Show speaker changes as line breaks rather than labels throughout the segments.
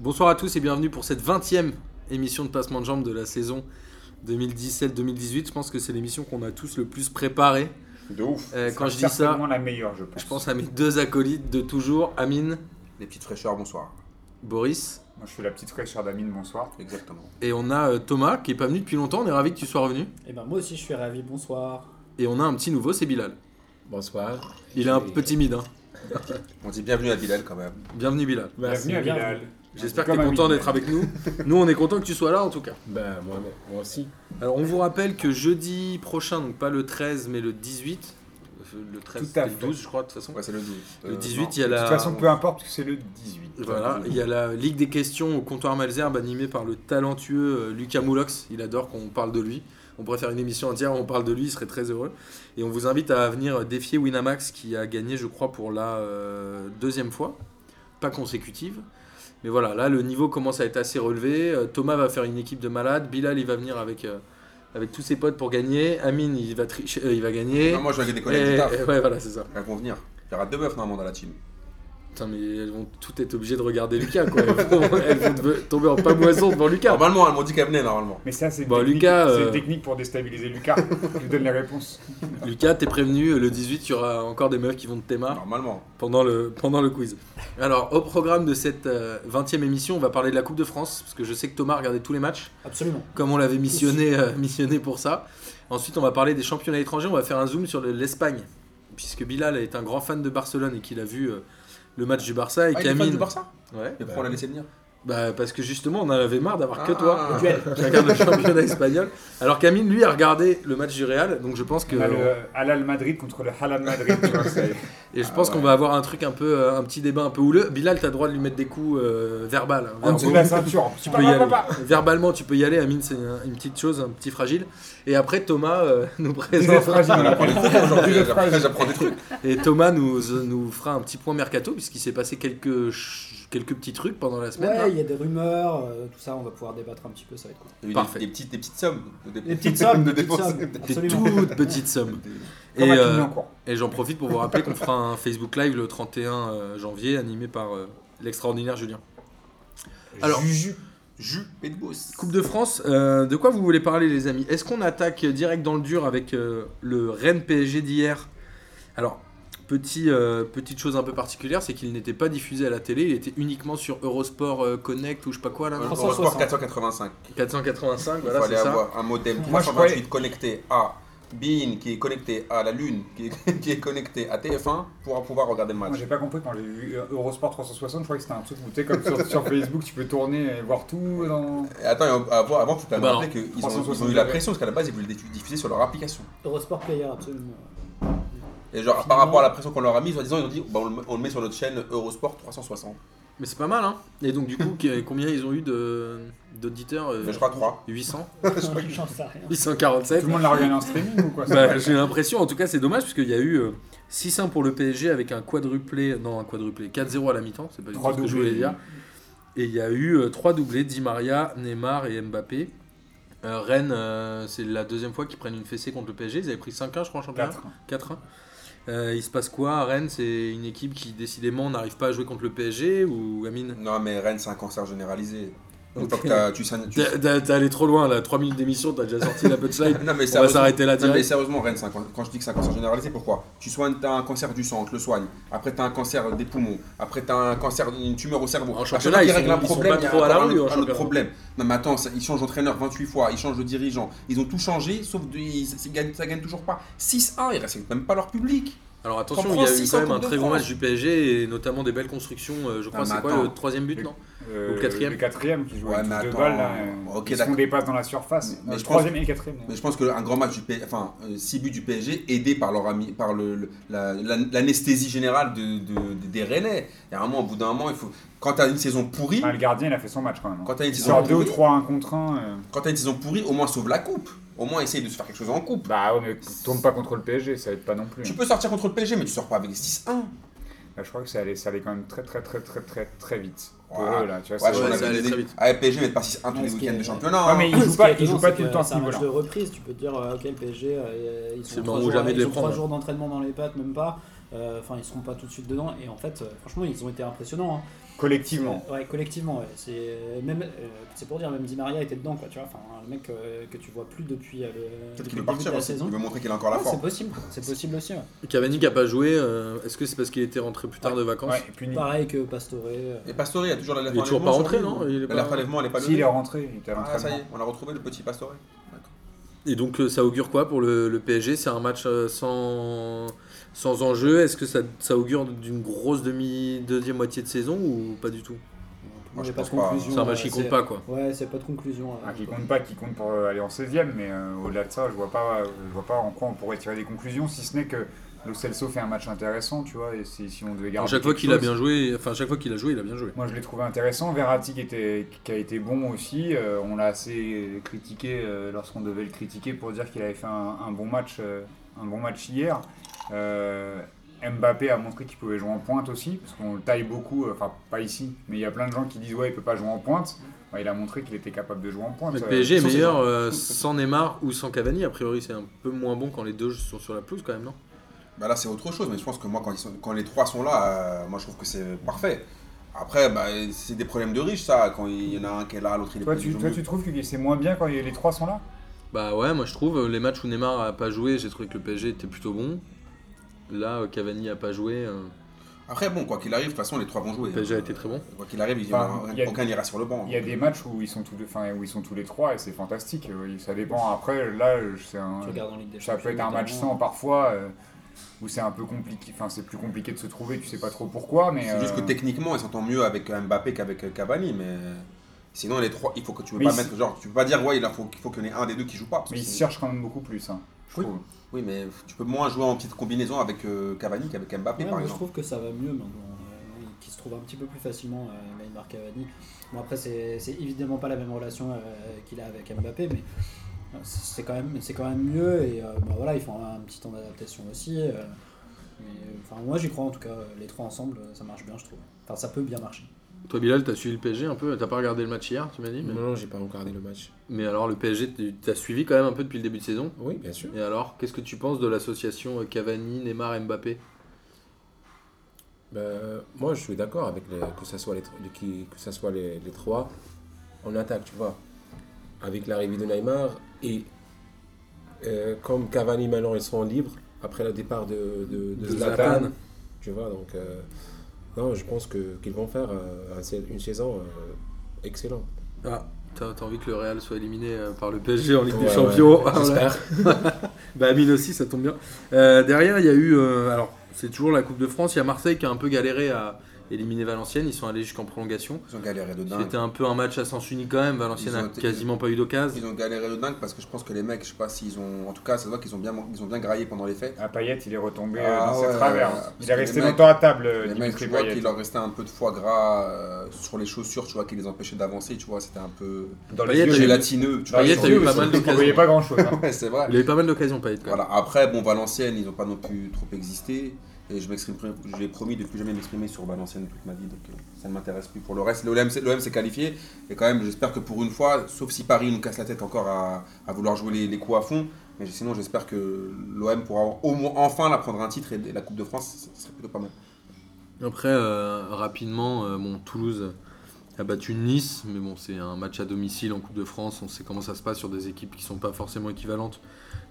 Bonsoir à tous et bienvenue pour cette 20e émission de Passement de Jambes de la saison 2017-2018. Je pense que c'est l'émission qu'on a tous le plus préparée.
De ouf.
Euh,
Ce
quand
sera
je dis ça,
certainement la meilleure, je pense.
je pense à mes deux acolytes de toujours, Amine,
Les petites fraîcheurs, bonsoir.
Boris.
Moi, je suis la petite fraîcheur d'Amine, bonsoir.
Exactement.
Et on a euh, Thomas qui est pas venu depuis longtemps, on est ravi que tu sois revenu.
Et ben moi aussi je suis ravi, bonsoir.
Et on a un petit nouveau, c'est Bilal.
Bonsoir.
Il est un peu timide. Hein.
On dit bienvenue à Bilal quand même.
Bienvenue Bilal.
Merci.
Bah, Bienvenue à
bienvenue.
Bilal.
Bah, J'espère que
Comme
tu es content
Amine.
d'être avec nous. Nous, on est content que tu sois là en tout cas.
Ben, moi, moi aussi.
Alors, on vous rappelle que jeudi prochain, donc pas le 13 mais le 18, euh, le 13
Tout à
c'était le
fait.
12 je crois de toute façon.
Ouais, c'est le 12.
Le
Euh,
18,
non.
il y a
De
la.
toute façon, peu importe, parce que c'est le 18.
Voilà, il y a la Ligue des questions au comptoir Malzerbe animée par le talentueux euh, Lucas Moulox. Il adore qu'on parle de lui. On pourrait faire une émission entière où on parle de lui, il serait très heureux. Et on vous invite à venir euh, défier Winamax qui a gagné, je crois, pour la euh, deuxième fois. Pas consécutive. Mais voilà, là, le niveau commence à être assez relevé. Euh, Thomas va faire une équipe de malades. Bilal, il va venir avec, euh, avec tous ses potes pour gagner. Amine, il va, tricher, euh, il va gagner.
Non, Ah, moi je vais des
Et-
collègues du taf.
et ouais, voilà, c'est ça.
Elles vont venir. Il y aura deux meufs normalement dans la team.
Putain, mais elles vont toutes être obligées de regarder Lucas, quoi. Elles vont, elles vont te- tomber en pamoison devant Lucas.
Normalement, elles m'ont dit qu'elles venaient normalement.
Mais ça, c'est
Bon,
technique,
Lucas,
c'est
euh,
technique pour déstabiliser Lucas. je lui donne les réponses.
bah, Lucas, t'es prévenu, le 18, il y aura encore des meufs qui vont te théma
Normalement.
pendant le, pendant le quiz. Alors, au programme de cette euh, 20e émission, on va parler de la Coupe de France, parce que je sais que Thomas regardait tous les matchs,
Absolument.
comme on l'avait missionné, euh, missionné pour ça. Ensuite, on va parler des championnats étrangers, on va faire un zoom sur le- l'Espagne, puisque Bilal est un grand fan de Barcelone et qu'il a vu euh, le match du Barça. Et
Ah, il est fan
Camille.
du Barça
ouais.
Mais pourquoi on l'a laissé venir
Bah, parce que justement, on en avait marre d'avoir que
Ah.
toi.
Le duel.
qui regarde le championnat espagnol. Alors Camille, lui, a regardé le match du Real, donc je pense que
Ah,
On a le Halal euh, Madrid contre le Halal Madrid. tu vois, c'est-
et je pense
Ah,
qu'on
ouais.
va avoir un truc un peu, euh, un petit débat un peu houleux. Bilal, t'as le droit de lui mettre des coups euh, verbal. hein,
Ah,
en dessous de
verbaux.
la ceinture.
Tu peux y aller. Verbalement, tu peux y aller. Amine, c'est un- une petite chose, un petit fragile. Et après, Thomas euh, nous
Des
présente
phrases, on appelle.
Aujourd'hui,
Des
j'apprends
phrases.
j'apprends des trucs.
et Thomas nous nous fera un petit point mercato puisqu'il s'est passé quelques ch- quelques petits trucs pendant la semaine. hein. là.
Ouais, il y a des rumeurs, euh, tout ça, on va pouvoir débattre un petit peu, ça va être cool.
Il y a eu des-
Parfait.
Des, petites, des petites sommes. Des,
Les petites sommes,
de
des petites
dépenses.
sommes,
Des
absolument.
toutes petites sommes.
Comme à
euh,
Clignancourt.
Et j'en profite pour vous rappeler qu'on fera un Facebook Live le 31 euh, janvier, animé par euh, l'extraordinaire Julien. Alors,
Juju. Jus et de boss.
Coupe de France, euh, de quoi vous voulez parler, les amis Est-ce qu'on attaque direct dans le dur avec euh, le Rennes PSG d'hier Alors, petit, euh, petite chose un peu particulière, c'est qu'il n'était pas diffusé à la télé, il était uniquement sur Eurosport euh, Connect ou je sais pas quoi là. non
Eurosport
360.
485.
485,
Il
voilà,
fallait
c'est ça.
avoir un modem
Moi, je
328
croyais-
connecté à Bean, qui est connecté à la Lune, qui est, qui est connecté à TF1 pour pouvoir regarder le
Moi,
match.
j'ai pas compris quand j'ai vu euh, Eurosport 360. Je crois que c'était un truc où, tu sais, comme sur, sur Facebook, tu peux tourner et voir tout. Dans...
Et attends, et avant, avant tu t'avais
Bah
rappelé qu'ils ont,
360,
ils ont eu la
ouais.
pression parce qu'à la base ils voulaient le diffuser sur leur application.
Eurosport Player, absolument.
Et genre, par
Finalement-
rapport à la pression qu'on leur a mise, soi-disant, ils ont dit bah, on, le met, on le met sur notre chaîne Eurosport 360.
Mais c'est pas mal, hein Et donc, du coup, que- combien ils ont eu de- d'auditeurs euh,
Mais je crois 3.
800
J'en sais rien.
847
Tout le monde l'a regardé en streaming ou quoi ça
Eh, Bah, j'ai l'impression, en tout cas, c'est dommage, parce qu'il y a eu euh, 6-1 pour le PSG avec un quadruplé, non, un quadruplé, 4-0 à la mi-temps, c'est pas du tout
Trois
ce que je
doublés.
voulais dire. Et il y a eu 3 doublés, Di Maria, Neymar et Mbappé. Euh, Rennes, euh, c'est la deuxième fois qu'ils prennent une fessée contre le PSG, ils avaient pris 5-1, je crois, en championnat.
Quatre.
4-1. Euh, il se passe quoi à Rennes C'est une équipe qui décidément n'arrive pas à jouer contre le PSG ou Amine
Non, mais Rennes, c'est un cancer généralisé. Une
Ok.
fois que t'as- tu signes- tu-
T'es t'es allé trop loin là, 3 minutes d'émission, t'as déjà sorti la punchline.
Non, mais
On va
sérieusement-
s'arrêter là
Non, mais
direct.
sérieusement, Rennes, c'est un can- quand je dis que c'est un cancer généralisé, pourquoi Tu soignes, t'as un cancer du sang, on te le soigne. Après, t'as un cancer des poumons. Après, t'as un cancer, une tumeur au cerveau.
En
À chaque
championnat,
fois
ils
qu'ils
sont-
règlent un
ils sont
problème,
pas
il y a
trop à la
encore un
rue,
autre-
en
un autre
championnat.
problème. Non, mais attends, ça- ils changent d'entraîneur 28 fois, ils changent de dirigeant. Ils ont tout changé, sauf de, ils- ça gagne, ça gagne toujours pas. 6-1, ils respectent même pas leur public.
Alors attention,
Comprends,
il y a eu
600
quand même un
Coupes de
très bon
France.
match du PSG et notamment des belles constructions. euh, Je crois
mais
c'est quoi
attends.
le troisième but non
Euh,
Ou le quatrième.
Le quatrième qui joue
Ouais,
avec
mais
deux
attends.
balles. Là, euh,
Ok,
ils se font
d'accord.
des passes dans la surface. Mais,
Mais je
le troisième et le quatrième. d'ailleurs.
Mais je pense qu'un grand match du P... enfin 6 buts du PSG aidé par leur ami par le, le- la- la- l'anesthésie générale de, de- de- des Rennais. Il y a un moment, au bout d'un moment, il faut quand t'as une saison pourrie,
Enfin, le gardien, il a fait son match quand même. hein.
quand t'as une
Il
saison
sort deux ou
pourrie,
trois un contre un. euh,
quand t'as une saison pourrie, au moins sauve la coupe. Au moins essaye de se faire quelque chose en coupe.
Bah ouais, mais tourne pas contre le PSG, ça aide pas non plus.
Tu
hein.
peux sortir contre le PSG mais tu sors pas avec 6-1.
Bah, je crois que ça allait, ça allait quand même très très très très très très vite. Pour
Ouais.
eux, là, tu vois,
Ouais,
c'est-
j'en
ouais, ça
avais
allait
des-
très vite.
Ah, le PSG met pas 6-1 tous
Ouais,
les
ce qui
weeks-ends
est-
de championnat.
Ouais, mais
hein.
ils jouent
Ce
pas,
qui est
ils jouent
étonnant,
pas
c'est
tout le
que
temps à
c'est
ce
un match
niveau-là.
de reprise, tu peux te dire, euh, ok, le PSG, euh, ils
C'est le
sont
moment
trois
ou
jours,
jamais de
ils
les
ont trois
prendre.
jours d'entraînement dans les pattes, même pas. Euh, Enfin, ils seront pas tout de suite dedans. Et en fait, euh, franchement, ils ont été impressionnants. hein.
collectivement.
Ouais, collectivement, ouais. C'est même, euh, c'est pour dire, même Di Maria était dedans, quoi. Tu vois, enfin, le mec euh, que tu vois plus depuis euh, le,
Peut-être qu'il veut
depuis le début de
partir
la
aussi.
saison.
Il veut montrer qu'il a encore la
Ouais,
force.
c'est possible, c'est possible aussi. ouais.
Cavani qui a pas joué, euh, est-ce que c'est parce qu'il était rentré plus tard de vacances
Ouais, et puis ni-
Pareil que Pastore. euh,
Et Pastore, il y a toujours la
Il est toujours pas rentré, non Il est
La
pas-
relèvement, elle est pas
Si, il est
levée.
rentré, il était à
Ah, ça y
l'entraînement.
est, on a retrouvé le petit Pastore.
Et donc euh, ça augure quoi pour le, le PSG C'est un match euh, sans, sans enjeu Est-ce que ça, ça augure d'une grosse demi, deuxième moitié de saison ou pas du tout
moi,
je
j'ai pas de
pense pas. hein.
conclusion.
C'est un match qui
euh,
compte
c'est-
pas quoi.
Ouais, c'est pas de conclusion.
Ah, qui
euh,
compte pas, qui compte pour euh, aller en 16ème, mais euh, au-delà de ça, je vois pas, je vois pas en quoi on pourrait tirer des conclusions, si ce n'est que Lo Celso fait un match intéressant, tu vois, et si, si on devait
À
garder.
chaque fois
quelque
qu'il a
chose,
bien joué, enfin à chaque fois qu'il a joué, il a bien joué.
Moi, je l'ai trouvé intéressant. Verratti qui, était, qui a été bon aussi. euh, on l'a assez critiqué euh, lorsqu'on devait le critiquer pour dire qu'il avait fait un, un bon match, euh, un bon match hier. Euh, Mbappé a montré qu'il pouvait jouer en pointe aussi, parce qu'on le taille beaucoup. euh, Enfin, pas ici, mais il y a plein de gens qui disent ouais, il peut pas jouer en pointe. Ouais, il a montré qu'il était capable de jouer en pointe.
Mais le
euh,
PSG est
sur ses
meilleur euh, sans Neymar ou sans Cavani. A priori, c'est un peu moins bon quand les deux sont sur la pelouse quand même, non
Bah là, c'est autre chose, mais je pense que moi, quand, ils sont- quand les trois sont là, euh, moi, je trouve que c'est parfait. Après, bah, c'est des problèmes de riches, ça. Quand il y en a un qui est là, l'autre, il est
Toi
pas
tu,
du
toi,
tout.
tu trouves que c'est moins bien quand les trois sont là
Bah ouais, moi je trouve euh, les matchs où Neymar a pas joué, j'ai trouvé que le PSG était plutôt bon. Là, euh, Cavani a pas joué, euh,
Après, bon, quoi qu'il arrive, de toute façon, les trois vont jouer.
le PSG a
hein.
été très bon.
Quoi qu'il arrive, il y en
Enfin,
aura-
il y a-
aucun n'ira sur le banc. hein.
Il y a des matchs où ils sont tous, les- enfin, où ils sont tous les trois et c'est fantastique. euh, Ça dépend. Après, là, euh, c'est un.
Tu regardes en Ligue des
Ça peut être un match sans parfois euh, où c'est un peu compliqué, enfin c'est plus compliqué de se trouver, tu sais pas trop pourquoi, mais.
C'est juste que
euh,
techniquement, ils s'entend mieux avec euh, Mbappé qu'avec Cavani, mais sinon les trois, il faut que tu peux
Mais
pas
ils-
mettre genre, tu peux pas dire ouais, il en faut, il faut qu'il y en ait un des deux qui joue pas. parce
Mais
que
ils se
sinon-
cherchent quand même beaucoup plus, hein, je
Oui.
trouve.
Oui, mais tu peux moins jouer en petite combinaison avec euh, Cavani qu'avec Mbappé
Ouais,
par
moi, je
exemple.
trouve que ça va mieux maintenant, euh, qui se trouve un petit peu plus facilement euh, Neymar Cavani. Bon après c'est c'est évidemment pas la même relation euh, qu'il a avec Mbappé, mais euh, c'est quand même c'est quand même mieux et euh, bah, voilà ils font un petit temps d'adaptation aussi. euh, mais, euh, enfin moi j'y crois en tout cas euh, les trois ensemble euh, ça marche bien je trouve. Enfin ça peut bien marcher.
Toi, Bilal, t'as suivi le PSG un peu T'as pas regardé le match hier, tu m'as dit mais...
Non, non, j'ai pas regardé le match.
mais alors, le PSG, tu- t'as suivi quand même un peu depuis le début de saison
Oui, bien sûr.
Et alors, qu'est-ce que tu penses de l'association euh, Cavani, Neymar, Mbappé
Ben, moi, je suis d'accord avec les- que ce soit, les, tr- les- qui- que ça soit les, les trois en attaque, tu vois. Avec l'arrivée de Neymar et euh, comme Cavani maintenant ils sont libres après le départ de, de, de
De
Zlatan,
Zlatan.
tu vois. Donc, euh, non, je pense que qu'ils vont faire euh, un sa- une saison euh, excellente.
Ah, t'as t'as envie que le Real soit éliminé euh, par le PSG en Ligue des
Ouais,
Champions
ouais,
Ah, voilà.
J'espère.
Bah Amine aussi, ça tombe bien. Euh, derrière, il y a eu, euh, alors c'est toujours la Coupe de France, il y a Marseille qui a un peu galéré à éliminer Valenciennes, ils sont allés jusqu'en prolongation.
Ils ont galéré de dingue.
C'était un peu un match à sens unique quand même, Valenciennes
Ils ont
n'a
été-
quasiment pas eu d'occasion.
Ils ont galéré de dingue parce que je pense que les mecs, je sais pas s'ils ont, en tout cas, ça se voit qu'ils ont bien, ils ont bien graillé pendant les fêtes.
Ah, Payet, il est retombé euh,
Ah
dans
ouais,
ses travers.
parce
Il
que
est
les
resté
mecs-
longtemps à table, euh,
Les mecs,
Dimitri
tu vois
Payet.
qu'il leur restait un peu de foie gras euh, sur les chaussures, tu vois, qui les empêchait d'avancer, tu vois, c'était un peu
Dans
Payet,
les yeux,
il-
gélatineux. Tu vois,
Payet
ils
a
ont-
eu pas mal
On
d'occasions.
voyait pas hein. grand chose.
Ouais, c'est vrai.
Il a eu pas mal d'occasions Payet quand même.
Voilà. Après, bon, Valenciennes, ils n'ont pas non plus trop existé. Et je m'exprime, je l'ai promis de plus jamais m'exprimer sur Valenciennes toute ma vie, donc euh, ça ne m'intéresse plus. Pour le reste, l'OM s'est l'OM s'est qualifié, et quand même, j'espère que pour une fois, sauf si Paris nous casse la tête encore à, à vouloir jouer les, les coups à fond, mais sinon, j'espère que l'OM pourra au moins enfin la prendre un titre et la Coupe de France, ce serait plutôt pas mal.
Après, euh, rapidement, euh, bon, Toulouse a battu Nice, mais bon, c'est un match à domicile en Coupe de France. On sait comment ça se passe sur des équipes qui sont pas forcément équivalentes.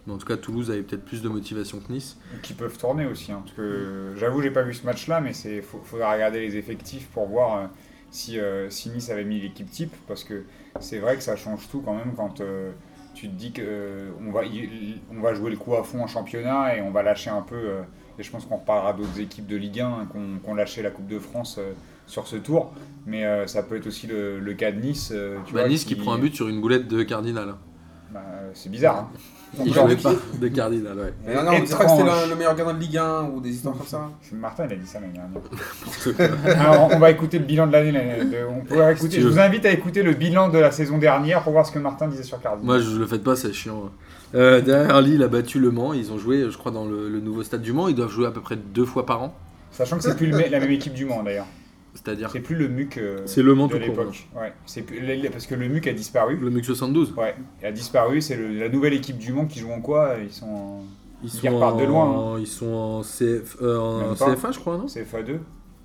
Mais en tout cas, Toulouse avait peut-être plus de motivation que Nice.
qui peuvent tourner aussi. hein, parce que euh, j'avoue, j'ai pas vu ce match-là, mais c'est faut- faudra regarder les effectifs pour voir euh, si, euh, si Nice avait mis l'équipe type, parce que c'est vrai que ça change tout quand même quand euh, tu te dis que euh, on va y- on va jouer le coup à fond en championnat et on va lâcher un peu. euh, et je pense qu'on reparlera d'autres équipes de Ligue 1 hein, qu'on qu'on lâchait la Coupe de France euh, sur ce tour, mais euh, ça peut être aussi le, le cas de Nice. euh, tu
Bah,
vois,
nice qui... prend un but sur une boulette de Cardinal.
Bah, euh, c'est bizarre. hein.
Il
Encore.
jouait pas de Cardinal, ouais.
Mais non, non, on ne
Étrange.
dirait pas que c'était le, le meilleur gardien de Ligue 1 ou des histoires comme ça.
Martin, il a dit ça l'année dernière. Alors, on va écouter le bilan de l'année. l'année de- On pourrait écouter.
tu
Je
veux.
vous invite à écouter le bilan de la saison dernière pour voir ce que Martin disait sur Cardi.
Moi, je le fais pas, c'est chiant. Euh, derrière Lille a battu Le Mans. Ils ont joué, je crois, dans le, le nouveau stade du Mans. Ils doivent jouer à peu près deux fois par an.
Sachant que c'est plus le mé- la même équipe du Mans d'ailleurs.
C'est-à-dire
C'est plus le MUC euh,
C'est le Mans
de
tout court, hein.
l'époque. Ouais. C'est plus- les- les- parce que le MUC a disparu.
le MUC 72.
Ouais, il a disparu. C'est le- la nouvelle équipe du Mans qui joue en quoi Ils sont
Ils
Ils repartent de loin, hein.
Ils sont en, CF, euh, en
Même pas.
CFA, je crois, non
en CFA2.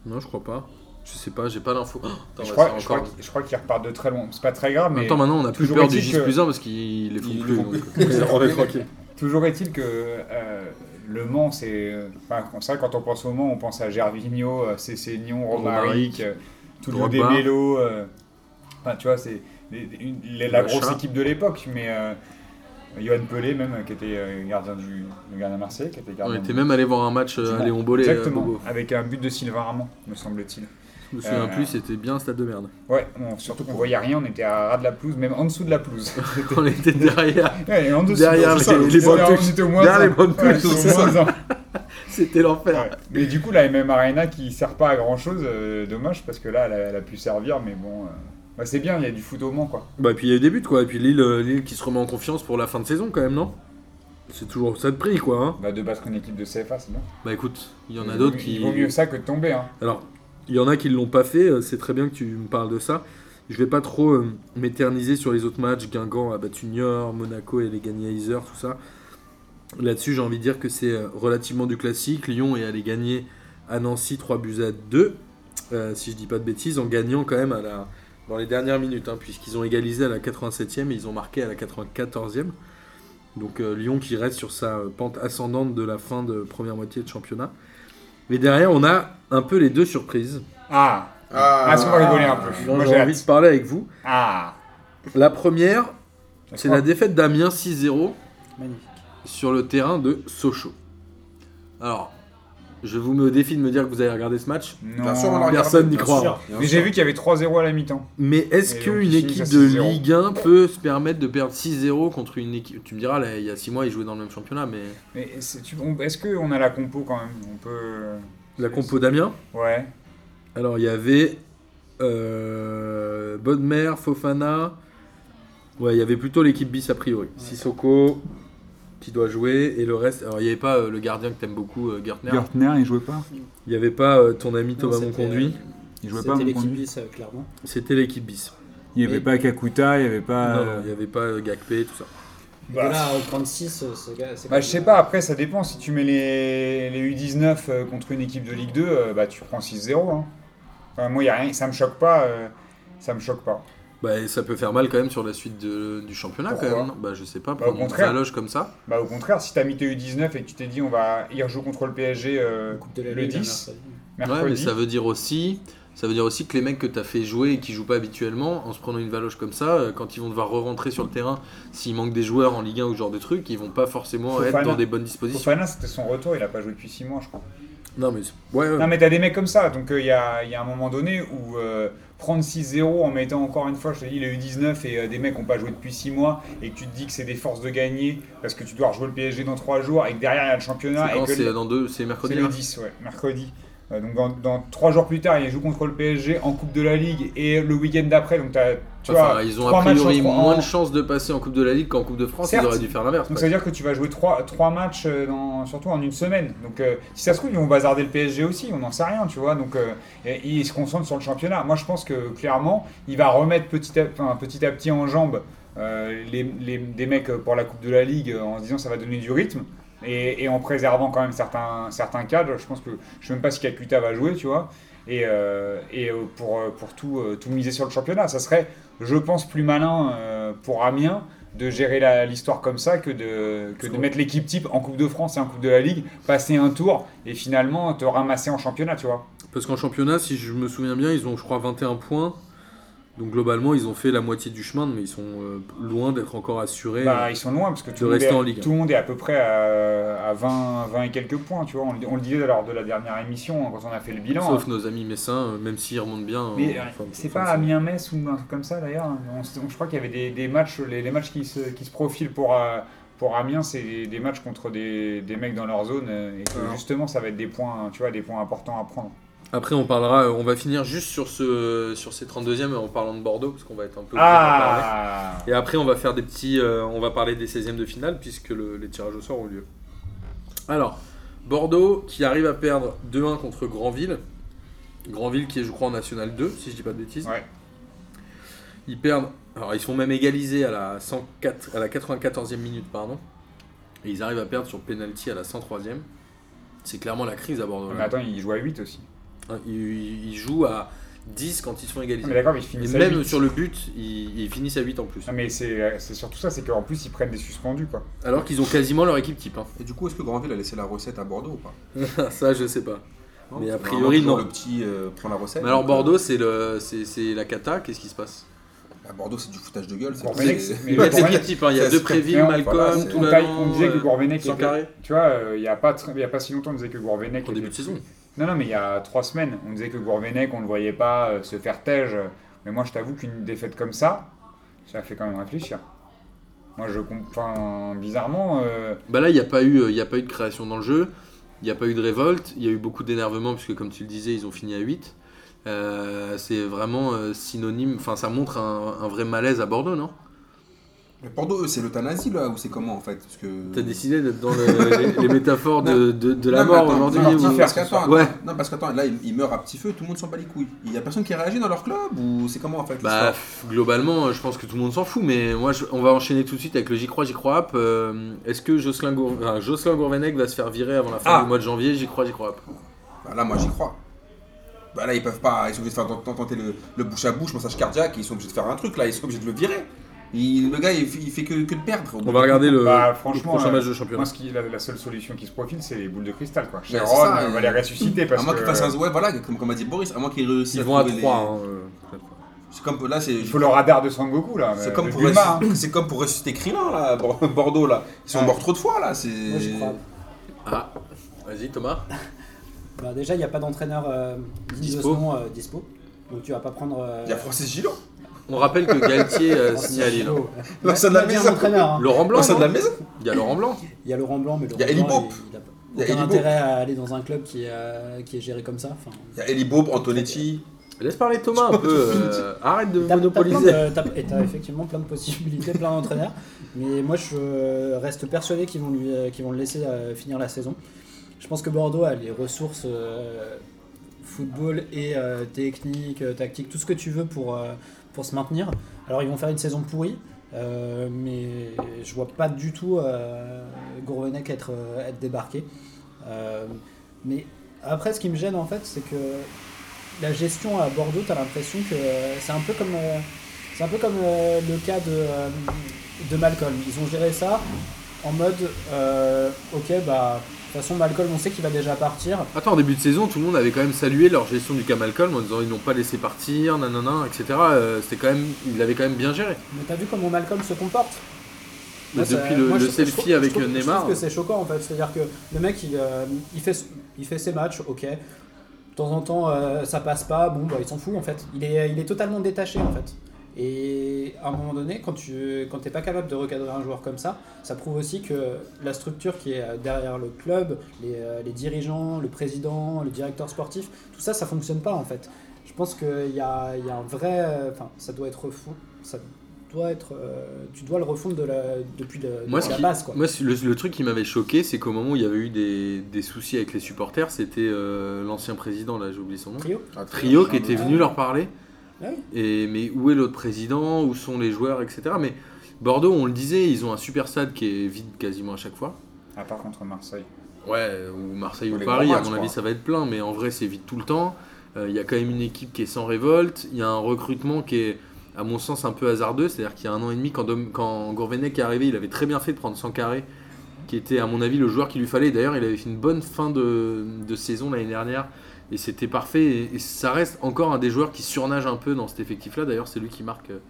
Non, je crois pas. Je sais pas, j'ai pas l'info. Oh, attends,
Je
ouais,
crois,
c'est
je crois,
encore-
qu'il- je crois qu'il repart de très loin. C'est pas très grave,
En
mais
même temps, maintenant, on a plus
toujours euh,
peur du
est-il
J
que-
plus 1 parce qu'ils les font
Ils
plus.
les font
donc,
plus.
euh, on est tranquille.
toujours est-il que euh, Le Mans, c'est. euh, enfin, c'est vrai, quand on pense au Mans, on pense à Gervinho, euh, Cécignon,
Romaric,
Romaric, euh, Tullio De
Drogba.
Melo. euh, Enfin, tu vois, c'est des- des- une- les- la grosse
Machin.
équipe de l'époque, mais. euh, Johan Pelé, même, euh, qui était euh, gardien du le gardien marseillais, qui était
On
gardien.
était
du-
même allé voir un match euh, à Léon Bollet. euh,
Exactement,
Bobo.
avec un but de Sylvain Armand, me semble-t-il.
Je me souviens
Euh,
plus, c'était bien un stade de merde.
Ouais, on- surtout qu'on voyait rien, on était à ras de la pelouse, même en dessous de la pelouse.
on était derrière.
Ouais, en dessous,
Derrière
donc, c'est
les-
ça,
les
donc,
bonnes
on
touches.
était au moins
Derrière
un.
les bonnes
Ouais,
touches,
au
c'est
moins un.
C'était l'enfer.
Ouais. Mais du coup, la MM Arena qui sert pas à grand chose, euh, dommage parce que là, elle a, elle a pu servir, mais bon, euh, bah, c'est bien, il y a du foot au Mans quoi.
Bah, et puis il y a eu des buts, quoi. Et puis Lille, euh, Lille qui se remet en confiance pour la fin de saison, quand même, non C'est toujours ça de prix, quoi. hein.
Bah, de battre une équipe de CFA, c'est bien.
Bah, écoute, il y en a
Euh, Il
d'autres
vaut-
qui.
Il vaut mieux ça que de tomber. Hein.
Alors, il y en a qui ne l'ont pas fait, euh, c'est très bien que tu me parles de ça. Je vais pas trop euh, m'éterniser sur les autres matchs. Guingamp a battu Niort, Monaco et les gagné à Yzeure, tout ça. Là-dessus, j'ai envie de dire que c'est euh, relativement du classique. Lyon est allé gagner à Nancy 3 buts à 2, euh, si je dis pas de bêtises, en gagnant quand même à la, dans les dernières minutes, hein, puisqu'ils ont égalisé à la 87e et ils ont marqué à la 94e. Donc euh, Lyon qui reste sur sa euh, pente ascendante de la fin de première moitié de championnat. Mais derrière, on a un peu les deux surprises.
Ah,
Ah,
Ah, est-ce qu'on va rigoler un peu
dont
Moi,
j'ai
j'ai
envie
hâte.
de parler avec vous.
ah.
La première, c'est la
D'accord.
défaite d'Amiens 6-0
Magnifique.
sur le terrain de Sochaux. Alors, je vous mets au défi de me dire que vous avez regardé ce match.
Non.
Bien sûr, on l'a regardé.
Personne n'y
bien
croit.
sûr.
hein.
Bien
Mais
sûr.
j'ai vu qu'il y avait 3-0 à la mi-temps.
Mais est-ce
Et donc,
qu'une
ils
équipe
finissent à
de
6-0.
Ligue 1 peut se permettre de perdre 6-0 contre une équipe Tu me diras, là, il y a 6 mois, ils jouaient dans le même championnat, mais
Mais c'est- tu- on- est-ce qu'on a la compo quand même On peut.
la compo d'Amiens
Ouais.
Alors, il y avait euh, Bodmer, Fofana. Ouais, il y avait plutôt l'équipe bis a priori. Sissoko qui doit jouer et le reste. Alors, il n'y avait pas euh, le gardien que t'aimes beaucoup, euh, Gartner.
Gartner, il jouait pas.
Il n'y avait pas euh, ton ami
Non,
Thomas
c'était, euh,
Monconduit.
Il
C'était l'équipe bis, euh, clairement.
C'était l'équipe bis.
Il
avait
pas Kakuta, il n'y avait
Non, non, il n'y avait pas euh, Gakpé, tout ça.
Et là, au 36, euh, ce gars, c'est
Bah, je sais pas, après ça dépend. Si tu mets les, les U19 euh, contre une équipe de Ligue 2, euh, bah, tu prends 6-0. hein. Enfin, moi, y a rien, ça me choque pas. euh, ça me choque pas.
Bah, et ça peut faire mal quand même sur la suite de- du championnat,
Pourquoi
quand même. Bah, je sais pas,
Bah,
prendre
au
une
contraire.
valoche comme ça.
Bah, au contraire, si t'as mis tes U19 et que tu t'es dit on va y rejouer contre le PSG euh,
Coupe de la
le
Ligue, la
10,
mercredi.
Ouais, mais
mercredi,
ça veut dire aussi. Ça veut dire aussi que les mecs que t'as fait jouer et qui jouent pas habituellement, en se prenant une valoche comme ça, euh, quand ils vont devoir re-rentrer sur le terrain, s'il manque des joueurs en Ligue 1 ou ce genre de trucs, ils vont pas forcément
Fofana.
être dans des bonnes dispositions.
Fofana, c'était son retour, il a pas joué depuis 6 mois, je crois.
Non mais c'est- ouais, ouais.
Non, mais t'as des mecs comme ça, donc il y, a, y a un moment donné où euh, prendre 6-0 en mettant encore une fois, je te dis, les U19 et euh, des mecs qui n'ont pas joué depuis 6 mois et que tu te dis que c'est des forces de gagner parce que tu dois rejouer le PSG dans 3 jours et que derrière il y a le championnat
c'est
et
quand
que
c'est
le-
dans deux, c'est
c'est
mercredi. hein.
le
là.
10, ouais, mercredi. Euh, donc dans, dans 3 jours plus tard, ils jouent contre le PSG en Coupe de la Ligue et le week-end d'après, donc t'as, tu
Enfin,
vois,
ils ont
trois
a
matchs en
priori
trois-
moins
en-
de chances de passer en Coupe de la Ligue qu'en Coupe de France.
Certes.
Ils auraient dû faire l'inverse.
Donc
quoi.
ça veut dire que tu vas jouer 3, matchs euh, dans, surtout en une semaine. Donc euh, si ça se trouve, ils vont bazarder le PSG aussi, on n'en sait rien, tu vois. Donc euh, et- ils se concentrent sur le championnat. Moi je pense que clairement, il va remettre petit à, enfin, petit, à petit en jambes euh, les, les- des mecs pour la Coupe de la Ligue euh, en se disant ça va donner du rythme. Et, et en préservant quand même certains, certains cadres, je pense que je sais même pas si Kakuta va jouer, tu vois. Et, euh, et euh, pour, euh, pour tout, euh, tout miser sur le championnat, ça serait, je pense, plus malin euh, pour Amiens de gérer la- l'histoire comme ça que de, que de mettre l'équipe type en Coupe de France et en Coupe de la Ligue, passer un tour et finalement te ramasser en championnat, tu vois.
Parce qu'en championnat, si je me souviens bien, ils ont, je crois, 21 points. Donc globalement, ils ont fait la moitié du chemin, mais ils sont euh, loin d'être encore assurés.
Bah, ils sont loin parce que
de
tout, le monde,
rester
est,
en Ligue.
tout le monde est à peu près à, à 20, 20 et quelques points, tu vois. On, le- on le disait lors de la dernière émission hein, quand on a fait le bilan.
Sauf
hein.
nos amis messins, euh, même s'ils remontent bien.
Mais
euh,
euh,
enfin,
c'est
enfin,
pas Amiens-Metz ou un truc comme ça d'ailleurs. On s- on- je crois qu'il y avait des, des matchs, les, les matchs qui se, qui se profilent pour, euh, pour Amiens, c'est des, des matchs contre des, des mecs dans leur zone euh, et que
Alors.
justement ça va être des points, tu vois, des points importants à prendre.
Après, on parlera, euh, on va finir juste sur, ce, sur ces 32e en parlant de Bordeaux, parce qu'on va être un peu.
Ah
Et après, on va faire des petits. euh, on va parler des 16e de finale, puisque le- les tirages au sort ont lieu. Alors, Bordeaux qui arrive à perdre 2-1 contre Granville. Granville qui est, je crois, en National 2, si je dis pas de bêtises.
Ouais.
Ils perdent. Alors, ils sont même égalisés à la, 104, à la 94e minute, pardon. Et ils arrivent à perdre sur penalty à la 103e. C'est clairement la crise à Bordeaux.
Mais
là. Hein,
attends, il joue à 8 aussi.
Ils, ils jouent à 10 quand ils se font
Non,
égaliser.
Ah, mais d'accord, mais ils
Et
finissent à
même
huit.
sur le but, ils, ils finissent à 8 en plus.
Non, mais c'est c'est surtout ça, c'est qu'en plus ils prennent des suspendus quoi.
Alors qu'ils ont quasiment leur équipe type. hein.
Et du coup, est-ce que Granville a laissé la recette à Bordeaux ou pas
Ça, je sais pas.
Non,
Mais a
parce que
priori,
normalement,
non.
Le petit euh, prend la recette.
Mais alors,
donc,
Bordeaux, c'est le- c'est c'est la cata. Qu'est-ce qui se passe
euh, À Bordeaux, c'est du foutage de gueule. c'est-
Gourvenec,
c'est-
mais
Ils mettent
Gourvenec-
l'équipe type. hein. Il y a
ça,
Depreville,
c'est-
voilà,
Malcolm,
c'est-
tout euh,
on, taille- on disait que Gourvenec
sans
était.
carré.
Tu vois, euh, il n'y a, pas tr- il y a pas si longtemps, on disait que Gourvenec
En
était-
début de saison.
Non, non, mais il y a trois semaines, on disait que Gourvenec, on ne le voyait pas euh, se faire tège. Mais moi, je t'avoue qu'une défaite comme ça, ça fait quand même réfléchir. Moi, je comprends. Bizarrement, euh,
Bah là, il n'y a, pas eu, euh, il y a pas eu de création dans le jeu, il n'y a pas eu de révolte, il y a eu beaucoup d'énervement, puisque comme tu le disais, ils ont fini à 8. Euh, c'est vraiment euh, synonyme, enfin ça montre un, un vrai malaise à Bordeaux, non
Mais Bordeaux, eux, c'est l'euthanasie là, ou c'est comment en fait Parce que.
T'as décidé d'être dans le- les, les métaphores de, de- de la
Non, mais
mort
attends,
aujourd'hui
non,
ou-
non, parce qu'attends, attends,
Ouais.
non, parce qu'attends, là, ils, ils meurent à petit feu, tout le monde s'en bat les couilles. Il y a personne qui réagit dans leur club ou c'est comment en fait
Bah,
l'histoire
f- globalement, euh, je pense que tout le monde s'en fout, mais moi, je- on va enchaîner tout de suite avec le J'y crois, J'y crois app. Euh, Est-ce que Jocelyn, Gour... enfin, Jocelyn Gourvenec va se faire virer avant la fin
Ah.
du mois de janvier J'y crois, J'y crois app.
Bah, Là, moi, j'y crois. Bah là, ils peuvent pas, ils sont obligés de faire tent- tenter le, le bouche à bouche, massage cardiaque, ils sont obligés de faire un truc là, ils sont obligés de le virer. Il- le gars, il, fait- il fait que, que de perdre. au bout
On va
d'un
regarder le,
Bah,
le
franchement,
prochain
euh,
match de championnat.
moi, ce qui, la, la seule solution qui se profile, c'est les boules de cristal. Quoi.
hein. c'est
Sharon
ça,
euh,
et-
va les ressusciter
moment.
parce
À moins
que.
qu'ils fassent un. Ouais, voilà, comme, comme a dit Boris, à moins qu'ils réussissent.
Ils vont à hein. euh, 3.
trouver les- C'est comme là, c'est.
Il faut le radar de Sangoku là.
C'est
euh,
comme,
de
pour
Bulma, hein.
ressusciter- c'est comme pour ressusciter Krillin là, à Bor- Bordeaux là. Ils sont
Ouais.
morts trop de fois là. C'est...
Moi, j'y crois.
Ah, vas-y Thomas.
Bah, déjà, il n'y a pas d'entraîneur euh, digne de ce
Dispo.
nom, euh, dispo. Donc tu vas pas prendre. euh,
Il y a Francis Gillon.
On rappelle que Galtier euh,
Francis
signe à Lille.
Gillot.
hein. Non, ça
Il
n'a
a bien
mis Oh, ça.
un entraîneur, hein.
Laurent Blanc,
Au sein de la
non
maison
il y a Laurent Blanc.
Il y a Laurent Blanc, mais Laurent
Il y a Eli
Blanc,
Pope.
il- il a pas-
Il y a
aucun
Eli Pope.
intérêt à aller dans un club qui, euh, qui est géré comme ça. Enfin,
Il y a Eli Bob, Antonetti.
Laisse parler Thomas un peu. euh, arrête de
T'as- t'as plein de- euh,
monopoliser.
t'as- Et t'as effectivement plein de possibilités, plein d'entraîneurs. Mais moi, je euh, reste persuadé qu'ils vont, lui, euh, qu'ils vont le laisser euh, finir la saison. Je pense que Bordeaux a les ressources euh, football et euh, technique, euh, tactique, tout ce que tu veux pour, euh, pour se maintenir. Alors, ils vont faire une saison pourrie. euh, mais je vois pas du tout euh, Gourvenec être, euh, être débarqué. Euh, mais après, ce qui me gêne en fait, c'est que la gestion à Bordeaux, t'as l'impression que euh, c'est un peu comme, euh, c'est un peu comme euh, le cas de, euh, de Malcolm. Ils ont géré ça en mode, euh, ok, bah, de toute façon, Malcolm, on sait qu'il va déjà partir.
Attends, en début de saison, tout le monde avait quand même salué leur gestion du cas Malcolm en disant ils n'ont pas laissé partir, nanana, etc. Euh, C'était quand même, ils l'avaient quand même bien géré.
Mais t'as vu comment Malcolm se comporte
Mais
Moi, ça-
depuis le,
moi,
le
je- je
selfie
trouve- je
avec euh,
trouve- je
Neymar,
trouve que c'est choquant en fait. C'est-à-dire que le mec, il, euh, il, fait, il fait ses matchs, ok. De temps en temps, euh, ça passe pas, bon, bah, il s'en fout en fait. Il est, il est totalement détaché en fait. Et à un moment donné, quand tu quand t'es pas capable de recadrer un joueur comme ça, ça prouve aussi que la structure qui est derrière le club, les, euh, les dirigeants, le président, le directeur sportif, tout ça, ça fonctionne pas en fait. Je pense qu'il y a, il y a un vrai. euh, Enfin, ça doit être refou- Ça doit être. euh, tu dois le refondre de la, depuis le-
Moi,
de
ce
la
qui-
base quoi.
Moi, c'est le, le truc qui m'avait choqué, c'est qu'au moment où il y avait eu des, des soucis avec les supporters, c'était euh, l'ancien président, là, j'ai oublié son nom.
Trio
Trio qui était venu
Ouais.
leur parler.
Ah oui.
Et, mais où est l'autre président Où sont les joueurs Etc. Mais Bordeaux, on le disait, ils ont un super stade qui est vide quasiment à chaque fois.
À part hein. Ah, contre Marseille.
Ouais, ou Marseille
Ou
ou,
les
Paris,
grands
à
matchs,
mon
quoi.
avis, ça va être plein. Mais en vrai, c'est vide tout le temps. Euh, Il y a quand même une équipe qui est sans révolte. Il y a un recrutement qui est, à mon sens, un peu hasardeux. C'est-à-dire qu'il y a un an et demi, quand, Dom- quand Gourvenec est arrivé, il avait très bien fait de prendre 100 carrés qui était à mon avis le joueur qu'il lui fallait. D'ailleurs, il avait fait une bonne fin de, de saison l'année dernière et c'était parfait. Et, et ça reste encore un des joueurs qui surnage un peu dans cet effectif-là. D'ailleurs, c'est lui qui marque euh,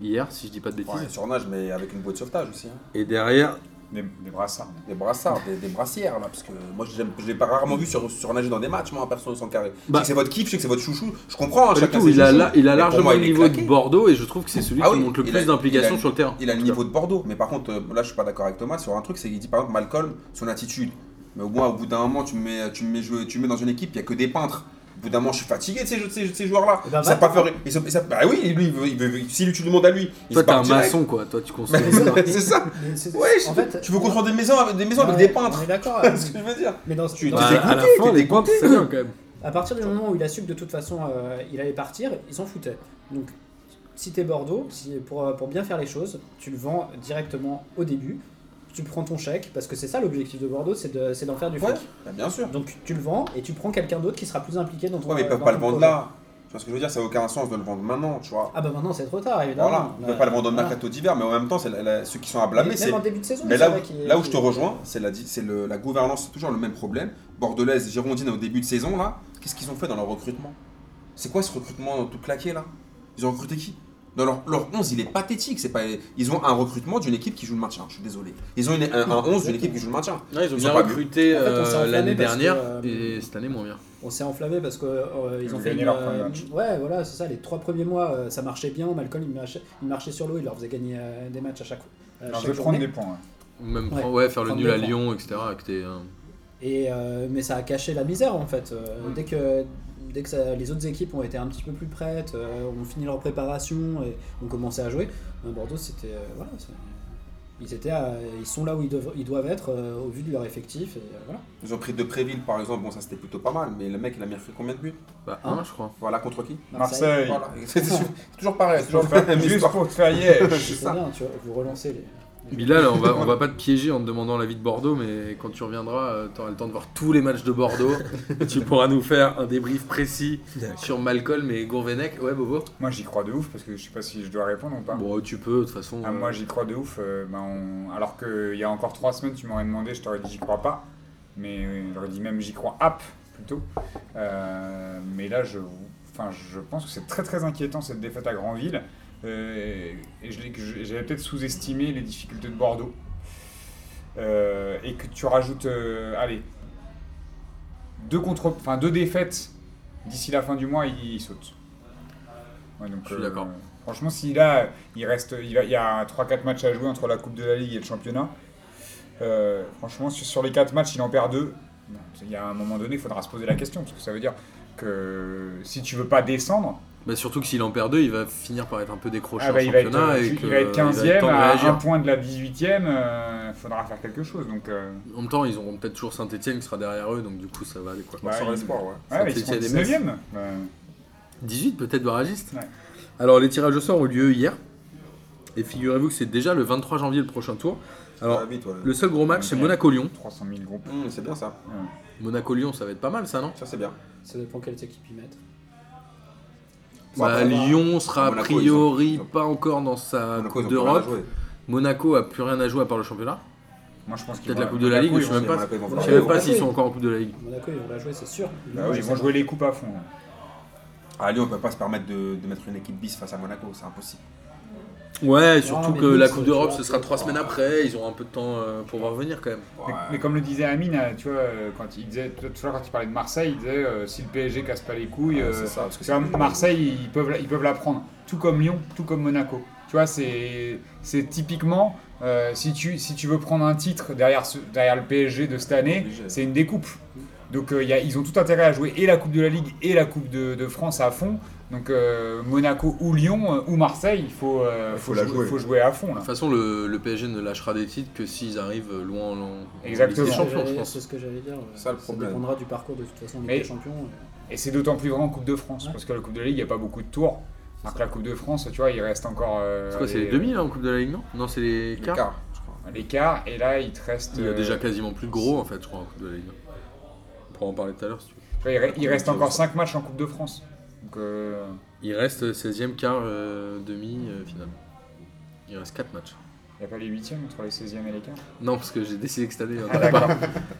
hier, si je dis pas de bêtises.
Ouais, surnage, mais avec une boîte de sauvetage aussi. hein.
Et derrière,
Des, des brassards.
Des brassards, des, des brassières là. Parce que moi, j'aime- je l'ai pas rarement vu sur, surnager dans des matchs, moi, en perso, sans carré. Je sais
Bah.
que c'est votre kiff, je sais que c'est votre chouchou. Je comprends, hein,
pas du
chacun
tout,
ses
il a,
chouchous.
la- il a
Mais pour
largement
moi,
le
il est
niveau
claqué.
de Bordeaux et je trouve que c'est celui
Ah
qui
oui,
montre le
il
plus
a- il
d'implication
a-
sur le terrain.
Il a le
En tout
niveau de Bordeaux, mais par contre, euh, là je suis pas d'accord avec Thomas sur un truc, c'est qu'il dit par exemple Malcolm, son attitude. Mais au moins, au bout d'un moment, tu me mets, tu me mets, jouer- tu me mets dans une équipe, il n'y a que des peintres. Au bout d'un moment, je suis fatigué de ces, de ces- de ces joueurs-là.
Eh ben,
ils savent
va-
pas faire. Ils savent- ils savent- bah oui, lui, il veut, il veut- si lui, tu le demandes à lui.
cas.
il
Toi,
se
t'es
barre
un
direct.
maçon, quoi. Toi, tu construis.
Mais
des maisons.
c'est ça.
Mais c'est-
Ouais, je-
en fait,
tu veux construire des maisons, avec- des maisons avec
Ouais,
des peintres.
On est d'accord. euh,
C'est ce que je veux dire.
mais dans,
Tu-
dans-
tu-
Bah, à la
dégoûté,
fin,
t'es
les comptes, c'est bien quand même.
à partir du moment où il a su que de toute façon euh, il allait partir, il s'en foutait. Donc si t'es Bordeaux, si, pour, euh, pour bien faire les choses, tu le vends directement au début. tu prends ton chèque, parce que c'est ça l'objectif de Bordeaux, c'est de- c'est d'en faire du fric.
Ouais, bah, bien sûr.
Donc tu le vends et tu prends quelqu'un d'autre qui sera plus impliqué dans ton euh,
Pourquoi mais ils peuvent
dans
pas
ton
le vendre
projet.
là Tu vois ce que je veux dire Ça n'a aucun sens de le vendre maintenant, tu vois.
Ah bah maintenant c'est trop tard, évidemment.
Voilà, on ne peut
Ouais.
pas le vendre au
Voilà.
mercato d'hiver, mais en même temps, c'est la- la- ceux qui sont à
Mais
blâmer, c'est
Même en début de saison,
Mais
il
là
savait
où,
qu'il-
là où je te
qu'il-
rejoins, c'est la, di- c'est le- la gouvernance, c'est toujours le même problème. Bordelaise et Girondine au début de saison, là, qu'est-ce qu'ils ont fait dans leur recrutement C'est quoi ce recrutement tout claqué, là Ils ont recruté qui dans leur, leur 11, il est pathétique. C'est pas, ils ont un recrutement d'une équipe qui joue le maintien. Je suis désolé. Ils ont une- un, un 11 d'une équipe qui joue le maintien.
Non, ils ont
Ils
bien
ont pas vu.
recruté
En fait, on s'est
euh,
enflammé
l'année
parce que,
dernière
euh,
et cette année moins bien.
On s'est enflammé parce que euh, ils
Ils
ont
ont
fait
gagné
une,
leur premier
euh,
match.
Ouais, voilà, c'est ça. Les trois premiers mois, euh, ça marchait bien. Malcolm, il marchait, il marchait sur l'eau, il leur faisait gagner euh, des matchs à chaque, à
Alors, je
chaque
vais prendre
journée.
des points. ouais.
Ou même
Ouais.
prendre- ouais, faire le
Prendre
nul
des
à
points.
Lyon, etc. avec tes, euh,
Et euh, mais ça a caché la misère en fait. Euh,
Mm.
Dès que dès que ça- les autres équipes ont été un petit peu plus prêtes, euh, ont fini leur préparation et ont commencé à jouer, euh, Bordeaux c'était euh, voilà, c'est- ils étaient à- ils sont là où ils doivent, ils doivent être euh, au vu de leur effectif et euh, voilà.
Ils ont pris de Préville, par exemple. Bon, ça c'était plutôt pas mal, mais le mec, il a mis combien de buts
bah,
Hein
un, je crois.
Voilà, contre qui
Marseille,
Marseille.
Voilà. C'est toujours- toujours pareil. c'est
Toujours
Toujours la
faire-
même
Juste
histoire.
pour te faire hier.
C'est
c'est
ça.
bien, tu vois, vous relancez les
Bilal, on va, on va pas te piéger en te demandant l'avis de Bordeaux, mais quand tu reviendras, euh, t'auras le temps de voir tous les matchs de Bordeaux. et tu pourras nous faire un débrief précis sur Malcolm et Gourvenec. Ouais, Bobo
Moi, j'y crois de ouf parce que je sais pas si je dois répondre ou pas.
Bon, tu peux, de toute façon.
Ah, moi j'y crois de ouf. euh, ben, on- Alors qu'il y a encore trois semaines, tu m'aurais demandé, je t'aurais dit j'y crois pas. Mais euh, j'aurais dit même j'y crois app plutôt. Euh, mais là, je... Enfin, je pense que c'est très très inquiétant cette défaite à Granville. Euh, et je l'ai- que je- j'avais peut-être sous-estimé les difficultés de Bordeaux. Euh, et que tu rajoutes, euh, allez, deux, contre... enfin, deux défaites d'ici la fin du mois, il, il saute. Ouais, donc, euh,
Je suis d'accord.
Franchement, si là, il reste, il, va- il y a 3-4 matchs à jouer entre la Coupe de la Ligue et le championnat, euh, franchement, sur, sur les 4 matchs, il en perd 2. Il y a un moment donné, il faudra se poser la question, parce que ça veut dire que si tu veux pas descendre,
Bah, surtout que s'il en perd deux, il va finir par être un peu décroché
ah bah,
en
il, va être,
championnat. et
il
que,
va être
euh,
15e
le temps de
à
réagir.
un point de la 18e, euh, faudra faire quelque chose. Donc, euh,
En même temps, ils auront peut-être toujours Saint-Etienne qui sera derrière eux, donc du coup, ça va aller quoi.
Bon, sur
ouais,
l'espoir, ouais.
ouais, mais ils sont
Saint-Étienne et
19e. euh,
18 peut-être barragiste
Ouais.
Alors les tirages au sort ont eu lieu hier. Et figurez-vous que c'est déjà le 23 janvier le prochain tour.
Ah,
Alors
vite, ouais.
le seul gros match c'est Monaco-Lyon.
300 000 groupes.
Hum, c'est bien ça.
Monaco-Lyon ça va être pas mal ça non
Ça c'est bien.
ça dépend quelles équipes ils mettent.
Bah,
ça va.
Lyon sera a
Monaco,
priori
ils ont- ils ont-
pas encore dans sa
Monaco, ils
Coupe
ont plus rien à
d'Europe.
jouer.
Monaco a plus rien à jouer à part le championnat.
Moi, je pense
Peut-être
qu'ils vont- hein.
la Coupe de la Ligue,
ils
je sais
vont-
même pas.
Monaco, ils vont
Je
faire
sais
Ouais,
même pas
Monaco,
s'ils sont
ils-
encore en Coupe de la Ligue.
Monaco ils vont la jouer, c'est sûr.
Bah oui, ils vont jouer les coupes à fond. hein.
À Lyon, on peut pas se permettre de, de mettre une équipe bis face à Monaco, c'est impossible.
Ouais,
Non,
surtout
mais
que
nous,
la
c'est-
Coupe
tu
d'Europe
vois,
ce sera
c'est-
trois semaines après. Ils auront un peu de temps euh, pour voir venir quand même.
Mais,
Ouais.
mais comme le disait Amine, euh, tu vois, euh, quand il disait, tu vois, quand il parlait de Marseille, il disait euh, si le PSG casse pas les couilles,
Ouais,
euh,
c'est ça, parce que
tu vois,
c'est-
Marseille, ils peuvent, la- ils peuvent la prendre. Tout comme Lyon, tout comme Monaco. Tu vois, c'est c'est typiquement, euh, si, tu, si tu veux prendre un titre derrière, ce- derrière le PSG de cette année,
Obligé.
c'est une découpe. Donc euh, il y a- ils ont tout intérêt à jouer et la Coupe de la Ligue et la Coupe de, de France à fond. Donc euh, Monaco ou Lyon euh, ou Marseille, il faut, euh,
Il
faut,
faut la
jouer,
jouer.
faut jouer à fond. Là.
De toute façon, le, le PSG ne lâchera des titres que s'ils arrivent loin en, en
Exactement.
Ligue des
C'est ce que
champions, je
j'allais-
pense.
C'est ce que j'allais dire. ouais.
ça, le problème.
Ça dépendra du parcours de toute façon
Mais-
des champions. euh.
Et c'est d'autant plus vrai en Coupe de France,
Ouais.
parce que la Coupe de la Ligue, il n'y a pas beaucoup de tours. Alors que la Coupe de France, tu vois, il reste encore. euh,
C'est quoi, c'est les demi là en Coupe de la Ligue, non Non, c'est les
Les
quarts.
quarts, je crois.
les quarts, et là, il te reste.
Il y a
euh,
déjà quasiment plus de gros en fait, je crois, en Coupe de la Ligue. On pourra en parler tout à l'heure si tu veux.
tu vois, il, re- il reste encore 5 matchs en Coupe de France. Donc, euh,
Il reste 16ème quart, euh, demi, euh, finale. Il reste 4 matchs.
il n'y a pas les 8 entre les 16e et les quarts.
Non, parce que j'ai décidé que cette année, il y en
Ah,
avait pas.
d'accord.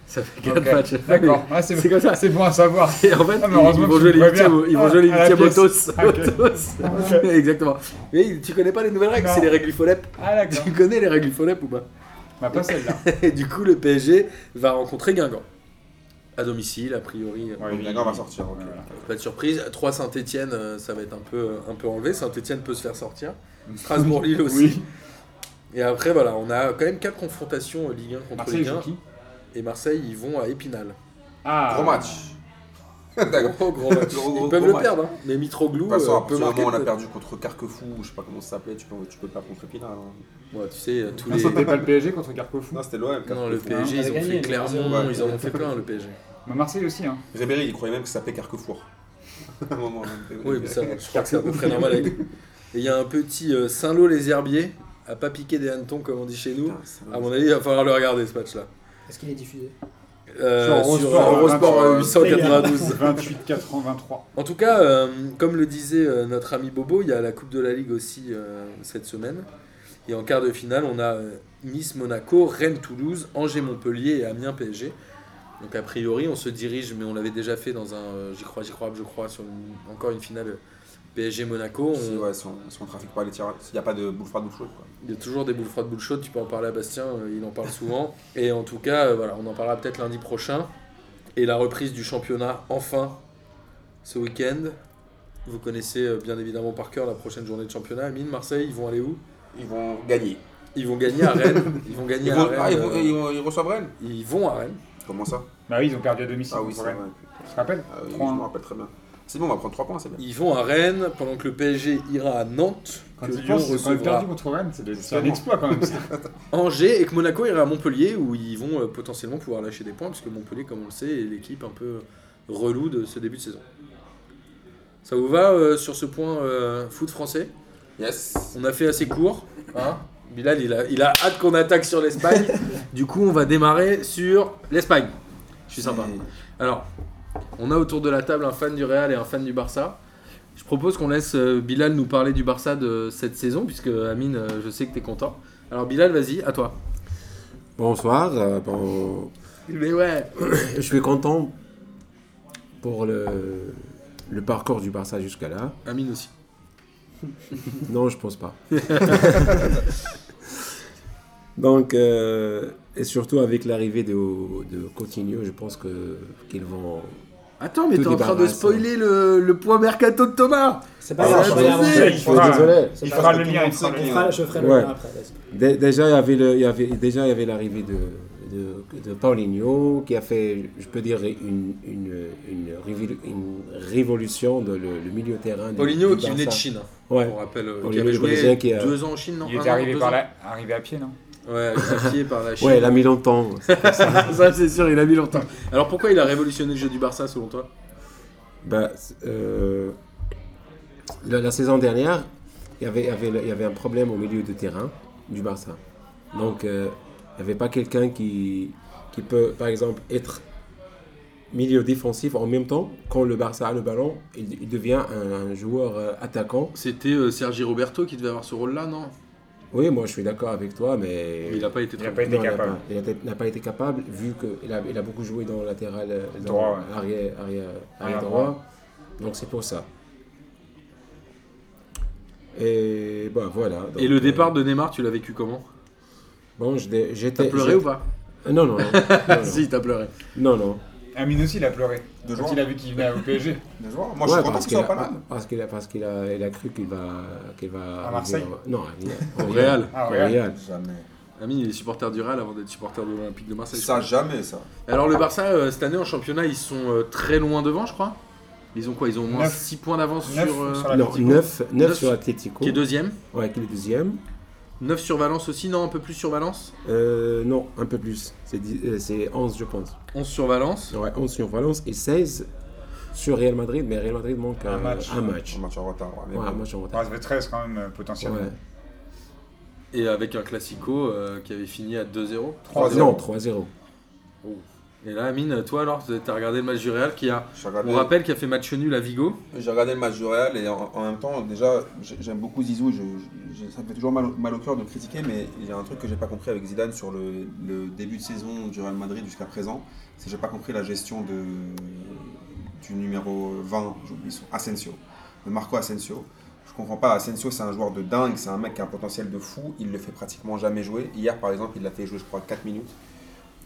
Ça fait 4
Ok,
matchs.
D'accord. Ah, c'est
C'est comme ça.
C'est bon à savoir.
Et en fait,
Ah, mais
ils
heureusement
vont
que
jouer
tu
les
me préviens.
8 ils vont
Ah,
jouer les
à la
huitièmes
pièce.
autos.
Ah, ok.
Autos.
Ok.
Exactement. Mais tu connais pas les nouvelles règles,
Non.
c'est les règles Folep.
Ah, d'accord.
Tu connais les règles Folep ou pas
Bah, pas celle-là.
Et du coup, le PSG va rencontrer Guingamp. À domicile, a priori. euh,
Ouais,
Donc
il-
Guingamp va sortir. ok.
Bah, Voilà.
Pas de surprise. 3 Saint-Etienne, euh, ça va être un peu, un peu enlevé. Saint-Etienne peut se faire sortir. Strasbourg-Lille aussi.
Mm. Oui.
Et après, voilà, on a quand même 4 confrontations euh, Ligue 1 contre
Marseille,
Ligue
joue
1.
qui
Et Marseille, ils vont à Épinal.
Ah.
Gros match.
Gros,
D'accord.
gros match.
Gros, gros,
Ils peuvent
gros
le
match.
perdre, hein. mais Mitroglou
De toute façon,
euh, peut
à partir du
marquer.
moment où on a perdu contre Carquefou, je sais pas comment ça s'appelait, tu peux, tu peux le perdre contre Épinal. hein.
Ouais, tu sais, tous les.
C'était pas le PSG contre Carrefour.
Non, c'était l'OM.
Non, le
Carquefou.
PSG, ils ont
on avait
fait
gagné,
Clermont,
mais-
ils en ont fait plein, le PSG.
Mais Marseille aussi, hein.
Ribéry, il croyait même que ça s'appelait Carquefour. À un moment, on était-
Oui, mais ça, je crois que c'est à peu près normal. avec- Et il y a un petit euh, Saint-Lô les Herbiers à pas piquer des hannetons comme on dit chez nous. À mon avis, il va falloir le regarder ce match-là.
Est-ce qu'il est diffusé
Euh,
Sur
sur
Eurosport,
Eurosport
euh,
892.
28, 83.
En tout cas, euh, comme le disait euh, notre ami Bobo, il y a la Coupe de la Ligue aussi euh, cette semaine. Et en quart de finale, on a euh, Nice Monaco, Rennes Toulouse, Angers Montpellier et Amiens PSG. Donc a priori, on se dirige, mais on l'avait déjà fait dans un, euh, j'y crois, j'y crois, je crois, sur une- encore une finale euh, PSG Monaco.
Si,
On-
ouais, si on, si on trafique pas les tirages, s'il n'y a pas de boule froide, boule chaude. Quoi.
Il y a toujours des boules froides, boules chaudes, tu peux en parler à Bastien, euh, il en parle souvent. Et en tout cas, euh, voilà, on en parlera peut-être lundi prochain. Et la reprise du championnat, enfin, ce week-end. Vous connaissez euh, bien évidemment par cœur la prochaine journée de championnat. Amine, Marseille, ils vont aller où
Ils vont gagner.
Ils vont gagner à Rennes. Ils vont gagner
Ils
à
vont,
Rennes.
ah, ils, vont,
euh,
ils, vont- ils reçoivent Rennes
ils vont à Rennes.
Comment ça
Bah oui, ils ont perdu à domicile.
Ah oui,
contre
c'est vrai.
Rennes. Tu te rappelles
Ah oui, je
3
me rappelle très bien. C'est bon, on va prendre 3 points, c'est bien.
Ils vont à Rennes pendant que le PSG ira à Nantes,
Quand
que
ils
Lyon
pensent qu'ils ont perdu
recevra
contre Rennes, c'est de- c'est un
Sûrement.
exploit quand même. ça.
Angers et que Monaco ira à Montpellier où ils vont euh, potentiellement pouvoir lâcher des points parce que Montpellier, comme on le sait, est l'équipe un peu relou de ce début de saison. Ça vous va euh, sur ce point euh, foot français
Yes
On a fait assez court. Hein Bilal, il a, il a hâte qu'on attaque sur l'Espagne. du coup, on va démarrer sur l'Espagne. Je suis sympa. Alors, on a autour de la table un fan du Real et un fan du Barça. Je propose qu'on laisse euh, Bilal nous parler du Barça de cette saison, puisque Amine, euh, je sais que tu es content. Alors Bilal, vas-y, à toi.
Bonsoir. euh, bon,
Mais ouais,
je suis content pour le, le parcours du Barça jusqu'à là.
Amine aussi.
Non, je pense pas. Donc, euh, et surtout avec l'arrivée de, de Coutinho, je pense que qu'ils vont.
Attends, mais
Tout
t'es en train de
débarrasse,
spoiler le, le point mercato de Thomas
C'est
Ah,
pas grave,
je
bah,
je Ah. vais
sais,
je
avancer.
Je
Je
suis
Voilà.
désolé.
C'est
Il
pas
fera
grave.
le lien, il fera le
On
lien.
fera- Je ferai le
Ouais.
lien après, vas-y.
Dé- déjà, il y avait, le, il y avait déjà il y avait l'arrivée de, de, de Paulinho qui a fait, je peux dire, une, une, une, révolu- une révolution dans le, le milieu terrain. du-
Paulinho
du
qui venait de
Barça.
Chine,
Ouais.
on rappelle, euh, qui
Paulinho,
avait
le
joué
Brésilien qui a-
deux ans en Chine, non
Il
Un
est
an,
arrivé,
deux
par
ans
là, arrivé à pied, non
Ouais, gratifié par la Chine.
Ouais, il a mis longtemps.
Ça c'est sûr, il a mis longtemps. Alors pourquoi il a révolutionné le jeu du Barça selon toi
Bah, c'est- euh, la, la saison dernière, il y avait- il y avait- il y avait un problème au milieu de terrain du Barça. Donc, euh, il n'y avait pas quelqu'un qui, qui peut, par exemple, être milieu défensif en même temps. Quand le Barça a le ballon, il, il devient un, un joueur euh, attaquant.
C'était euh, Sergi Roberto qui devait avoir ce rôle-là, non
Oui, moi, je suis d'accord avec toi, mais...
Il n'a pas été
Il n'a
très
pas
Non,
été
il n'a
capable.
pas- il n'a il n'a pas été capable, vu qu'il a, il a beaucoup joué dans le latéral euh, dans
Droit, ouais.
arrière, arrière-
Arrière
arrière
droit.
droit. Donc c'est pour ça. Et bah voilà. donc,
Et le
euh,
départ de Neymar, tu l'as vécu comment
Bon, je dé- j'étais.
T'as pleuré ou pas
pas Non, non. non, non,
Si, t'as pleuré.
non, non.
Amine aussi, il a pleuré.
Deux
Quand
jours.
il a vu qu'il venait au PSG.
Deux joueurs. Moi,
Ouais,
je suis content
parce
qu'ils
qu'il
soient
a,
pas là.
parce qu'il a, parce qu'il a, il a cru qu'il va, qu'il va.
À Marseille
arriver au- Non, à-
Au Real.
Ah,
Au
ouais.
Real.
Jamais.
Amine, il est supporter du Real avant d'être supporter de l'Olympique de
C'est
Marseille. je
ça, jamais ça.
Alors le Barça, euh, cette année en championnat, ils sont euh, très loin devant, je crois. Ils ont quoi Ils ont au moins
Neuf.
6 points d'avance sur,
Neuf
euh,
sur la
Non,
Atlético.
9,
Neuf
sur
sur-
Atletico.
qui est deuxième.
Ouais, qui est le deuxième.
9 sur Valence aussi, non, un peu plus sur Valence.
Euh, non, un peu plus. C'est dix- euh, C'est 11, je pense.
11 sur Valence.
Ouais, 11 sur Valence et 16 sur Real Madrid, mais Real Madrid manque
Un
un,
match.
un match.
Un match en retard. ouais, mais
Ouais, un
bon.
match en
Ouais,
retard.
ça fait 13 quand même, euh, potentiellement.
Ouais.
Et avec un classico euh, qui avait fini à 2-0.
3-0.
Non, 3-0.
Et là, Amine, toi alors, t'as regardé le match du Real qui a,
J'ai
on
regardé,
rappelle, qui a fait match nul à Vigo.
j'ai regardé le match du Real et en, en même temps, déjà, j'ai- j'aime beaucoup Zizou. Je, je- ça me fait toujours mal, mal au cœur de le critiquer, mais il y a un truc que j'ai pas compris avec Zidane sur le, le début de saison du Real Madrid jusqu'à présent, c'est que j'ai pas compris la gestion de, du numéro 20, j'oublie son, Asensio, de Marco Asensio. Je comprends pas, Asensio c'est un joueur de dingue, c'est un mec qui a un potentiel de fou, il le fait pratiquement jamais jouer. Hier par exemple, il l'a fait jouer, je crois, 4 minutes,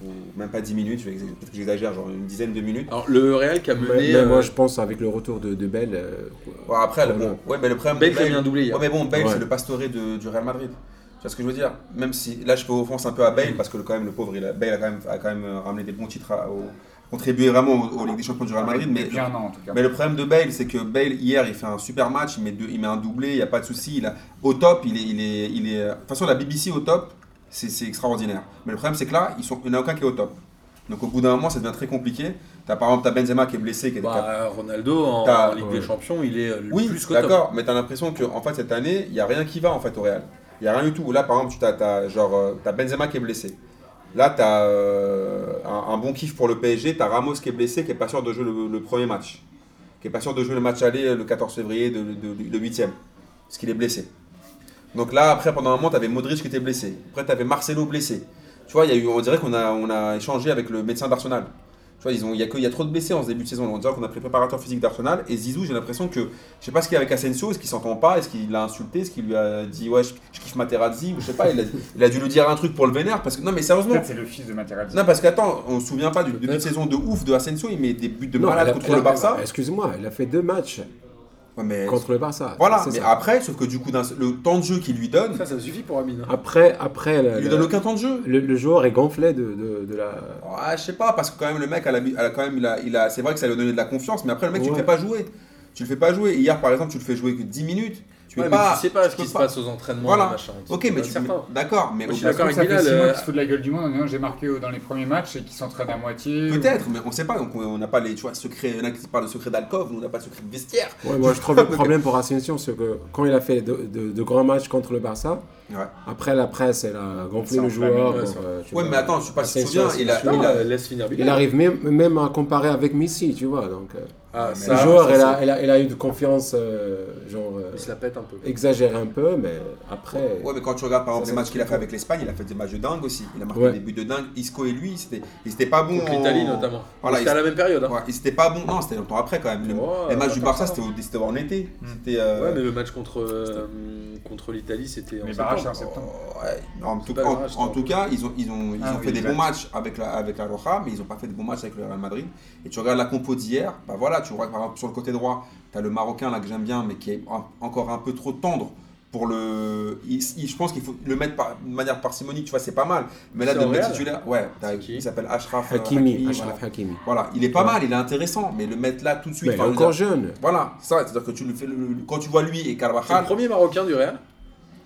ou même pas 10 minutes, je vais exa- peut-être que j'exagère, genre une dizaine de minutes.
Alors le Real qui a
Mais,
mené.
mais
euh,
moi, je pense avec le retour de, de Bell. euh,
Ouais, après, le-
Voilà.
bon, ouais, mais le problème.
Bale
de
qui a mis un doublé hier.
Ouais, mais bon, Bale,
Ouais.
c'est le pastoré de- du Real Madrid. Tu vois ce que je veux dire Même si. Là, je fais offense un peu à Bale, parce que le, quand même, le pauvre, il a, Bale a quand, même, a quand même euh, ramené des bons titres, à, au- contribué vraiment aux, aux Ligues des Champions du Real Madrid. Mais,
Depuis un an, en tout cas.
mais le problème de Bale, c'est que Bale, hier, il fait un super match, il met, deux- il met un doublé, il n'y a pas de souci. il a- Au top, il est, il est, il est. De toute façon, la BBC au top, c'est c'est extraordinaire. Mais le problème, c'est que là, ils sont, il n'y en a aucun qui est au top. Donc, au bout d'un moment, ça devient très compliqué. T'as par exemple, t'as Benzema qui est blessé, qui est qui a-
bah, euh, Ronaldo en,
T'as-
en Ligue des
ouais.
Champions, il est euh, le
Ah, oui,
plus que top.
d'accord, mais t'as l'impression que en fait cette année, il y a rien qui va en fait au Real. Il n'y a rien du tout. Là, par exemple, tu as, t'as, genre, euh, t'as Benzema qui est blessé. Là, tu as un, un bon kiff pour le PSG. Tu as Ramos qui est blessé, qui n'est pas sûr de jouer le, le premier match. Qui n'est pas sûr de jouer le match aller le 14 février, de, de- de- le 8e. Parce qu'il est blessé. Donc là, après, pendant un moment, tu avais Modric qui était blessé. Après, tu avais Marcelo blessé. Tu vois, il y a eu, on dirait qu'on a, on a échangé avec le médecin d'Arsenal. Tu vois, ils ont- il y, a que- il y a trop de blessés en ce début de saison. On dirait qu'on a pris le préparateur physique d'Arsenal. Et Zizou, j'ai l'impression que, je sais pas ce qu'il y a avec Asensio, est-ce qu'il s'entend pas, est-ce qu'il l'a insulté, est-ce qu'il lui a dit ouais, je, je kiffe Materazzi, ou je sais pas, il a, il a dû lui dire un truc pour le vénère. Parce que, non, mais sérieusement.
Peut-être c'est le fils de Materazzi.
Non, parce qu'attends, on se souvient pas du début de
Peut-être.
saison de ouf de Asensio, il met des buts de
Non,
malade
elle a-
contre
elle a-
le Barça.
Excuse-moi, il a fait deux matchs
Ouais, mais-
contre le Barça.
Voilà,
C'est
mais
ça.
après, sauf que du coup, d'un- le temps de jeu qu'il lui donne,
Ça, ça suffit pour Amine.
Ah,
hein.
Après, après le,
il lui
le-
donne aucun temps de jeu.
le- le joueur est gonflé de, de, de la.
Ouais, je sais pas, parce que quand même, le mec, elle a, mis- elle a quand même, il a, il a- c'est vrai que ça lui a donné de la confiance, mais après, le mec, tu le
Ouais.
fais pas jouer. Tu le fais pas jouer. Hier, par exemple, tu le fais jouer que 10 minutes. Tu
Ouais,
fais
mais
pas.
tu sais pas
tu
ce qui
peux
se
pas.
passe aux entraînements.
Voilà.
machin, et tout.
Ok, mais
Pas
tu.
certain.
D'accord, mais
Moi, je suis
on-
d'accord
Parce que ça
avec
fait
Bilal,
six mois
euh,
qu'ils se foutent de la gueule du monde en disant j'ai marqué euh, dans les premiers matchs et qu'ils s'entraînent à moitié.
peut-être, mais on sait pas. Donc, on- on n'a pas les, tu vois, secrets. Il y en a qui parlent de secret d'alcove, nous, on n'a pas de secret de vestiaire.
Ouais, moi, je trouve le problème pour Asensio, c'est que quand il a fait de, de- de grands matchs contre le Barça,
Ouais.
après la presse, elle a gonflé
Ça
le
enflamme,
joueur.
ouais,
pour,
ça.
euh, tu
Ouais,
vois,
mais attends, je sais pas si tu te
Asensio,
souviens. Il a.
Non,
il a-
euh, laisse finir
Il
Bilal.
arrive même, même à comparer avec Messi, tu vois. Donc, euh,
Ah,
le
ça,
joueur,
ça,
elle
ça,
a, elle, a, elle a eu de confiance, euh, genre, euh,
Il se la pète un peu.
exagéré un peu, mais après.
Ouais, mais quand tu regardes par
Ça,
exemple
c'est
les matchs
le
qu'il a
truc,
fait avec l'Espagne, il a fait des matchs de dingue aussi. Il a marqué
Ouais.
des buts de dingue. Isco et lui, c'était- ils étaient pas bons.
Contre
en-
l'Italie notamment.
Voilà,
C'était
il-
à la même période. hein.
Ouais, et c'était pas bon. Non, c'était longtemps après quand même. Le-
Ouais,
les matchs du
attends,
Barça,
attends.
c'était au- c'était en été.
Mm.
C'était. euh,
Ouais, mais le match contre, euh, contre l'Italie, c'était en
Les barrages, c'est en
septembre.
septembre.
ouais, en, tout,
pas
en-
grave, je
en
t'en
tout cas, ils ont, ils ont, ils
Ah
ont
oui,
fait des
exact.
bons matchs avec la, avec la Roja, mais ils ont pas fait de bons matchs avec le Real Madrid. Et tu regardes la compo d'hier, bah voilà, tu vois que par exemple sur le côté droit, tu as le Marocain là que j'aime bien, mais qui est en- encore un peu trop tendre. Pour le, il- il- je pense qu'il faut le mettre par, de manière parcimonique, tu vois, c'est pas mal. Mais là,
C'est
de
au
le mettre
Real
titulaire, ouais, t'as-
C'est qui
il s'appelle Ashraf euh,
Hakimi,
Hakimi,
Achraf
voilà.
Hakimi.
Voilà, il est pas
Ouais.
mal, il est intéressant, mais le mettre là tout de suite,
Mais il est
enfin, je veux
encore
dire-
jeune.
voilà, c'est ça, c'est-à-dire que tu le fais le- le- quand tu vois lui et
C'est le
Carvajal,
premier Marocain du Real.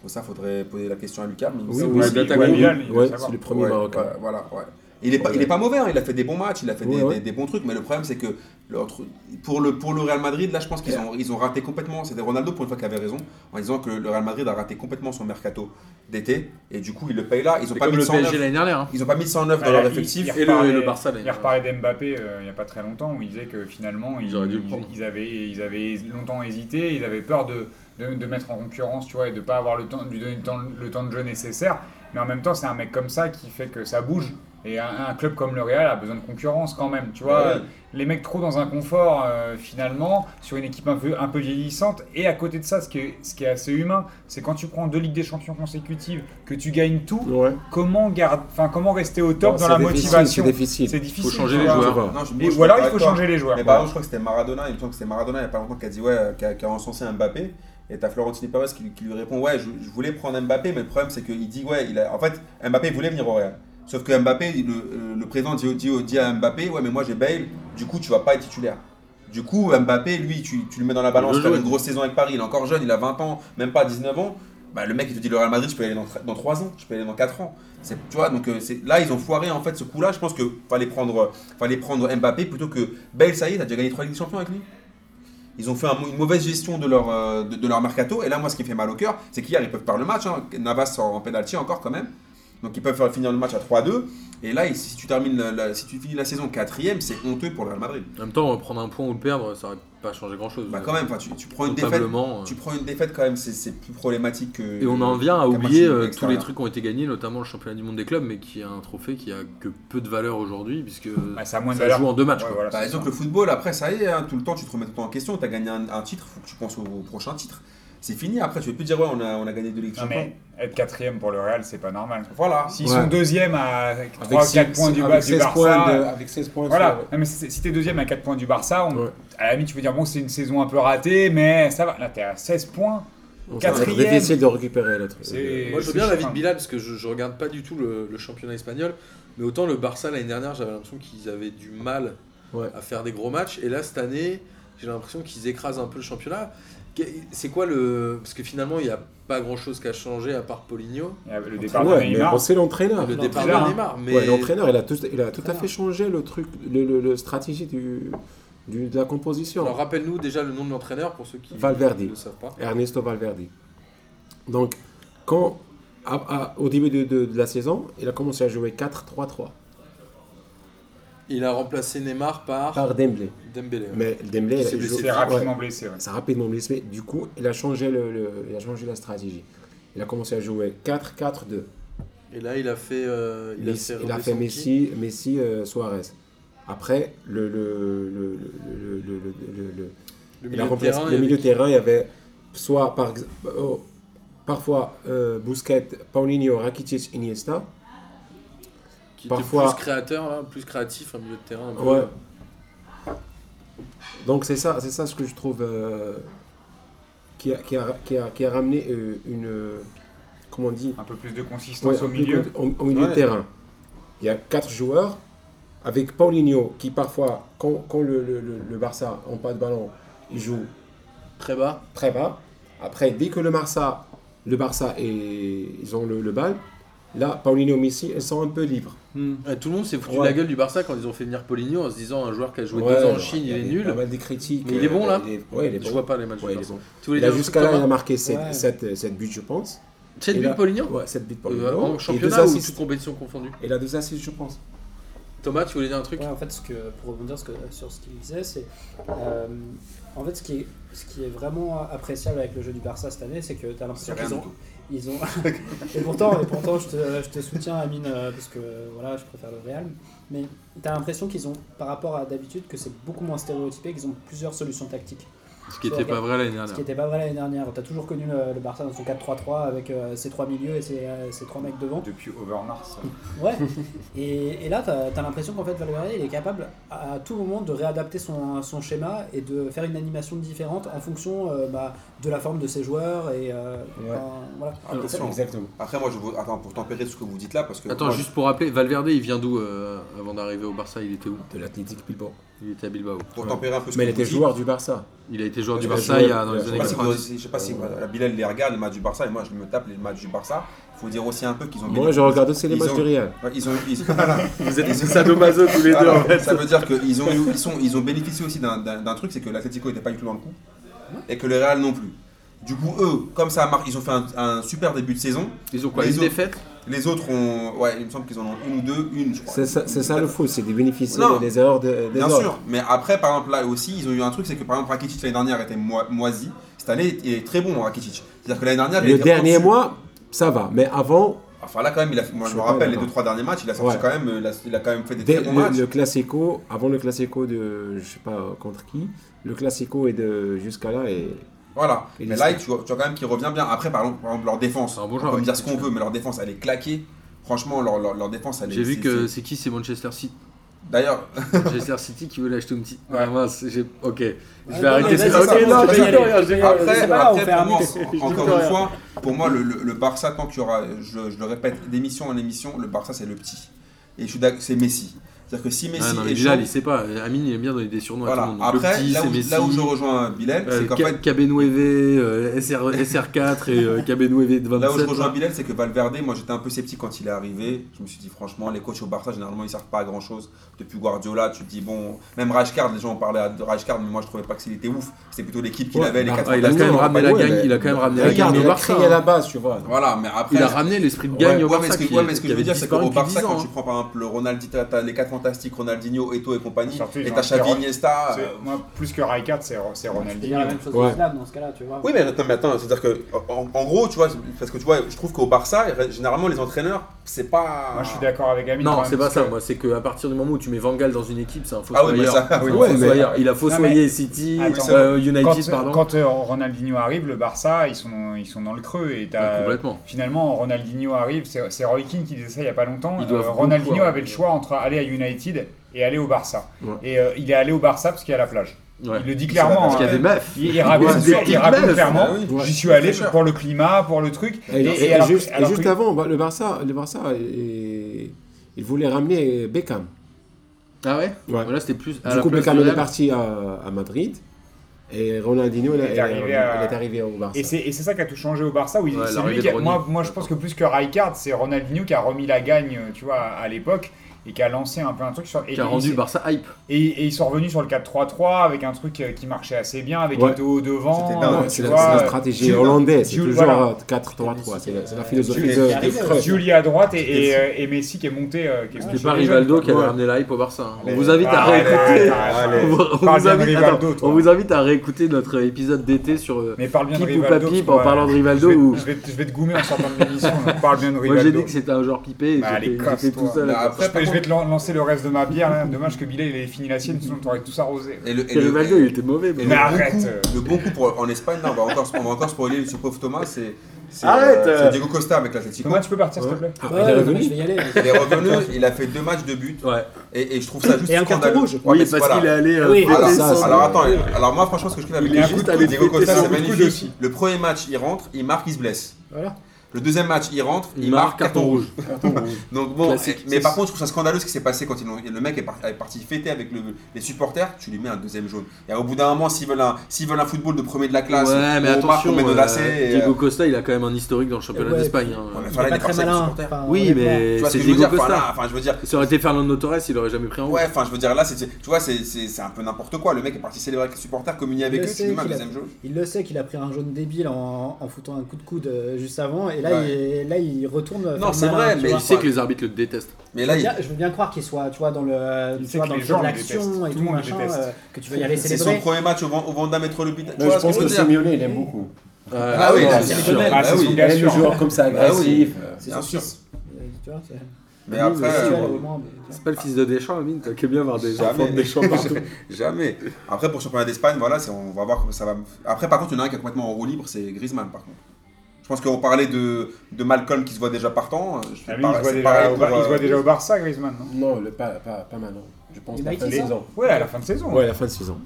Bon, ça, faudrait poser la question à Lucas. Mais il me
Oui,
semble
oui,
que
ouais,
c'est-
Data
Ouais,
Group.
Bilal, il doit
Ouais,
savoir.
c'est le premier
Ouais,
Marocain.
ouais, voilà, ouais. Il est, pas,
Ouais.
il est pas mauvais, hein, il a fait des bons matchs, il a fait des,
Ouais, ouais.
des- des bons trucs, mais le problème c'est que le- entre- pour, le, pour le Real Madrid, là je pense qu'ils ont, ils ont raté complètement. C'était Ronaldo pour une fois qui avait raison en disant que le Real Madrid a raté complètement son mercato d'été et du coup ils le payent là. Ils ont,
C'est
pas
comme
mis,
le
le
PSG
109,
l'année dernière. hein.
ils ont pas mis 109 dans
Ah,
leur
il-
effectif.
il
et le-
reparlait-
et le Barça,
Il
d'ailleurs.
reparlait d'Mbappé euh, il n'y a pas très longtemps où il disait que finalement ils,
Ils auraient dû le
ils-
prendre.
ils avaient, ils avaient longtemps hésité, ils avaient peur de, de, de mettre en concurrence tu vois, et de ne pas avoir le temps, de lui donner le temps, le temps de jeu nécessaire. Mais en même temps, c'est un mec comme ça qui fait que ça bouge. Et un, un club comme le Real a besoin de concurrence quand même. Tu vois,
Bah Ouais.
les mecs trop dans un confort euh, finalement, sur une équipe un peu, un peu vieillissante. Et à côté de ça, ce qui est, ce qui est assez humain, c'est quand tu prends deux Ligues des Champions consécutives, que tu gagnes tout,
Ouais.
comment, garde, enfin, comment rester au top
Bon,
dans
c'est
la
difficile,
motivation
C'est difficile.
C'est difficile.
Faut changer
tu
les
vois.
joueurs.
Non, je-
Et-
moi, je
ou alors, il
suis
faut
d'accord.
changer les joueurs.
Mais par exemple, je crois que c'était Maradona, il me semble que c'était Maradona il n'y a pas longtemps qui a dit ouais, euh, qui a, qui a encensé Mbappé. Et t'as Florentino Pérez qui, lui- qui lui répond ouais, je, je voulais prendre Mbappé, mais le problème c'est qu'il dit ouais, il a, en fait Mbappé voulait venir au Real. Sauf que Mbappé, le, le président dit, dit- dit à Mbappé ouais, mais moi j'ai Bale, du coup tu vas pas être titulaire. Du coup, Mbappé, lui, tu, tu le mets dans la balance,
Il veut
il a
jouer.
une grosse saison avec Paris, il est encore jeune, il a 20 ans, même pas 19 ans. Bah, le mec, il te dit le Real Madrid, je peux y aller dans, tra- dans 3 ans, je peux y aller dans 4 ans. C'est- Tu vois, donc euh, c'est- là, ils ont foiré en fait ce coup-là. Je pense qu'il fallait prendre fallait prendre Mbappé plutôt que Bale, ça y est, t'as déjà gagné 3 Ligues des Champions avec lui. Ils ont fait un- une mauvaise gestion de leur, euh, de, de leur mercato. Et là, moi, ce qui me fait mal au cœur, c'est qu'hier, ils peuvent perdre le match. hein. Navas sort en pénalty encore quand même. Donc, ils peuvent faire- finir le match à 3-2. Et là, si tu, termines la, la- si tu finis la saison 4 c'est honteux pour le Real Madrid.
En même temps, euh, prendre un point ou le perdre, ça aurait pas changé grand chose.
Bah, quand même, enfin, tu, tu prends une défaite.
Notablement, euh,
Tu prends une défaite quand même, c'est- c'est plus problématique que.
Et on en vient à
qu'un match
oublier
nul,
euh,
etc.
tous les trucs qui ont été gagnés, notamment le championnat du monde des clubs, mais qui est un trophée qui a que peu de valeur aujourd'hui, puisque
ça a moins de
ça
valeur.
joue en deux matchs.
Ouais,
quoi.
voilà,
Par
c'est ça.
exemple, le football, après, ça y est, hein, tout le temps, tu te remets tout le temps en question. Tu as gagné un, un titre, faut que tu penses au, au prochain titre. C'est fini, après, tu ne peux plus dire, ouais, on a, on a gagné deux Ligues des
Non,
Champions.
Ah, mais être quatrième pour le Real, c'est pas normal.
Voilà.
S'ils
Ouais.
sont deuxième à
Avec
3-4
six-
points du,
avec
bas,
16
du Barça. euh,
points de- avec 16 points.
Voilà,
sur-
Non, mais si si t'es deuxième à 4 points du Barça, on-
Ouais.
à la limite tu peux dire bon c'est une saison un peu ratée, mais ça va, là t'es à 16 points.
Donc, ça va être
Quatrième.
difficile de récupérer l'autre.
C'est-
Moi, je veux
c'est
bien l'avis
chiant.
de
hein.
Bilal parce que je, je regarde pas du tout le, le championnat espagnol, mais autant le Barça l'année dernière, j'avais l'impression qu'ils avaient du mal
Ouais.
à faire des gros matchs, et là cette année, j'ai l'impression qu'ils écrasent un peu le championnat. Qu'est- C'est quoi le parce que finalement il n'y a pas grand chose qui a changé à part Poligno,
Il y a Le départ de
Ouais, mais
Neymar,
bon, c'est l'entraîneur.
le
l'entraîneur,
départ de
hein.
Neymar, mais
Ouais, l'entraîneur, il a tout, il a tout à
L'entraîneur.
fait changé le truc, le, le- le stratégie du, du- de la composition.
alors rappelle-nous déjà le nom de l'entraîneur pour ceux qui
Valverde.
ne le savent pas.
Ernesto Valverde. Donc, Quand, à- à- au début de, de- de la saison, il a commencé à jouer 4-3-3
Il a remplacé Neymar par,
par Dembélé.
Dembélé. ouais.
Ah. Mais Dembélé,
Qui
il a
s'est blessé
joué-
C'est
ouais.
rapidement blessé. ouais.
ça a rapidement blessé. Du coup, il a changé, le, le- il a changé la stratégie. Il a commencé à jouer 4-4-2.
Et là, il a fait. euh,
Il, il a fait
redescendre qui
Messi, Messi euh, Suarez. Après, le, le, le, le- le- le- le- le-
Le
il a
milieu de
remplacé
terrain.
le
il y
milieu
avait-
de terrain. Il y avait soit par, ex- oh, parfois euh, Busquets, Paulinho, Rakitic, Iniesta.
Qui
parfois-
était plus créateur, là, plus créatif, un milieu de terrain. un peu.
Ouais. Donc c'est ça, c'est ça ce que je trouve euh, qui, a, qui, a, qui, a, qui a ramené euh, une euh, comment on dit
Un peu plus de consistance
Ouais,
au milieu.
au- au milieu de
Ouais.
terrain. Il y a quatre joueurs avec Paulinho qui parfois quand, quand le, le, le- le Barça en pas de ballon, il joue
Très bas.
très bas. Après dès que le Barça le Barça et ils ont le, le bal, là Paulinho Messi, elles sont un peu libres.
Ouais, tout le monde s'est foutu
Ouais.
de la gueule du Barça quand ils ont fait venir Poligno en se disant un joueur qui a joué
Ouais,
deux ans en
alors,
Chine,
y
il
a
est
des-
nul.
Pas mal des critiques.
Mais il est bon,
euh,
là
il est- Ouais, il est
Je
bon.
vois pas les matchs.
Ouais,
du
il est
Barça.
bon.
Tu voulais
Il a
dire un
jusqu'à
truc,
là, il a
Thomas
marqué 7,
Ouais.
buts, je pense.
Sept
il
buts
a-
Poligno
Ouais, 7 buts pour
Euh,
Lyon.
En
Et
championnat
deux
ou toute
assists.
compétition confondue
Et la 2 assists, je pense.
Thomas, tu voulais dire un truc
Ouais, en fait, ce que, pour rebondir ce que- sur ce qu'il disait, c'est euh, en fait ce qui, est, ce qui est vraiment appréciable avec le jeu du Barça cette année, c'est que tu as
C'est
l'impression
rien
qu'ils
du
ont,
tout.
ils ont et pourtant, et pourtant je, te, je te soutiens Amine euh, parce que voilà je préfère le Real mais t'as l'impression qu'ils ont par rapport à d'habitude que c'est beaucoup moins stéréotypé qu'ils ont plusieurs solutions tactiques
Ce qui
Ouais,
était
ok.
pas vrai l'année
Ah
ce
dernière.
qui n'était pas vrai l'année dernière t'as toujours connu le, le Barça dans son 4-3-3 avec euh, ses trois milieux et ses, euh, ses trois mecs devant
Depuis Overmars.
ouais et, et là t'as as, l'impression qu'en fait Valverde il est capable à, à tout moment de réadapter son, son schéma et de faire une animation différente en fonction euh, bah, de la forme de ses joueurs et euh,
Ouais.
enfin, voilà
Attention.
Exactement.
Après, moi, je vous... Attends, pour tempérer ce que vous dites là, parce que.
Attends,
moi,
juste pour rappeler, Valverde, il vient d'où euh, avant d'arriver au Barça Il était où
De l'Athletic Bilbao.
Il était à Bilbao.
Pour tempérer un peu ce
Mais il
que vous
était
dites,
joueur du Barça.
Il a été joueur du
Il a
Barça
joué-
il y a dans
il a
les
joué-
années
Je sais pas si, Euh,
90.
vous- je sais pas si vous- la Bilal les regarde les matchs du Barça et moi je me tape les matchs du Barça. Faut dire aussi un peu qu'ils ont.
Moi, je regarde aussi les
Ils
matchs
ont-
du Real.
Ouais, Ils ont. Ils...
Vous êtes sadomaso tous les deux
Voilà,
en fait.
Ça veut dire qu'ils ont, eu- ils sont, ils ont bénéficié aussi d'un- d'un d'un truc, c'est que l'Atlético n'était pas du tout dans le coup et que le Real non plus. Du coup, eux, comme ça a marqué, ils ont fait un, un super début de saison.
Ils ont quoi
Ils
Une
ont-
défaite
Les autres ont, ouais, il me semble qu'ils en ont une ou deux, une, je crois.
C'est ça, c'est ça le foot, c'est de bénéficier
Non.
des erreurs de- des
Bien
autres.
sûr, mais après, par exemple, là aussi, ils ont eu un truc, c'est que par exemple, Rakitic l'année dernière était moi- moisi. Cette année, il est très bon, Rakitic. C'est-à-dire que l'année dernière, il
Le
était
dernier
au-dessus.
mois, ça va. Mais avant,
Enfin là quand même, il a, moi
Je
je,
suis
me
pas
rappelle les
d'accord.
deux trois derniers matchs, il a sorti
Ouais.
quand même, il a, il a quand même fait des
dès
très bons
le,
matchs.
le classico, avant le classico de, je sais pas contre qui, le classico est de jusqu'à là et
Voilà.
Et
mais
l'histoire.
là tu vois, tu vois quand même qu'il revient bien. Après par exemple, par exemple, leur défense,
C'est un bon
on
joueur,
peut me dire
ouais.
ce qu'on veut, mais leur défense elle est claquée. Franchement leur, leur, leur défense elle est.
J'ai vu
c'est-
que
c'est-
c'est qui C'est Manchester City.
D'ailleurs,
Manchester City qui veut l'acheter une petite. Ah mince, j'ai- ok. Je vais
non,
arrêter.
mais
ce-
vas-y,
Ok,
ça va,
non,
on peut
je
y aller.
rigole, je rigole.
après,
euh, c'est pas grave, on
après,
fait un
pour moi,
mix.
en-
Je dis
encore
rien.
une fois, pour moi le, le, le Barça tant qu'il y aura, je, je le répète, d'émission en émission, le Barça c'est le petit. Et je suis d'ac- c'est Messi. C'est-à-dire que si
Ah,
Messi
non, mais
est
Bilal,
chaud-
il sait pas. Amine, il aime bien donner des surnoms à
voilà.
tout le monde. Donc,
Après
le petit,
là
c'est
où,
Messi. Euh,
là où je rejoins Bilal, c'est qu'en fait
KB9, SR4 et euh, KB9 de 27.
Là où je rejoins Bilal, c'est que Valverde, moi j'étais un peu sceptique quand il est arrivé. Je me suis dit, franchement, les coachs au Barça, généralement, ils servent pas à grand chose. Depuis Guardiola, tu te dis, bon, même Rijkaard, les gens ont parlé de Rijkaard, mais moi je trouvais pas que c'était ouf. C'était plutôt l'équipe qu'il
Ouais,
avait, les
bah,
quatre
ah, il a quand
fantastiques.
même ramené la
Ouais,
gagne.
mais-
Ah, Il a quand même ramené la
regarde,
gagne au
il a
Barça.
créé à la
hein.
base, tu vois.
Voilà, mais après.
Il a ramené l'esprit de gagne
Ouais,
au
mais
Barça.
ce que,
qui-
ouais, mais ce que
qui
je veux
avait
dire, c'est
disparu
qu'au
depuis
Barça,
10 ans,
quand
hein.
tu prends par exemple le Ronaldi, t'as t'as les quatre fantastiques, Ronaldinho, Eto et compagnie,
Surtout, ils
et
ont
t'as Xavi,
un-
Iniesta.
C'est-
euh,
Moi, plus que Rijkaard, c'est c'est
je peux dire la
Ronaldinho.
même chose
Ouais.
de Zidane dans ce cas-là tu vois
Oui, mais attends, mais attends, c'est-à-dire que, en, en gros, tu vois, parce que tu vois, je trouve qu'au Barça, généralement, les entraîneurs, c'est pas.
Moi, je suis d'accord avec Amine. quand
Non,
même,
c'est pas
parce
ça.
que-
Moi, c'est qu'à partir du moment où tu mets Van Gaal dans une équipe, c'est un faux
Ah oui, mais ça.
soyeur.
oui,
Ouais, mais-
Soyeur. Il a faux
Non, mais-
soyé City,
Attends.
euh, United,
Quand,
pardon.
quand, euh, Ronaldinho arrive, le Barça, ils sont, ils sont dans le creux. Et
Ah,
t'as-
Complètement.
Finalement, Ronaldinho arrive. C'est c'est Roy Keane qui disait ça il n'y a pas longtemps.
Ils doivent
Euh,
beaucoup, hein.
Ronaldinho
ouais.
avait le choix entre aller à United et aller au Barça.
Ouais.
Et euh, il est allé au Barça parce qu'il y a la plage.
Ouais.
Il le dit
la
clairement.
Parce qu'il y a
hein.
des meufs.
Il, il raconte,
des
il
petites
raconte
meufs.
clairement.
Ah oui.
Ouais.
J'y suis allé
Fraîcheur.
pour le climat, pour le truc.
Et, et- et
alors-
juste, et
alors
juste
que-
avant, bah, le Barça, le Barça et- il voulait ramener Beckham.
Ah ouais
Ouais.
Voilà, c'était plus. à
du
la
coup,
place
Beckham
de
il est
Real.
parti à, à Madrid et Ronaldinho il
Il est
est,
arrivé
il
à-
est arrivé au Barça.
Et c'est et c'est ça qui a tout changé au Barça. Où il-
Ouais,
c'est
l'arrivée
lui qui a-
de Ronny.
moi, moi, je pense que plus que Rijkaard, c'est Ronaldinho qui a remis la gagne, euh, tu vois, à l'époque. et qui a lancé un peu un truc sur. et-
Qui a
et
rendu
c'est-
le Barça hype.
Et, et ils sont revenus sur le 4-3-3 avec un truc euh, qui marchait assez bien, avec
Ouais.
Eto'o devant.
C'était
Ah
dingue.
euh,
non,
tu
C'est la,
vois,
c'est la
euh,
stratégie
Jules-
hollandaise, c'est
Jules,
toujours
voilà.
euh, 4-3-3, c'est la, c'est la philosophie
Jules-
de,
Euh, Jules-
de Cruyff.
Julie à droite et, et, euh, et Messi qui est monté. euh, qui est monté
C'était pas
sur les
Ah, Rivaldo
jeunes.
qui avait
Ouais.
ramené la hype au Barça. hein. On
Allez,
vous invite à
arrête,
réécouter.
arrête, arrête,
On
arrête.
vous- on
Parle
vous
bien de
invite-
Rivaldo,
attends,
toi.
on vous invite à réécouter notre épisode d'été sur euh,
Mais parle bien de
Pipe ou
Rivaldo.
pas
parce
pipe
que,
en
ouais,
parlant de
je
Rivaldo
vais,
ou.
je, vais, te- je vais te goumer en sortant de l'émission. donc Parle bien de Rivaldo.
Moi j'ai dit que c'était un joueur pipé et
Bah, allez,
j'étais- j'étais
casse-toi.
tout seul.
Bah,
à-
après,
je, vais- je vais te lan- lancer le reste de ma bière. Là. Dommage que Bilal il ait fini la sienne, sinon t'aurais tous arrosé.
Et le, et
Et
le-
Rivaldo il était mauvais. mais-
et
Mais
le bon
arrête,
coup-
euh.
Le bon coup pour- en Espagne, là, on va encore, on va encore spoiler ce pauvre Thomas, c'est c'est,
Arrête,
euh,
euh.
c'est Diego Costa avec l'Atlético.
Thomas, tu peux partir s'il te plaît
Ah,
Ouais,
il est
ouais,
revenu.
mais je vais y aller.
Il est revenu, il a fait deux matchs de but
Ouais.
et, et je trouve ça juste
Et un carton
scandaleux.
rouge.
Ouais,
Oui,
mais
parce
voilà.
qu'il est allé. euh,
Voilà,
péter
Alors,
ça,
son-
c'est-
alors attends, alors moi franchement ce que je kiffe avec
Il est juste allé
Diego
péter
Costa
son
c'est
coup de
magnifique.
dessus.
Le premier match il rentre, il marque, il se blesse.
Voilà.
Le deuxième match il rentre, il,
Il marque carton rouge.
Donc bon, eh,
Classique.
mais par contre je trouve ça scandaleux ce qui s'est passé quand ils ont- le mec est par- est parti fêter avec le- les supporters, tu lui mets un deuxième jaune. Et au bout d'un moment s'ils veulent un, s'ils veulent un football de premier de la classe,
Ouais, mais
on marque, on
attention,
met de
euh,
lacets et, euh,
Diego Costa, il a quand même un historique dans le championnat
Ouais,
d'Espagne. hein.
Ouais, mais
Il
voilà, il
est pas
est
très
parti avec
malin.
les supporters.
enfin,
Oui,
honnêtement.
mais
Tu vois ce
c'est
que je veux
Diego
dire Enfin, là,
Costa.
enfin, je veux dire,
Ça aurait été Fernando Torres, il aurait jamais pris en rouge.
ouais, enfin, je veux dire là, c'est, tu vois, c'est, c'est, c'est un peu n'importe quoi. Le mec est parti célébrer avec les supporters, communier avec
Mais
eux, tu
c'est
lui mets un
qu'il a-
deuxième jaune.
Il le sait qu'il a pris un jaune débile en, en foutant un coup de coude euh, juste avant, et là,
Ouais.
il, est- là il retourne. faire le
c'est
malin,
vrai,
tu
mais
vois.
Il sait que les arbitres le détestent.
Mais
Je
là,
veux,
il-
bien, je veux bien croire qu'il soit, tu vois, dans le,
Il
tu
sait
vois,
que
dans
les
le jeu
gens
de
le
l'action
détestent.
et
Tout
tout,
le monde le
machin,
déteste.
euh, que tu vas y aller
c'est son
célébrer.
premier match au, Van- au Vanda Metropolitano. Tu
Non,
vois
je
ce que
pense
je veux
que
dire
Simeone, il aime beaucoup.
Ah oui,
non,
là,
c'est
c'est
sûr.
le
Ah,
bah
c'est
oui.
son
Il
gars
aime le
sûr.
joueur comme ça,
Bah oui.
agressif.
C'est
Bien
son
sûr.
fils. Euh, Tu vois, c'est
Mais
Oui,
après,
mais
c'est
euh,
visuel,
euh,
au moins, mais, tu vois.
C'est pas le fils de Deschamps, Amine, t'as que bien voir des
Jamais.
enfants de Deschamps partout.
euh, jamais. Après, pour le championnat d'Espagne, voilà, c'est- on va voir comment ça va. Après, par contre, il y en a un qui est complètement en roue libre, c'est Griezmann, par contre. Je pense qu'on parlait de, de Malcolm qui se voit déjà partant. euh, Je fais
Ah oui,
par-
il se voit
c'est
déjà
pareil
au Bar-
pour,
il se voit
euh,
déjà au Barça, Griezmann. non
Non, le- pas, pas, pas maintenant. Je pense
Il
la
m'a
fin de
dit ça.
saison.
Ouais, à la fin de saison.
Ouais, la fin de saison.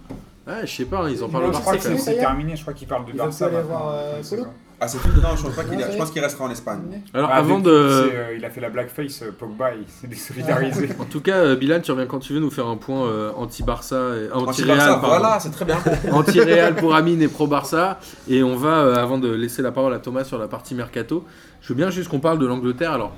Ouais, Ah, je sais pas, ils en
Mais
parlent
on
au
Je
sait
Barça
crois
c'est
quand
que c'est
même.
fini, ça y
c'est
est
terminé, je crois qu'il parle du
Ils
Barça.
veulent aller
maintenant,
voir,
à la fin de
euh,
saison.
Polo
Ah, c'est fini Non, je pense pas qu'il est- je pense qu'il restera en Espagne.
Alors
Ah,
avant
depuis,
de.
c'est, euh, il a fait la blackface, euh, Pogba, il s'est désolidarisé.
En tout cas, euh, Bilal, tu reviens quand tu veux nous faire un point euh, anti-Barça, et-
Anti-Barça,
anti-Real, pardon.
voilà, c'est très bien.
anti-Real pour Amine et pro-Barça. Et on va, euh, avant de laisser la parole à Thomas sur la partie mercato, je veux bien juste qu'on parle de l'Angleterre. Alors,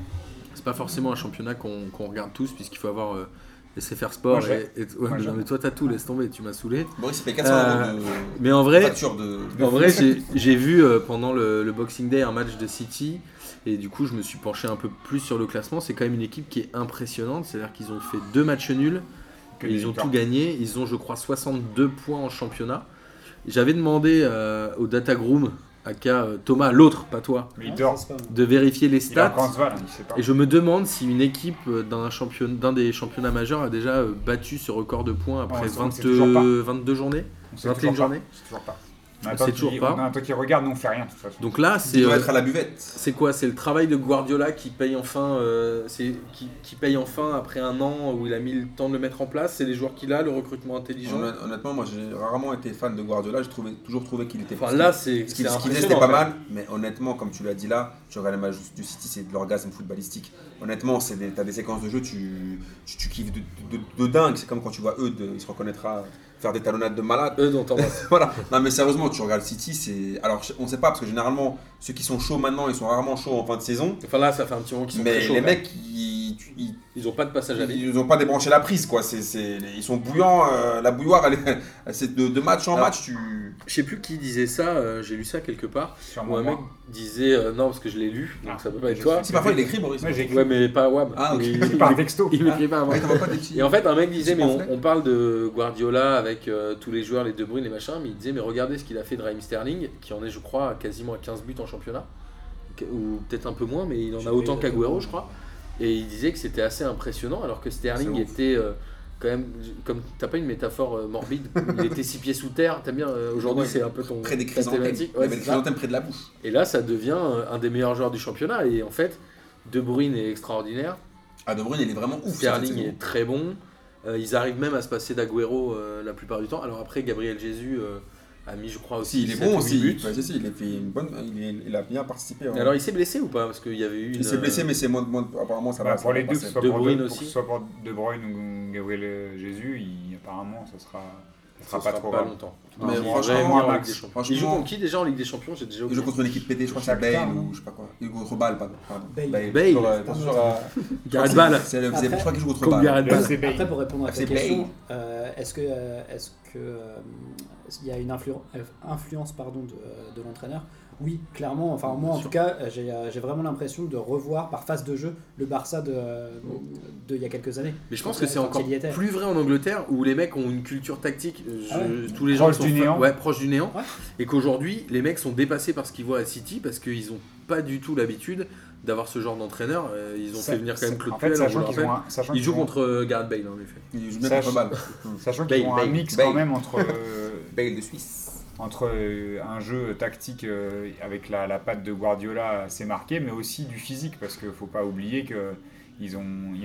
c'est pas forcément un championnat qu'on qu'on regarde tous, puisqu'il faut avoir euh, laissé faire sport.
Moi, j'ai-
et, et- ouais,
Moi,
mais,
j'ai-
non, mais toi, t'as tout, laisse tomber, tu m'as saoulé.
Boris, il fait 400 euros de-
Mais en
de
vrai,
facture de.
en vrai, j'ai- j'ai vu euh, pendant le, le Boxing Day un match de City et du coup je me suis penché un peu plus sur le classement. C'est quand même une équipe qui est impressionnante, c'est-à-dire qu'ils ont fait deux matchs nuls,
Que
et
des
ils ont
victoires.
tout gagné, ils ont je crois 62 points en championnat. J'avais demandé euh, au Data Groom, aka euh, Thomas, l'autre, pas toi,
Mais il
Non,
dort.
c'est pas bon.
de vérifier les
Il est en
stats.
Transvaal, il sait pas.
Et je me demande si une équipe euh, d'un champion- d'un des championnats majeurs a déjà euh, battu ce record de points après
Ouais, on sait
20
toujours pas.
22 journées.
On sait
21
toujours pas.
journées.
On sait toujours pas.
On
On
sait
a toi
toujours
qui-
pas.
on a toi qui regarde, nous on fait rien de toute façon.
Donc là, c'est
Il doit
euh,
être à la buvette.
C'est quoi C'est le travail de Guardiola qui paye enfin, euh, c'est qui, qui paye enfin après un an où il a mis le temps de le mettre en place. C'est les joueurs qu'il a, le recrutement intelligent.
Honnêt- Honnêtement, moi j'ai rarement été fan de Guardiola, j'ai trouvé- toujours trouvé qu'il était
Enfin là, c'est
Ce qu'il
c'est
ce qu'il faisait,
impressionnant,
c'était pas
quand même.
mal, mais honnêtement, comme tu l'as dit là, tu regardes les matchs du City, c'est de l'orgasme footballistique. Honnêtement, c'est des- t'as des séquences de jeu, tu, tu, tu kiffes de, de- de dingue. C'est comme quand tu vois Eudes, il se reconnaîtra faire des talonnades de malade.
Eux dont on va-
voilà. Non, mais sérieusement, tu regardes City, c'est. Alors, je- on sait pas, parce que généralement, ceux qui sont chauds maintenant, ils sont rarement chauds en fin de saison.
Enfin là, ça fait un petit moment qu'ils sont
Mais
très chauds,
les
quand
mecs, ils, ils-
même. ils ont pas de passage à vide.
ils n'ont pas débranché la prise, quoi. C'est- c'est- ils sont bouillants. euh, la bouilloire, elle est- c'est de, de match en
Alors,
match. Tu...
Je sais plus qui disait ça. euh, J'ai lu ça quelque part. Où
Ah,
Sûrement
un mec
moi.
disait euh, non parce que je l'ai lu, donc
Ah,
ça peut pas être
je
toi.
sais.
Si parfois il écrit, Boris.
Ouais, j'ai écrit
Ouais, mais pas Wam.
Ah, ok.
Il-
par texto.
Il m'écrit pas. Wam.
Ouais, t'en vois pas des petits-
Et en fait, un mec disait,
Petit
mais on,
pamphlet.
on parle de Guardiola avec euh, tous les joueurs, les De Bruyne, les machins, mais il disait, mais regardez ce qu'il a fait de Raheem Sterling, qui en est, je crois, à quasiment à 15 buts en championnat, Qu- ou peut-être un peu moins, mais il en
Je sais
a autant
pas
qu'Aguero,
exactement.
je crois. Et il disait que c'était assez impressionnant, alors que Sterling
C'est ouf.
était euh, quand même, comme t'as pas une métaphore euh, morbide, il était six pieds sous terre, t'as bien, euh, aujourd'hui
Ouais,
c'est un peu ton,
près des
ta
chrysanthèmes.
thématique.
Il y
Ouais,
avait des
c'est ça.
chrysanthèmes près de la bouche.
Et là, ça devient euh, un des meilleurs joueurs du championnat, et en fait, De Bruyne est extraordinaire.
Ah, De Bruyne, il est vraiment ouf. cette
Sterling
saison.
est très bon. Euh, ils arrivent même à se passer d'Aguero euh, la plupart du temps. Alors après, Gabriel Jesus euh, a mis, je crois, aussi
Si, il est
7
bon
ou 8
aussi.
buts.
Ouais, si, si, il, a fait une bonne... il, est- il a bien participé. hein.
Mais Alors, il s'est blessé ou pas Parce qu'il y avait eu une.
il s'est blessé,
euh,
mais c'est moins, moins- apparemment ça
Bah,
va. ça
pour
va
les deux, que
passer.
ce soit
De
pour,
Bruyne
de, pour
aussi.
que ce soit pour De Bruyne ou Gabriel euh, Jésus, il- apparemment, ça sera ne
Ça
sera pas trop grave.
longtemps.
Non,
Mais
ils vont
franchement,
revenir
en Ligue
max.
des Champions.
Franchement,
Ils jouent contre qui déjà en Ligue des Champions J'ai déjà
il joue
oublié.
contre une équipe pétée, je crois que c'est
Shakhtar,
Bale
non
ou je sais pas quoi. Il joue contre Bale, pardon. pardon.
Bale.
Bale.
Toujours, euh, toujours, euh,
Gareth Bale.
c'est le-
Après-
Je crois qu'il joue contre
Comme
Bale.
Gareth
Le
Bale.
CBI.
Bah, Après, pour répondre à
FC
ta question,
Bayern.
euh, est-ce que euh, est-ce que euh, il y a une influ- euh, influence pardon de, de l'entraîneur Oui, clairement. Enfin, moi, en tout cas, euh, j'ai euh, j'ai vraiment l'impression de revoir par phase de jeu le Barça de euh, de il y a quelques années.
Mais je pense
Quand
que
il-
c'est
quand
encore
il y était.
plus vrai en Angleterre où les mecs ont une culture tactique. euh,
Ah
je- Tous les
Proche
gens sont
du
fa-
néant.
Ouais, proche du néant.
Ouais.
Et qu'aujourd'hui, les mecs sont dépassés par ce qu'ils voient à City parce qu'ils n'ont pas du tout l'habitude d'avoir ce genre d'entraîneur. Euh, Ils ont
Ça-
fait venir quand même Claude
En fait,
Puel, on vous
sachant
le
qu'ils
rappelle.
ont un- sachant
Il
qu'ils
joue
ont-
contre euh, Gareth Bale en effet.
Il joue bien contre
Sache-
Bale.
Sachant
Bale,
qu'ils ont un
Bale,
mix
Bale.
quand même entre, euh,
Bale de Suisse.
entre euh, un jeu tactique euh, avec la, la patte de Guardiola assez marquée, mais aussi du physique, parce qu'il ne faut pas oublier qu'il y, a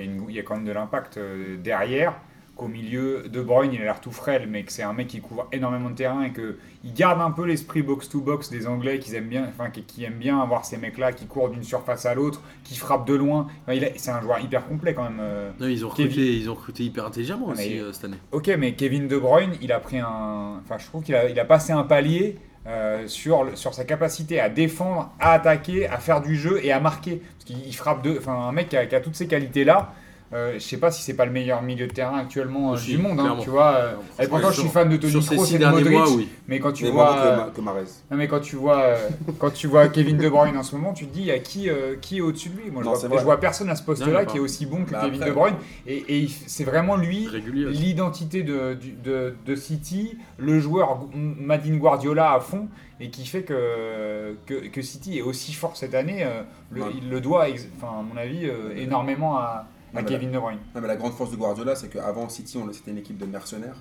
une- il y a quand même de l'impact euh, derrière. Qu'au milieu, De Bruyne, il a l'air tout frêle, mais que c'est un mec qui couvre énormément de terrain et qu'il garde un peu l'esprit box-to-box des Anglais qui aiment bien, enfin, qui, qui aiment bien avoir ces mecs-là qui courent d'une surface à l'autre, qui frappent de loin. Enfin, il a- c'est un joueur hyper complet quand même. euh,
Non, ils ont
Kevin.
recruté, ils ont recruté hyper intelligemment
Ah,
aussi
mais-
euh, cette année.
Ok, mais Kevin De Bruyne, il a pris un. Enfin, je trouve qu'il a, il a passé un palier euh, sur, le- sur sa capacité à défendre, à attaquer, à faire du jeu et à marquer. Parce qu'il il frappe de. Enfin, un mec qui a, qui a toutes ces qualités-là. euh, je sais pas si c'est pas le meilleur milieu de terrain actuellement euh,
Si,
du monde, hein,
clairement.
tu vois. euh, et pourtant, je
sur-
suis fan de Toni
Sur ces
Kroos et
six
de
derniers
Modric,
mois, oui.
mais quand tu
Mais
vois,
moins
euh,
que Ma- que Mahrez.
non, mais quand tu vois, euh, quand tu vois Kevin De Bruyne en ce moment, tu te dis, il y a qui, euh, qui est au-dessus de lui Moi, je,
Non,
vois,
c'est vrai.
je vois personne à ce
Non, il y en a
poste-là qui
pas.
est aussi bon que
Bah,
Kevin
après,
De Bruyne. Et, et il f- c'est vraiment lui
Régulier. aussi.
l'identité de, du- de, de City, le joueur Gu- Madine Guardiola à fond, et qui fait que, que, que City est aussi fort cette année, euh, le-
Ouais.
il le doit, ex- enfin, à mon avis, euh, énormément à,
bah
à
Ouais,
Kevin De Bruyne.
Non, mais la grande force de Guardiola, c'est qu'avant City, on- c'était une équipe de mercenaires.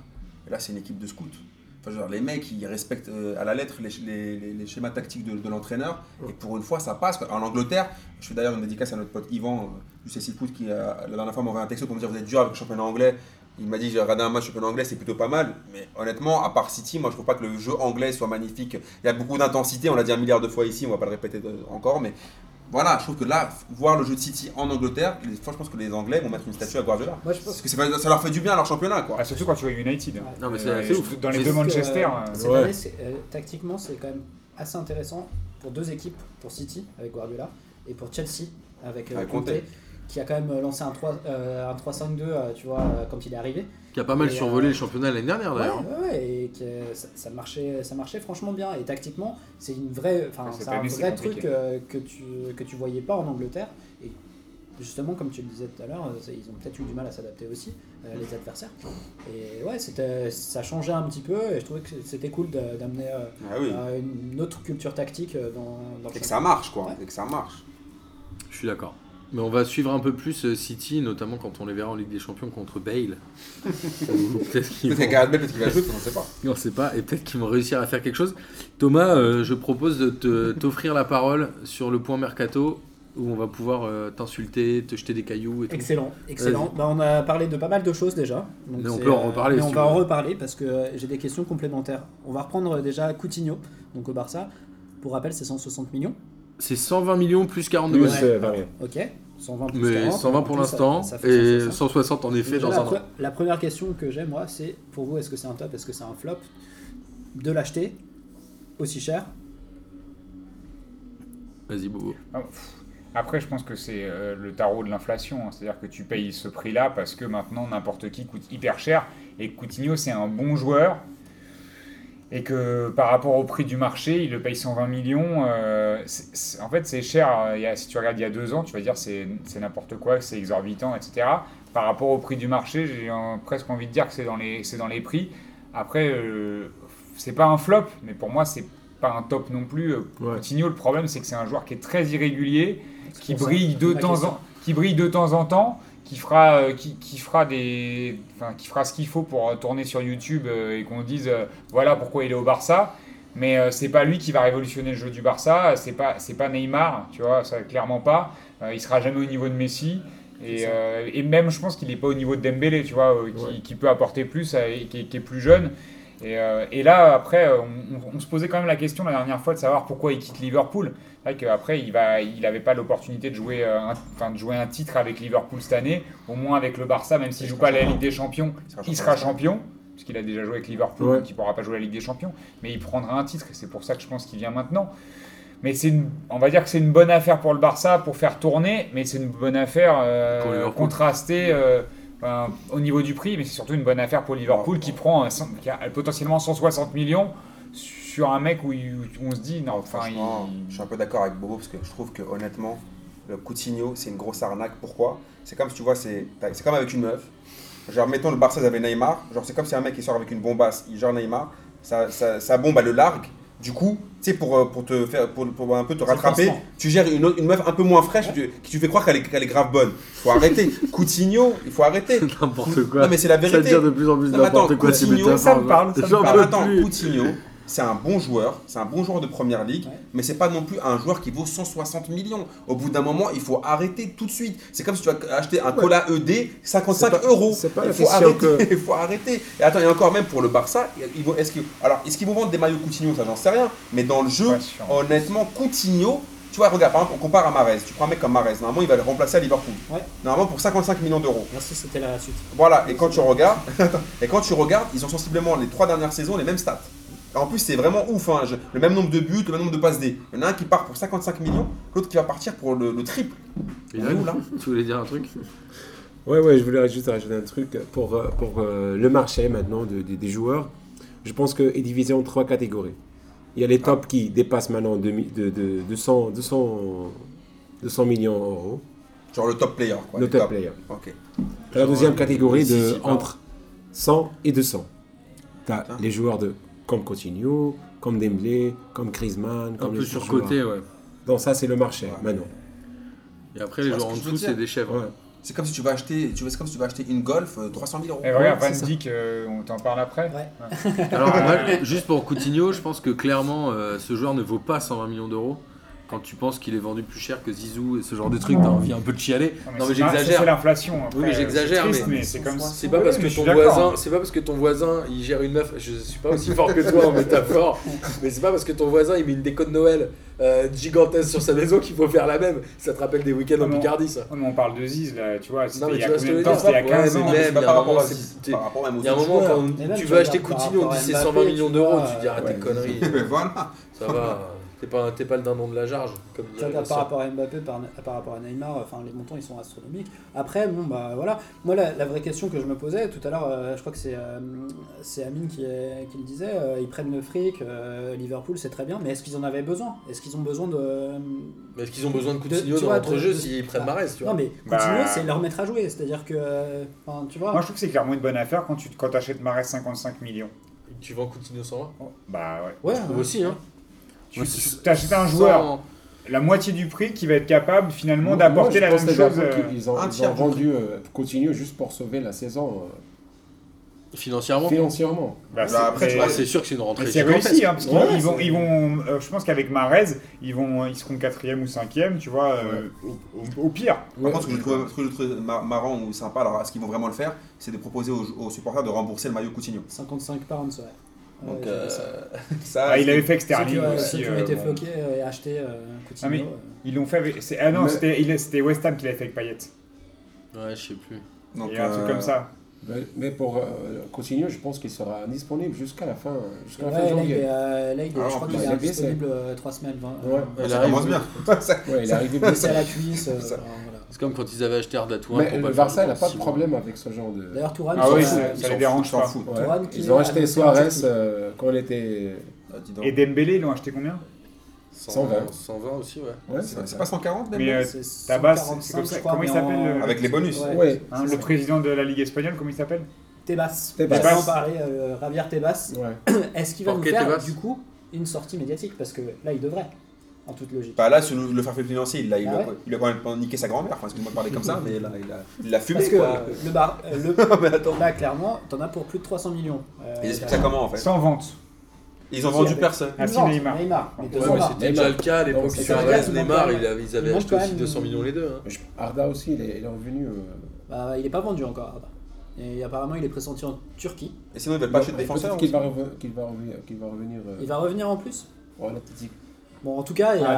Et là, c'est une équipe de scouts. Enfin, je veux dire, les mecs, ils respectent euh, à la lettre les, les- les- les schémas tactiques de, de l'entraîneur. Et pour une fois, ça passe. quoi. En Angleterre, je fais d'ailleurs une dédicace à notre pote Yvan euh, du Cécile Foot qui, euh, la dernière fois, m'a envoyé un texto pour me dire Vous êtes dur avec le championnat anglais. Il m'a dit J'ai regardé un match championnat anglais, c'est plutôt pas mal. Mais honnêtement, à part City, moi, je trouve pas que le jeu anglais soit magnifique. Il y a beaucoup d'intensité, on l'a dit un milliard de fois ici, on va pas le répéter euh, encore. Mais voilà, je trouve que là, voir le jeu de City en Angleterre, les- franchement, je pense que les Anglais vont mettre une statue à Guardiola.
Moi, je pense
Parce que c'est pas- ça leur fait du bien à leur championnat, quoi.
Ah, surtout quand tu vois United. hein.
Non, mais c'est
Euh,
assez ouf.
Dans les
C'est
deux
ce
que,
Manchester.
euh,
euh,
Cette
Ouais.
année, c'est- euh, tactiquement, c'est quand même assez intéressant pour deux équipes, pour City avec Guardiola et pour Chelsea avec euh,
Avec
Conte,
Conte.
qui a quand même euh, lancé un 3 euh, un 3-5-2, euh, tu vois, euh, quand il est arrivé.
Qui a pas mal
Et,
survolé
euh,
le championnat l'année dernière
Ouais,
d'ailleurs.
ouais, ouais, et que ça, ça marchait, ça marchait franchement bien. Et tactiquement, c'est une vraie, enfin,
Ouais, cette
c'est un
année, c'est
vrai
compliqué.
truc euh, que tu que tu voyais pas en Angleterre. Et justement, comme tu le disais tout à l'heure, euh, c'est- ils ont peut-être eu du mal à s'adapter aussi euh, les adversaires. Et ouais, c'était, ça changeait un petit peu. Et je trouvais que c'était cool de- d'amener euh,
Ah oui.
euh, une autre culture tactique euh, dans, dans le
Et que
championnat.
ça marche, quoi.
Ouais.
Et que ça marche.
Je suis d'accord. Mais on va suivre un peu plus euh, City, notamment quand on les verra en Ligue des Champions contre Bale. Ou Peut-être qu'ils
Peut-être
vont-
qu'à Gareth Bale, peut-être qu'il va jouer, on sait pas.
on sait pas, et peut-être qu'ils vont réussir à faire quelque chose. Thomas, euh, je propose de te- t'offrir la parole sur le point mercato où on va pouvoir euh, t'insulter, te jeter des cailloux et tout.
Excellent, excellent. Bah, on a parlé de pas mal de choses déjà. Donc
Mais on
c'est,
peut en
euh,
reparler,
mais
si
on
tu
va
veux.
en reparler parce que euh, j'ai des questions complémentaires. On va reprendre euh, déjà Coutinho, donc au Barça. Pour rappel, c'est 160 millions.
C'est 120 millions plus 42
Plus
millions.
euh, variable.
Ok. 120 plus
Mais
40,
120
en
pour
tout, ça-
l'instant,
ça fait
et
160.
160 en effet dans
Donc, la,
un
pre-
an.
la première question que j'ai, moi, c'est pour vous, est-ce que c'est un top, est-ce que c'est un flop de l'acheter aussi cher
Vas-y, Bobo.
Ah, pff. Après, je pense que c'est euh, le tarot de l'inflation. hein. C'est-à-dire que tu payes ce prix-là parce que maintenant, n'importe qui coûte hyper cher. Et que Coutinho, c'est un bon joueur. Et que par rapport au prix du marché, il le paye 120 millions. euh, c'est- c'est- en fait, c'est cher. euh, il y a- si tu regardes il y a deux ans, tu vas dire c'est c'est n'importe quoi, c'est exorbitant, etc. Par rapport au prix du marché, j'ai euh, presque envie de dire que c'est dans, les- c'est dans les prix. Après, euh, c'est pas un flop, mais pour moi, c'est pas un top non plus. Euh,
Ouais.
Coutinho, le problème, c'est que c'est un joueur qui est très irrégulier, qui
pour ça,
brille de
ma
temps
question.
en qui brille de temps en temps, qui fera euh, qui, qui fera des enfin, qui fera ce qu'il faut pour euh, tourner sur YouTube euh, et qu'on dise euh, voilà pourquoi il est au Barça. Mais euh, c'est pas lui qui va révolutionner le jeu du Barça, c'est pas c'est pas Neymar, tu vois, ça clairement pas. Euh, il sera jamais au niveau de Messi. Et, euh, et même, je pense qu'il n'est pas au niveau de Dembélé, tu vois, euh, qui,
Ouais.
qui peut apporter plus, euh, et qui, est- qui est plus jeune. Et, euh, et là, après, euh, on, on- on se posait quand même la question la dernière fois de savoir pourquoi il quitte Liverpool. C'est vrai qu'après, il va- il n'avait pas l'opportunité de, jouer, euh, un- enfin, de jouer un titre avec Liverpool cette année, au moins avec le Barça, même s'il ne joue pas la Ligue des Champions,
sera
il
champion.
sera champion. parce qu'il a déjà joué avec Liverpool,
Ouais.
donc il pourra pas jouer la Ligue des Champions, mais il prendra un titre, et c'est pour ça que je pense qu'il vient maintenant. Mais c'est une- on va dire que c'est une bonne affaire pour le Barça pour faire tourner, mais c'est une bonne affaire euh,
Pour Liverpool.
contrastée euh, ben, au niveau du prix, mais c'est surtout une bonne affaire pour Liverpool qui prend un cent- qui a potentiellement 160 millions sur un mec où, il- où on se dit non, enfin, il-
Ah, Franchement, je suis un peu d'accord avec Bobo parce que je trouve que honnêtement, le Coutinho, c'est une grosse arnaque. Pourquoi C'est comme si tu vois, c'est t'as- c'est comme avec une meuf. Genre, mettons le Barça, ils avaient Neymar. Genre, c'est comme si un mec qui sort avec une bombasse, il genre Neymar, sa, sa, sa bombe, elle le largue. Du coup, tu sais, pour, euh, pour te faire, pour, pour un peu te rattraper,
forcément. tu
tu gères une, autre- une meuf un peu moins fraîche tu- qui tu fais croire qu'elle est, qu'elle est grave bonne. Faut arrêter. Coutinho, il faut arrêter.
N'importe quoi.
Non, mais c'est la
Ça
vérité.
devient de plus en plus
Non, mais attends,
n'importe quoi ces
Coutinho,
métaphores.
ça me parle,
ça me
J'en
Ah,
peux
attends,
plus.
Coutinho, c'est un bon joueur, c'est un bon joueur de première ligue,
Ouais.
mais c'est pas non plus un joueur qui vaut 160 millions. Au bout d'un moment, il faut arrêter tout de suite. C'est comme si tu vas acheter un cola ED 55
C'est pas-
euros.
c'est pas la
il faut
question
arrêter.
que-
Il faut arrêter. Et attends, et encore même pour le Barça, ils vont- est-ce que alors est-ce qu'ils vont vendre des maillots Coutinho Ça, j'en sais rien. Mais dans le jeu,
Pas sûr.
honnêtement, Coutinho. Tu vois, regarde, par exemple, on compare à Marez. Tu prends un mec comme Marez, normalement, il va le remplacer à Liverpool.
Ouais.
Normalement, pour 55 millions d'euros.
Merci, c'était la suite.
Voilà, et quand tu regardes, et quand tu regardes, ils ont sensiblement les trois dernières saisons les mêmes stats. En plus, c'est vraiment ouf, hein, je- le même nombre de buts, le même nombre de passes D. Il y en a un qui part pour 55 millions, l'autre qui va partir pour le, le triple.
Bilal,
Nous, là.
tu voulais dire un truc
Ouais, ouais, je voulais juste rajouter un truc pour, euh, pour euh, le marché maintenant de- de- des joueurs. Je pense qu'il est divisé en trois catégories. Il y a les
Ah.
tops qui dépassent maintenant 2000 de, de, 200, 200, 200 millions d'euros,
Genre le top player, quoi.
nos
le
top,
top.
players.
Ok.
La deuxième
euh,
catégorie
les
de
six, par-
entre 100 et 200. T'as
Ah.
Putain.
les joueurs de comme Coutinho, comme Dembélé, comme Griezmann,
Un
comme
peu
les autres
surcoté,
joueurs.
ouais.
Donc ça c'est le marché
Ouais.
maintenant.
Et après, les
vois ce
joueurs
que
en
je veux
dessous,
dire
c'est des chèvres.
Ouais.
C'est comme si tu vas acheter, tu vois, c'est comme si tu vas acheter une Golf euh, 300 000 euros.
Et regarde,
Ouais,
Van
c'est
Dijk, euh, on t'en parle après.
Ouais.
Alors, moi, juste pour Coutinho, je pense que clairement, euh, ce joueur ne vaut pas 120 millions d'euros. Quand tu penses qu'il est vendu plus cher que Zizou et ce genre de trucs, t'as envie un peu de chialer. Non, mais
c'est- ça, C'est
j'exagère.
l'inflation. après,
Oui, mais
euh,
j'exagère,
c'est triste,
mais-
c'est comme ça.
C'est pas
Oui,
parce
oui,
que
je suis
ton
d'accord.
voisin, c'est pas parce que ton voisin, il gère une meuf. Je suis pas aussi fort que toi en métaphore, mais c'est pas parce que ton voisin, il met une déco de Noël euh, gigantesque sur sa maison qu'il faut faire la même. Ça te rappelle des week-ends en
Non.
Picardie, ça.
Ouais, Ah, mais on parle de Ziz là, tu vois, c'était
mais
il y
tu
a
vois ce
combien
que
de
je
temps
veux
C'était il y a
dire, ouais,
15
mais
ans.
Non, mais c'est
même,
pas
il y a
par
un
rapport
moment,
à
c'est-
Ziz,
t'es-
par rapport même aux
Il y a un
autres
moment,
joueurs.
quand
Et même,
tu
tu
vas acheter
regardes par
Coutinho, on
rapport
dit
à
c'est
Mbappé,
120 millions
tu
d'euros,
vois,
tu dis arrête
ouais.
tes conneries.
Mais voilà.
Ça va, t'es pas, un- t'es pas le dindon de la jarge. Comme
Ça,
dirait
par
ça.
rapport à Mbappé, par, par rapport à Neymar, enfin les montants ils sont astronomiques. Après, bon bah voilà. Moi la, la vraie question que je me posais tout à l'heure, euh, je crois que c'est euh, c'est Amine qui, est- qui le disait, euh, ils prennent le fric, euh, Liverpool c'est très bien, mais est-ce qu'ils en avaient besoin Est-ce qu'ils ont besoin de
Mais est-ce qu'ils ont besoin de
De- tu
Coutinho dans
vois,
l'entrejeu
de-
s'ils prennent
bah,
Mahrez, tu vois
Non mais
Bah.
continuer, c'est leur mettre à jouer, c'est-à-dire que, euh, enfin, tu vois.
Moi, je trouve que c'est clairement une bonne affaire quand tu quand achètes Marais 55 millions.
Tu vends Coutinho 120
Bah ouais.
ouais,
Moi aussi, hein.
Tu achètes un joueur, la moitié du prix, qui va être capable finalement d'apporter la
Moi, je
même
pense
chose.
que
euh,
Ils ont,
un
ils
tiers
ont
du
vendu euh, Coutinho juste pour sauver la saison euh,
Financièrement
financièrement.
bah,
Bah,
c'est-
après, tu
mais-
vois,
Ah, C'est sûr que c'est une rentrée
mais c'est
gigantesque.
réussi, hein, parce qu'ils
Ouais,
ils vont,
c'est-
ils vont, euh, je pense qu'avec Marez, ils vont, ils seront quatrième ou cinquième, tu vois, euh, au, au- au pire.
Ouais.
Par contre, ce que je trouve, ce que je trouve mar- marrant ou sympa, alors est-ce qu'ils vont vraiment le faire, c'est de proposer aux, aux supporters de rembourser le maillot Coutinho.
55 pounds, ouais. Ouais,
Donc,
j'ai
euh,
vu ça.
ça,
Ah, il
c'est-
avait fait avec
Ceux qui,
Sterling
euh, ceux
aussi.
qui ont
euh,
été
bon.
floqués euh, et achetés euh, Coutinho.
Ah, mais-
euh,
Ils l'ont fait avec. c'est- Ah non,
Mais-
c'était il- c'était West Ham qui l'avait fait avec Payet.
Ouais, je sais plus.
donc,
Il y a un truc
euh,
comme ça.
Mais, mais pour euh, Coutinho, je pense qu'il sera disponible jusqu'à la fin, jusqu'à la fin
Ouais, là, il
janvier.
est, euh, là, il est-
Alors,
je crois
en
qu'il
plus,
est
il est
disponible 3 semaines. vingt-
Ouais.
euh,
Ça commence bien.
Ouais, il est arrivé
C'est à
blessé.
la cuisse. euh,
Ça-
enfin, voilà.
C'est comme quand ils avaient acheté Ardatouan.
Mais le Barça, il n'a pas de problème avec ce genre de.
D'ailleurs, Touran,
Ah
qui-
oui, c'est-
euh,
ils
ça
s'en
les
foutent,
dérange
ils s'en
pas.
foutent.
Ouais.
Thuram qui
Ils ont
a
acheté
annoncé un
Suarez
titre.
euh, quand il était.
Ah, dis donc.
Et Dembélé, ils l'ont acheté combien
120.
120 aussi, ouais.
Ouais,
C'est c'est pas 140
Mais, euh,
C'est
Tabas,
145,
c'est comme ça-
je crois,
comment il
mais
s'appelle,
en-
le-
Avec les bonus.
Ouais.
Ouais.
Hein,
C'est
le
ça.
président de la Ligue espagnole, comment il s'appelle
Tebas.
Tebas.
Tebas. parler, euh, Javier Tebas.
Ouais.
Est-ce qu'il va
Ok,
nous faire,
Tebas.
du coup, une sortie médiatique Parce que là, il devrait, en toute logique.
Bah là, sur le, le fair play financier, il a, il, a,
Ah ouais
il a quand même pas niqué sa grand-mère. Enfin, excuse-moi de parler comme ça, mais là, il a, il a fumé.
Parce que
quoi.
euh, le bar, euh, le-
Non, mais attends.
là, clairement, t'en as pour plus de 300 millions. Euh,
Ils expliquent ça comment en fait
Sans vente.
Ils ont
Si,
vendu
avec-
personne.
Ah, si,
Vente,
Neymar.
Neymar. mais
Ouais,
200
mais
bars.
c'était déjà le cas à l'époque.
Donc, c'est
Sur
un
gars
Arès,
qui
Neymar,
manque quand
il avait- ils avaient
même
acheté aussi
une-
200 millions les deux. hein.
Je- Arda aussi, il est, il est revenu. euh,
Bah, il n'est pas vendu encore. Arda. Et apparemment, il est pressenti en Turquie.
Et sinon, ils veulent pas acheter de
peut-être
défenseur.
qu'il va, reven- qu'il va revenir. Qu'il va revenir euh,
Il va revenir en plus
au Atlético.
Bon, en tout cas, il y a-
À- à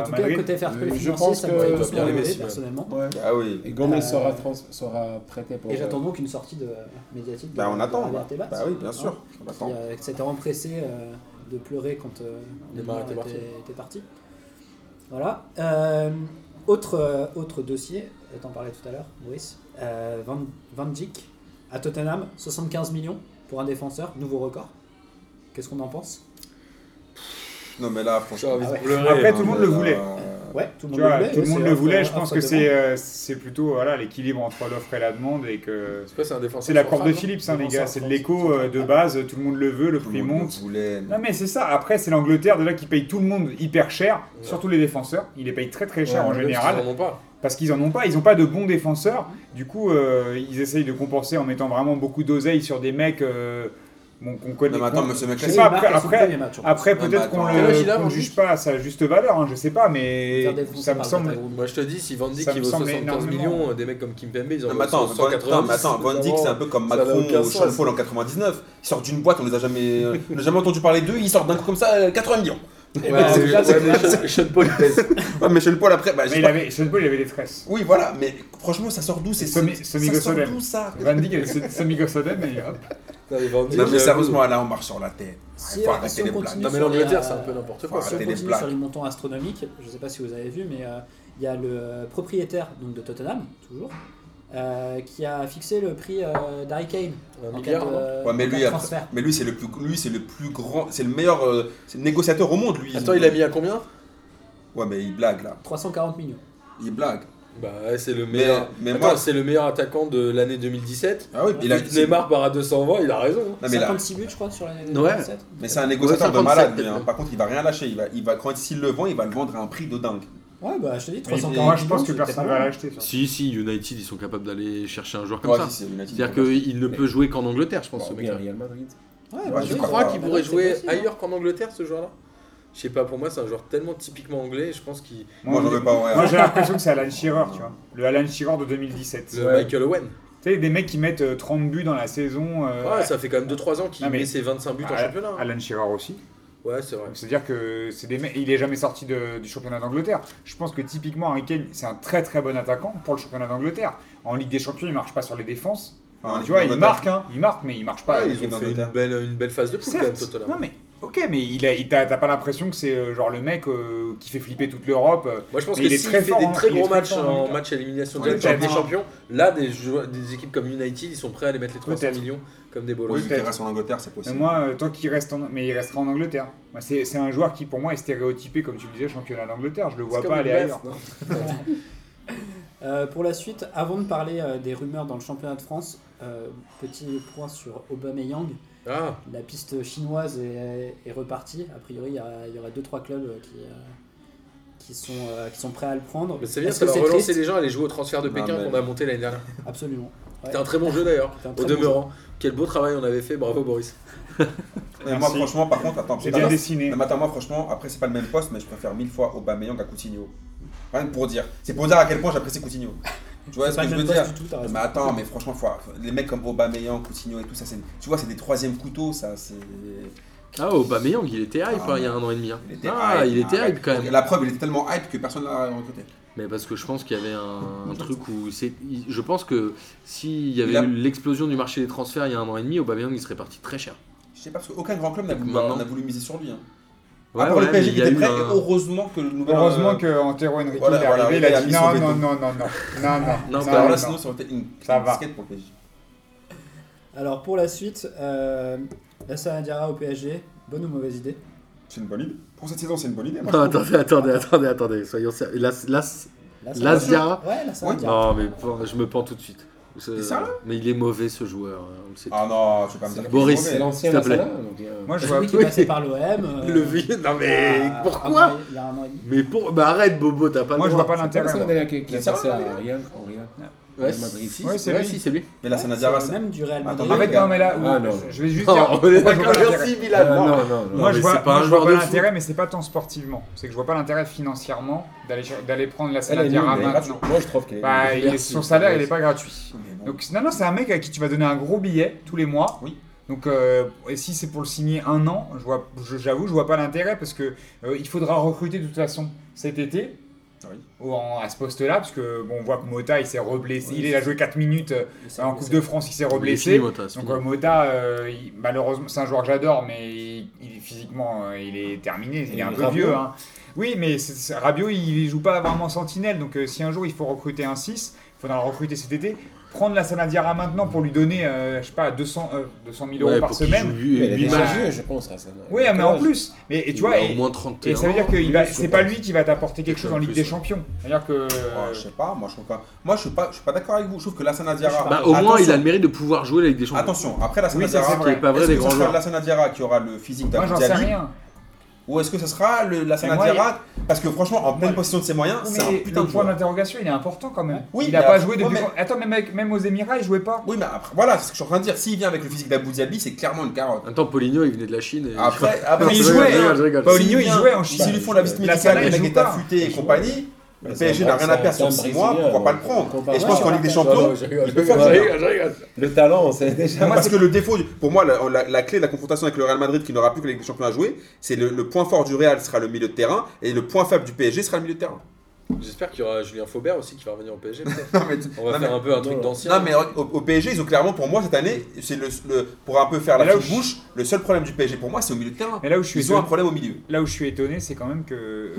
en tout cas
Ah, Madrid,
côté fair play
je
financier,
pense
ça
que-
me paraît
Il
doit
tous
bien l'aimer,
m'enlever,
ce
personnellement.
Ouais.
Ah oui.
Et Gomez
Euh,
sera, trans- sera prêté pour. euh,
Et j'attends donc une sortie de, médiatique de,
Bah, on
de
attend.
Javier
Bah,
Tebas,
Bah oui, bien sûr.
hein,
On
qui
attend.
euh, qui s'était empressé euh, de pleurer quand euh,
Neymar
Neymar
était
était,
parti.
était parti. Voilà. Euh, autre, euh, autre dossier, euh, t'en parlais tout à l'heure, Maurice. Euh, Van, Van Dijk à Tottenham, 75 millions pour un défenseur, nouveau record. Qu'est-ce qu'on en pense
Non, mais là, franchement.
Ah ouais.
Après, tout le monde le voulait.
Ouais, tout le
Tu
monde
vois,
le voulait.
tout le
ouais,
monde
c'est
le
un-
voulait.
un-
Je
un
pense que
Tottenham.
c'est euh, c'est plutôt voilà, l'équilibre entre l'offre et la demande et que.
C'est quoi, c'est un défenseur
C'est la
central,
corde de
non
Philips, hein, les
Défenseur
gars. C'est de
central.
l'écho euh, de base. Tout le monde le veut, le
Tout
prix
le monde
monte.
le voulait.
Non mais c'est ça, après c'est l'Angleterre déjà qui paye tout le monde hyper cher,
Ouais.
surtout les défenseurs, ils les payent très très cher
Ouais,
en
même
Ils
général,
en ont pas.
parce qu'ils en ont pas, ils ont pas de bons défenseurs, du coup euh, ils essayent de compenser en mettant vraiment beaucoup d'oseille sur des mecs euh, bon, qu'on connaît.
Non, mais attends,
qu'on-
mais ce
Je
mec-là,
sais
sais
pas,
pas,
après-
après,
après- Après
Ouais,
peut-être
mais
qu'on
attends. Quel âge
le
il a,
qu'on
Van
juge
Dijk
pas à sa juste valeur, hein, je sais pas, mais
Faire défoncer
ça me
par
semble...
Zagreb.
Moi je te dis, si Van Dijk
Ça
il
me
vaut
semble
75
énormément.
millions, euh, des mecs comme Kimpembe, ils en
Non,
ont
mais attends, Van, attends, mais attends, Van Dijk, c'est un peu comme
ça n'a
Macron
aucun
ou
sens.
Sean Paul en 99. Ils sortent d'une boîte, on les a jamais, euh, on n'a jamais entendu parler d'eux, ils sortent d'un coup comme ça, euh, 80 millions.
Ouais,
Ouais,
c'est-
déjà,
ouais, mais Sean- Sean Paul, il pèse.
Ouais, mais Sean Paul après, bah, je
Mais
sais
il
pas.
avait, Sean Paul, il avait des tresses.
Oui, voilà, mais franchement, ça sort d'où c'est
Semi-
Ça sort
semi-gosselin.
d'où ça
Van Dijk, il avait Sodem et hop.
Non, mais Van Dijk,
Non, mais
j'avoue.
sérieusement, là, on marche sur la tête.
Si,
Il faut
euh,
arrêter
si on
les blagues.
continue
Non, mais
sur
l'Angleterre,
les,
c'est un
euh,
peu n'importe
Faut
quoi.
Si on
arrêter les
continue sur
blagues.
les montants astronomiques, je ne sais pas si vous avez vu, mais euh, il y a le euh, propriétaire donc, de Tottenham, toujours, euh, qui a fixé le prix euh, d'Harry Kane
Un
en euh,
milliard,
cas de,
non
Ouais, mais
en cas
lui,
de
après-
transfert.
mais lui, c'est le plus, lui, c'est le plus grand, c'est le meilleur euh, c'est le négociateur au monde, lui.
Attends, il a mis à combien
Ouais, mais il blague là,
340 millions.
il blague.
Bah ouais, c'est le
Mais-
meilleur.
mais
Attends,
moi-
c'est le meilleur attaquant de l'année 2017.
Ah oui, il a. c'est-
Neymar part à 220, il a raison. hein.
Non, mais là,
56 buts, je crois, sur l'année
Ouais.
2017.
Mais c'est un négociateur de
57,
malade, lui,
peut-être,
hein.
non
Par contre, il va rien lâcher. Il va, il va, quand s'il le vend, il va le vendre à un prix de dingue.
Ouais, bah je te dis,
Mais
340 millions.
Moi je pense que
c'est
personne
pas
va
mal.
l'acheter. ça.
Si, si, United, ils sont capables d'aller chercher un joueur comme
Ouais,
ça.
si, c'est United,
C'est-à-dire
ils font
qu'il ne peut jouer qu'en Angleterre, je pense, ce
Ou
mec
bien Real Madrid.
Ouais,
Bah,
bah,
je
Tu
oui,
crois
crois
bah,
qu'il
bah,
pourrait
c'est
jouer
possible, hein.
ailleurs qu'en Angleterre, ce joueur-là Je sais pas, pour moi, c'est un joueur tellement typiquement anglais, je pense qu'il.
Moi, j'en veux pas, ouais.
Moi j'ai l'impression que c'est Alan Shearer, tu vois. Le Alan Shearer de 2017.
Le
Ouais.
Michael Owen.
Tu sais, des mecs qui mettent euh, 30 buts dans la saison. euh,
Ouais, ça fait quand même 2-3 ans qu'il
Non, mais-
met ses 25 buts en
Alan-
championnat. hein.
Alan Shearer aussi.
Ouais, c'est vrai.
Donc, C'est-à-dire que c'est des mecs- il est jamais sorti de- du championnat d'Angleterre. Je pense que typiquement Harry Kane, c'est un très très bon attaquant pour le championnat d'angleterre. En Ligue des Champions, il marche pas sur les défenses. Enfin,
Ouais,
tu vois,
il
il marque, hein. Il marque, mais il marche pas.
Ouais,
Ils ont
dans
fait
le
une
terme.
belle, une belle phase de poule quand même,
Certes.
Tottenham.
Non mais ok, mais il a, il- t'as t'as pas l'impression que c'est euh, genre le mec euh, qui fait flipper toute l'Europe. euh,
Moi, je pense
Mais
que
il est
s'il
très
fait
fort,
des
hein.
très
Il est
gros
très
matchs
fort,
en
Lucas.
match élimination
Ouais,
directe en
peut-être,
Ligue des
hein.
Champions, là, des, joueurs- des équipes comme United, ils sont prêts à les mettre les 300
Peut-être.
millions comme des bolos.
Oui,
peut-être.
il reste en Angleterre, c'est
Mais
possible.
moi, euh, tant qu'il reste en... Mais il restera en Angleterre. Moi, C'est c'est un joueur qui, pour moi, est stéréotypé, comme tu le disais, championnat d'Angleterre. Je le vois
C'est
pas
comme
aller
une base,
ailleurs.
non
Euh, pour la suite, avant de parler euh, des rumeurs dans le championnat de France, euh, petit point sur Aubameyang.
Ah,
La piste chinoise est, est repartie. A priori, il y, a- il y aura 2-3 clubs euh, qui, euh, qui, sont, euh, qui sont prêts à le prendre.
mais c'est bien,
Est-ce
ça
que
va
c'est
relancer
triste
les gens à aller jouer au transfert de
Non,
Pékin
mais-
qu'on a monté l'année dernière.
Absolument. Ouais.
C'était un très bon jeu d'ailleurs,
C'était un
au
très bon
demeurant. Quel beau travail on avait fait, bravo Boris.
Mais moi,
Merci.
franchement, par contre, attends,
C'est
Dallas-
bien dessiné.
Non, mais attends, moi, franchement, après, c'est pas le même poste, mais je préfère mille fois Aubameyang à Coutinho. Rien que pour dire. C'est pour dire à quel point j'apprécie Coutinho. Tu vois
C'est
ce
pas
que je
le
veux
même
dire
poste du tout, t'as raison.
Mais attends, mais franchement, faut- les mecs comme Aubameyang, Coutinho et tout, ça, c'est, tu vois, c'est des troisièmes couteaux, ça, c'est.
Ah, Aubameyang, il était hype
Ah,
hein, il y a un an et demi. hein.
il était
ah,
hype,
il était
arrête.
hype quand même.
La preuve, il était tellement hype que personne l'a recruté.
Mais parce que je pense qu'il y avait un, un truc où c'est. il- Je pense que s'il y
Il a-
avait eu l'explosion du marché des transferts il y a un an et demi, Aubameyang il serait parti très cher.
Je sais pas, parce qu'aucun grand club n'a voulu,
Maintenant.
n'a voulu miser sur lui. Hein.
Ouais,
à part
ouais, mais
le PSG qui
il y a
était
eu
prêt,
un-
et heureusement que le nouvel.
Heureusement
euh,
que Antero Henrique
voilà,
est arrivé,
voilà,
il a
il a
dit
mis
non,
son
non,
veto.
non, non, non, non, non,
Non,
Parce
que
que alors là,
non.
sinon, ça aurait été une
Ça
une
va.
disquette pour le PSG.
Alors pour la suite, euh, Lassana Diarra au PSG, bonne ou mauvaise idée
C'est une bonne idée. Pour cette saison, c'est une bonne idée. moi,
Non,
je trouve.
attendez, attendez, attendez, attendez, soyons sérieux. Là, là, c'est-
Lassana
Lass Diarra
Ouais, Lassana
Ouais.
Diarra.
non, mais bon, je me pends tout de suite. C'est-
T'es sérieux
Mais il est mauvais ce joueur. hein, on le sait
Ah non, tu peux pas me dire. que
Boris,
c'est
c'est
mauvais.
l'ancien
S'il te plaît.
Arsenal, donc, euh,
Moi, je vois.
Celui qui est passé par l'OM. euh,
Le vieux, non mais
à-
pourquoi
à- Il y a un an et demi.
Ah, Mais pour, bah arrête Bobo, t'as pas
Moi,
le
je
droit.
vois pas
C'est pas
l'intérêt.
ça
moi.
d'ailleurs qui, qui est
C'est
passé
vrai,
à Real, au Real.
Ouais,
Real Madrid.
si,
Ouais,
ouais,
c'est lui.
si, c'est lui.
Mais la
Ouais,
Sana
c'est
Diarra,
le même du Real
Attends,
Madrid.
En fait, non, mais là,
Ah, non.
je vais juste
Non,
dire.
on est
Moi,
d'accord,
je vois pas l'intérêt.
merci Milan.
Ah,
non.
non, non, non.
Moi,
Euh, mais
je vois,
c'est pas
moi,
un
je vois
joueur
pas
de
l'intérêt, mais c'est pas tant sportivement. C'est que je vois pas l'intérêt financièrement d'aller cher- d'aller prendre la
Elle est
salade
nulle,
Diarra
elle est
maintenant.
gratuite. Moi, je trouve qu'elle est
Bah,
nulle.
il est-
Merci.
son salaire, il est
Merci.
pas gratuit.
Mais bon.
Donc, non, non, c'est un mec à qui tu vas donner un gros billet tous les mois.
Oui.
Donc, euh, et si c'est pour le signer un an, je vois- je- j'avoue, je vois pas l'intérêt parce que euh, il faudra recruter de toute façon cet été.
Oui.
Ou en- à ce poste-là, parce que bon, on voit que Mota il s'est reblessé,
Ouais,
il a joué 4 minutes euh,
C'est
en Coupe de France, il s'est reblessé.
Fini, Mota, c'est
Donc
fini.
euh, Mota, euh, il- malheureusement, c'est un joueur que j'adore, mais il, il- physiquement, euh, il est terminé, il est un peu
Rabiot.
vieux. hein. Oui, mais c'est- c'est- Rabiot, il joue pas vraiment sentinelle, donc euh, si un jour il faut recruter un 6, il faudra le recruter cet été. Prendre la Saladiara maintenant pour lui donner, euh, je sais pas, 200, euh, 200 000 euros
Ouais,
par
pour qu'il
semaine.
joue huit-
Mais il a
huit
déjà
matchs.
joué, je pense. à ça.
Oui, mais en plus. Mais et
Il
tu vois,
a au
et,
moins
et
31
ça veut dire que il va- c'est
je
pas
pense.
lui qui va t'apporter quelque
Peut-être
chose en
un
Ligue
plus,
des
ouais.
Champions. C'est-à-dire que euh,
Ouais, Bah, je sais pas, moi je trouve pas. Moi je suis pas, je suis pas d'accord avec vous. Je trouve que la Sanadiara.
Bah, au moins, il a le mérite de pouvoir jouer avec des champions.
Attention, après la
Oui, ça, c'est
Sanadiara.
qui est pas vrai
est-ce
des
que ce
grands
sera
joueurs.
la Sanadiara qui aura le physique d'un
moi j'en sais
Diaby
rien.
Ou est-ce que ce sera le, la
Mais moi,
Sanadiara Parce que franchement, en pleine
Ouais.
possession de ses moyens,
Oui,
c'est un
mais
putain
le
de
point
joueur.
d'interrogation, il est important quand même.
Oui,
il
mais
a pas
après-
joué depuis.
ouais,
Attends, même, avec- même aux Émirats, il jouait pas.
Oui, mais après, voilà, c'est ce que je suis en train de dire. S'il vient avec le physique d'Abu Dhabi, c'est clairement une carotte.
En même temps, Poligno, il venait de la Chine. Et...
Après,
mais
après
il
je
jouait,
rigole, je
hein.
rigole, je rigole.
Paulinho,
S'il
il
vient,
jouait en Chine.
S'ils lui font la visite
La
médicale,
Sana,
le
il
mec
joue
est
pas.
affûté et
Il joue
compagnie, le PSG n'a rien à perdre sur 6 mois, pourquoi pas le prendre Et je pense qu'en Ligue des Champions,
Le, le talent, on sait déjà.
Moi, parce que le défaut, pour moi, la, la- la clé de la confrontation avec le Real Madrid qui n'aura plus que la Ligue des Champions à jouer, c'est le, le point fort du Real sera le milieu de terrain et le point faible du PSG sera le milieu de terrain.
J'espère qu'il y aura Julien Faubert aussi qui va revenir au PSG. peut-être.
Non mais,
On va
non,
faire
mais-
un peu un truc
non.
d'ancien.
non, mais au, au PSG, ils ont clairement, pour moi, cette année, c'est le, le- pour un peu faire la
Mais là où
petite bouche, le seul problème du PSG pour moi, c'est au milieu de terrain.
Mais là où je suis
Ils ont un
étonné,
problème au milieu.
là où je suis étonné, c'est quand même que euh,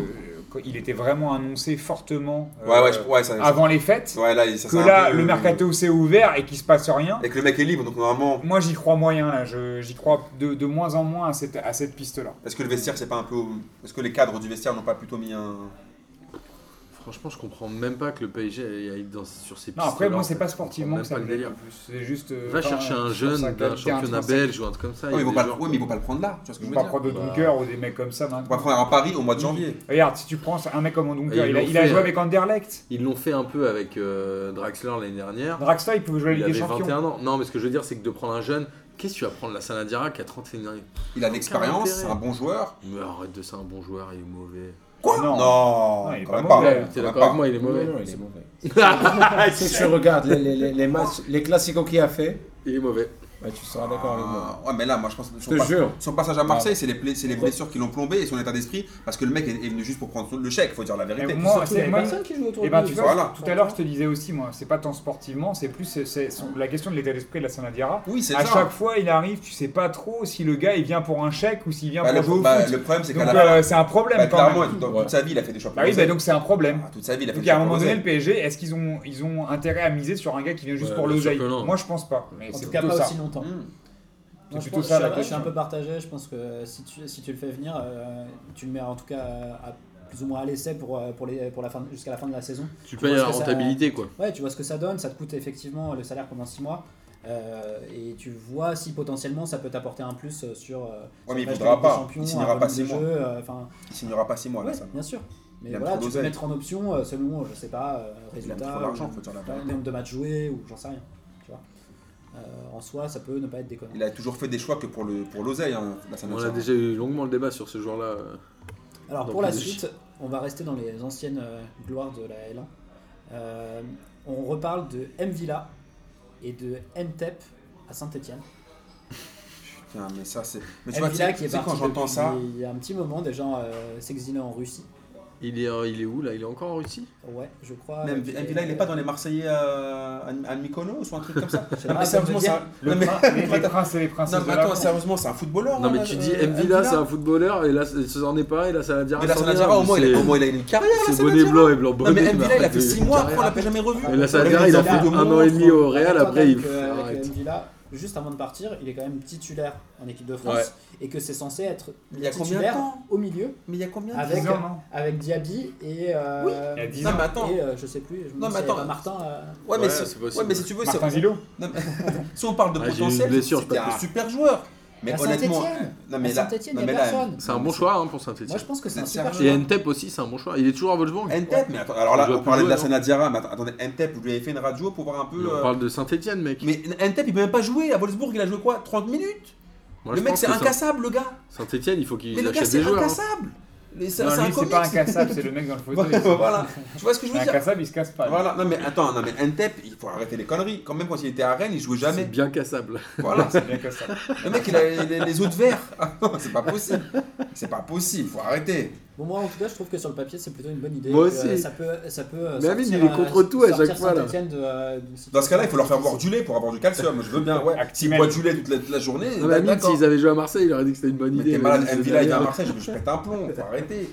quand il était vraiment annoncé fortement euh,
Ouais, ouais, je- ouais, ça,
avant les fêtes,
ouais, là, ça,
que
c'est un
là
peu-
le mercato s'est ouvert et qu'il se passe rien.
Et que le mec est libre, donc normalement,
Moi, j'y crois moyen là. Je- J'y crois de, de moins en moins à cette, à cette piste-là.
est-ce que le vestiaire, c'est pas un peu. Est-ce que les cadres du vestiaire n'ont pas plutôt mis un.
Franchement, je comprends même pas que le PSG aille dans, sur ces pistes.
Non, après, moi, c'est pas sportivement que ça me plaît. en plus. C'est juste. euh,
Va
pas-
chercher un
sur sa
jeune d'un
qualité
championnat
intrinsèque.
belge ou un truc comme ça.
Non, mais
il y a
ils vont
des
pas,
joueurs
ouais, mais ils vont pas le prendre là, tu vois ce que
On
je
va
veux
pas
dire
prendre de
Bah.
Dunker ou des mecs comme ça
On va
maintenant.
prendre à Paris au mois de janvier.
Regarde, si tu prends un mec comme Dunker,
Et
il
ils
a,
l'ont
il a
fait,
joué
euh,
avec Anderlecht.
Ils l'ont fait un peu avec euh, Draxler l'année dernière.
Draxler, il pouvait jouer à la
Il
Ligue des
avait
Champions.
21 ans. Non, mais ce que je veux dire, c'est que de prendre un jeune, qu'est-ce que tu vas prendre la Sanadiara qui a 31 ans
Il a de l'expérience, c'est
intérêt.
un bon joueur.
Mais arrête de ça, un bon joueur, il est mauvais.
Quoi
Non.
Non,
Non, il est
quand
pas
même
mauvais.
quand
T'es
même
d'accord avec
pas.
moi, il est
Non,
mauvais.
non, il est mauvais.
Ah,
Si tu regardes les, les, les, les matchs, les classicos qu'il a fait,
Il est mauvais.
bah, tu seras d'accord avec moi.
Ah, Ouais, mais là, moi, je pense que
Je
son,
te
pas-
jure.
son passage à Marseille, c'est les, pla- c'est les blessures qui l'ont plombé et son état d'esprit, parce que le mec est, est venu juste pour prendre son- le chèque, faut dire la vérité.
Et moi,
Il y
c'est
a
moi-
personne qui joue autour
Eh
de
ben,
lui.
tu vois,
Voilà.
tout à l'heure, je te disais aussi, moi, c'est pas tant sportivement, c'est plus c'est- c'est son- la question de l'état d'esprit de la Sanadiara.
Oui, c'est
À
ça.
chaque fois, il arrive, tu sais pas trop si le gars il vient pour un chèque ou s'il vient
Bah,
pour
le,
jouer au
bah,
foot.
le problème, c'est qu'à
Donc,
la
euh, c'est un problème
bah,
quand
clairement,
même.
dans-
Ouais.
toute sa vie, il a fait des championnats.
Bah oui, bah, donc c'est un problème.
Ah, toute sa vie, il a fait
Donc
des
à un moment donné,
championnats.
le PSG, est-ce qu'ils ont, ils ont intérêt à miser sur un gars qui vient juste
Ouais,
pour
bien sûr
l'oseille
que non.
Moi, je pense pas. Mais
En
c'est
tout cas,
plutôt
pas
ça.
aussi longtemps.
Hmm.
C'est
Non, je,
plutôt
pense-
ça,
je suis-
la
je suis
question.
un peu partagé. Je pense que si tu, si tu le fais venir, euh, tu le mets en tout cas euh, à, à plus ou moins à l'essai pour, euh, pour, les, pour la fin, jusqu'à la fin de la saison.
Tu
penses
payes la
que ça-
rentabilité, quoi.
Ouais, tu vois ce que ça donne. Ça te coûte effectivement le salaire pendant 6 mois. euh, et tu vois si potentiellement ça peut t'apporter un plus euh, sur. euh, sur
mais il
le match de
voudra
Ligue des
pas.
Champions,
Il
un
signera pas
volume
six
de jeu, euh, enfin,
Il signera pas 6 mois, là,
ouais,
ça.
bien sûr. Mais
Il aime
voilà,
trop
tu peux
l'oseille.
mettre en option euh, selon, euh, je sais pas, euh,
Il a
résultat,
trop
ou-
l'argent, faut dire
euh,
la
le
vérité.
nombre de matchs joués ou j'en sais rien. Tu vois. Euh, en soi, ça peut ne pas être déconnant.
euh,
Il a toujours fait des choix que pour le- pour l'oseille, hein, la Sanadiara.
On a déjà eu longuement le débat sur ce joueur-là. euh.
Alors
Donc,
pour la
les-
suite, on va rester dans les anciennes euh, gloires de la L1. Euh, on reparle de M Villa et de Ntep à Saint-Etienne.
Putain, mais ça, c'est. Mais tu
M
vois, tu
Villa
sais
qui est
tu sais,
parti
quand j'entends
depuis
ça.
il y a un petit moment déjà euh, s'exiler en Russie.
Il est, euh, il est où là Il est encore en Russie
Ouais, je crois.
Même
qu'il
M. Villa, il est pas dans les Marseillais euh, à, à Mykonos ou un truc comme ça
sais
Non,
pas,
mais
ça veut
sérieusement,
dire-
ça.
Le
Non, mais-
prin- les- les princes et les princesses
Non, mais
de la
attends,
France.
sérieusement, c'est un footballeur.
Non, mais
là,
tu
euh,
dis
M.
M. Villa, c'est un footballeur, et là, c'est- ce en est pas, et la Sanadiara.
Mais la
c'en est
Sanadiara,
un,
au moins, il a-
c'est-
au moins, il a une carrière. la
C'est
Sanadiara.
bonnet blanc et blanc bonnet.
Non, mais M. Villa, il a
arrête
fait
de-
6 mois, après, on l'a
carrière.
pas jamais revu.
Et la
On
Sanadiara, il a
l'a
fait
deux
un
mois,
an et demi
trois- euh,
au Real,
Rappelle-toi
après, il
quand même que- avec
arrête.
M Villa, juste avant de partir, il est quand même titulaire en équipe de France
Ouais.
et que c'est censé être
Il y a combien de
titulaire
temps
au milieu
Mais il y a combien de
Avec-
temps
10 ans, hein. non
avec Diaby et euh,
Il y a 10
Non,
ans.
mais attends.
et euh, je sais plus, je me
Non,
demande
mais
s'il y a
attends.
pas Martin euh,
Ouais, mais
Ouais,
si-
c'est
ouais,
possible.
mais si tu veux, c'est-
Martin Zilo
Non, mais- si on parle de
Ah, j'ai eu une
potentiel,
blessure,
c'était
je peux
un
pas.
super joueur. Mais
À
honnêtement,
Saint-Étienne.
non,
à
mais là,
Saint-Etienne,
non,
il n'y
mais
a
là,
personne.
C'est un bon choix hein, pour
Moi,
Saint-Etienne.
je pense que c'est un
Vous êtes
super
sérieux
Et
joueur.
Ntep aussi, c'est un bon choix. Il est toujours à Wolfsburg.
Ntep, mais attends, alors là,
Il doit
on parlait de la
plus jouer,
Sanadiara, mais att- attendez, Ntep, vous lui avez fait une radio pour voir un peu.
On
euh,
parle de Saint-Etienne, mec.
Mais Ntep, il peut même pas jouer. À Wolfsburg, il a joué quoi 30 minutes
Moi,
Le
je
mec,
pense
c'est
que Saint-
incassable, le gars.
Saint-Etienne, il faut
Mais
qu'ils
le gars,
achètent des
c'est
joueurs. hein.
incassable. les- c'est
Non,
c'est un
lui, c'est pas un
comics.
cassable, c'est le mec dans le fauteuil.
Voilà, voilà. Tu vois ce que je veux
Un
dire
cassable, il se casse pas.
Voilà, non mais attends, non mais Entep, il faut arrêter les conneries. Quand même quand il était à Rennes, il jouait
C'est
jamais.
bien cassable.
Voilà.
C'est bien cassable.
Le mec, il a les, les- les os de verre. Ah non, c'est pas possible. C'est pas possible, faut arrêter.
Bon, moi en tout cas, je trouve que sur le papier, c'est plutôt une bonne idée.
Moi
que, euh,
aussi.
Ça peut, ça peut. euh,
Mais Amine,
sortir,
il est contre
euh,
tout à chaque
sortir
fois, là.
Saint-Étienne de, euh, d'une situation
Dans ce cas-là, il faut leur faire boire du lait pour avoir du calcium. Je veux bien, ouais. S'ils
Actimel.
boivent du lait toute la, toute la journée,
Ah
Non, mais
bah,
Amine,
d'accord.
Eh ben, s'ils avaient joué à Marseille, il aurait dit que c'était une bonne
Mais
idée.
t'es malade,
mais
Mvila, il est à
derrière.
Marseille, je, je pète un plomb, faut arrêter.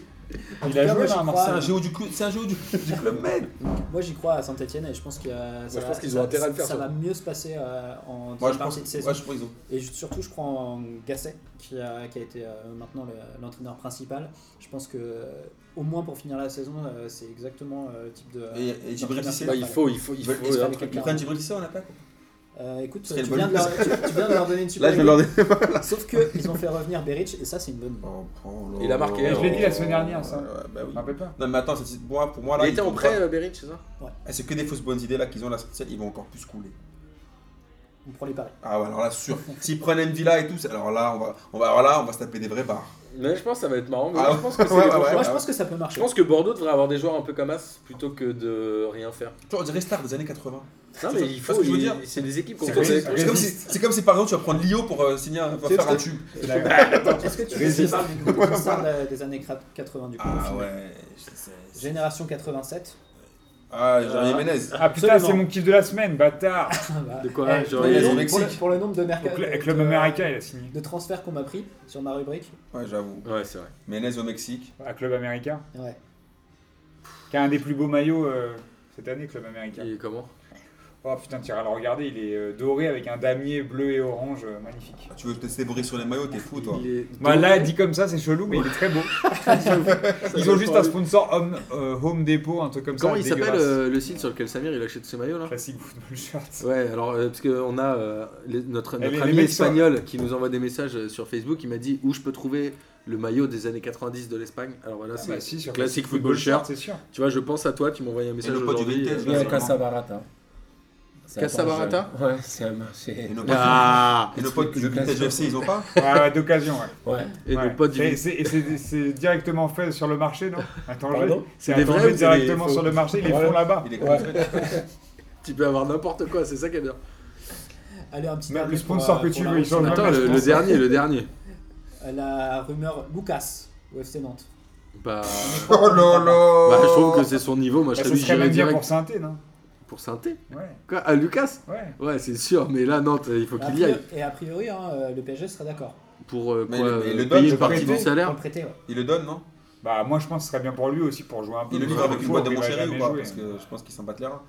En tout
Il a
cas,
joué à
moi, j'y
C'est un
crois,
géo du, cl- c'est un géo du, du club Med.
Moi j'y crois à Saint-Etienne et je pense que euh, ça,
je
va-
pense qu'ils
ça-
ont intérêt à le faire,
ça
ça.
va mieux se passer euh, en
Moi,
deuxième
je pense,
partie de saison.
ouais, je pense qu'ils ont.
Et ju- surtout je crois en Gasset qui a, qui a été euh, maintenant le- l'entraîneur principal. Je pense que euh, au moins pour finir la saison, euh, c'est exactement euh, le type de.
Et- et Djibril
d'entraîneur
Cissé,
qu'il
bah,
Ouais,
leur fallait.
il faut, il faut, il
Ils
faut.
veulent
il fallait
ils prennent Djibril Cissé en attaque
Euh, écoute,
Ce
tu
serait une
viens, de
bonne
leur, tu- tu viens de leur donner une super
Là, je vais
idée.
leur dire.
Sauf que ils ont fait revenir Berich et ça c'est une bonne. idée.
Oh, oh là
Il a marqué.
là.
Je
l'ai dit la semaine dernière, ça.
Ouais, bah
Je
oui.
me rappelle pas.
Non mais attends, c'est- pour moi, pour moi là,
Il était
ils
en
font
prêt,
pas-
euh, Berich, c'est ça
Ah, c'est que des fausses bonnes idées là qu'ils ont la sortie, ils vont encore plus couler.
On prend les paris.
Ah ouais, alors là sûr. S'ils prennent Envila et tout, c'est- alors là on va, on va, alors là on va se taper des vrais barres.
Mais je pense que ça va être marrant. mais
Ah
je pense que c'est
ouais,
des
ouais,
bons
ouais.
choix.
bah
Moi je pense que ça peut marcher.
Je pense que Bordeaux devrait avoir des joueurs un peu comme As plutôt que de rien faire.
Tu vois, on dirait Star des années 80.
Non, mais il
C'est ce
faut.
que je veux
il-
dire.
C'est des équipes qu'on
C'est
C'est
comme,
vrai,
si,
connaît.
c'est
c'est comme si-
résiste.
c'est comme si, par exemple tu vas prendre Lio pour euh, signer, un- va
C'est-
faire un tube.
C'est la-
Est-ce que tu veux
Résiste.
parler du groupe concert de- des années 80 du coup au
Ah
final
ouais. c'est- c'est-
Génération 87.
Ah Jérémy
Ah.
Ménez.
Ah putain,
Absolument.
c'est mon kiff de la semaine, bâtard.
De quoi,
Eh,
genre,
pour, le
ils ont
nombre-
Mexique.
pour le- pour le nombre de, merca-
Au cl-
de-
Club américain, il a signé.
de transferts qu'on m'a pris sur ma rubrique.
Ouais j'avoue.
Ouais, c'est vrai.
Ménez au Mexique.
À Club américain.
Ouais.
Qui a un des plus beaux maillots euh, cette année, Club américain.
Et comment
Oh putain, tu iras le regarder, il est euh, doré avec un damier bleu et orange, euh, magnifique.
Ah, Tu veux te dévorer sur les maillots, t'es fou toi.
Il est-
Bah là, dit comme ça, c'est chelou, mais il est très beau. Ils ont juste un sponsor Home, euh, Home Depot, un truc comme
Comment
ça.
il s'appelle
dégueulasse.
euh, le site sur lequel Samir il achète ses maillots là
Classique football shirt. Ah,
Ouais, alors euh, parce qu'on a euh, les- notre,
les-
notre
les
ami
mecs sont-
espagnol qui nous envoie des messages euh, sur Facebook, il m'a dit où je peux trouver le maillot des années 90 de l'Espagne. Alors
bah, Ah
voilà, c'est classique football shirt.
c'est sûr.
Tu vois, je pense à toi, tu m'as envoyé un message
le pot du
aujourd'hui.
vintage,
Il y
euh,
a
là.
Casabarata. C'est un
Casabarata
marché. Ouais, c'est un marché.
Et nos potes-
Ah
et nos potes du
Le
Vintage
classique.
FC ils ont pas
Ouais, ouais, d'occasion, ouais.
Ouais.
Et
Ouais.
nos potes du
Et c'est- et c'est- c'est directement fait sur le marché, non Attends,
Pardon
c'est
des
attends,
vrais
je vais
ou c'est
directement
des faux
sur le marché, ils les
Voilà.
font là-bas.
Il est con.
Ouais.
Tu peux avoir n'importe quoi, c'est ça qu'elle a.
Allez, un petit
Même
dernier
le
pour,
sponsor
euh,
que
pour
tu
la
veux,
rumeur.
ils sont là.
Attends, le, le dernier, le dernier.
Euh, La rumeur Lucas au FC Nantes.
Bah,
On y croit,
Oh
on y croit
là
pas.
là
bah, je trouve que c'est son niveau, moi je
Ça
serais lui
serait
j'irais
même bien
direct
pour synthé, non
pour synthé.
Ouais,
Quoi Ah, Lucas
ouais.
Ouais, c'est sûr, mais là, Nantes, il faut
A
qu'il y aille.
priori- Et a priori, hein, euh, le PSG sera d'accord.
Pour euh,
Mais
quoi,
le- mais le
euh,
Nantes,
payer
je
une partie
crois
du
que-
Pour
salaire
le prêter, ouais.
Il le donne non
Bah, moi, je pense que ce serait bien pour lui aussi pour jouer un peu.
Il le livre avec une
Faut,
boîte de
il
mon
va
chéri
jamais
ou pas
jouer.
Parce que je pense qu'ils s'en battent les reins.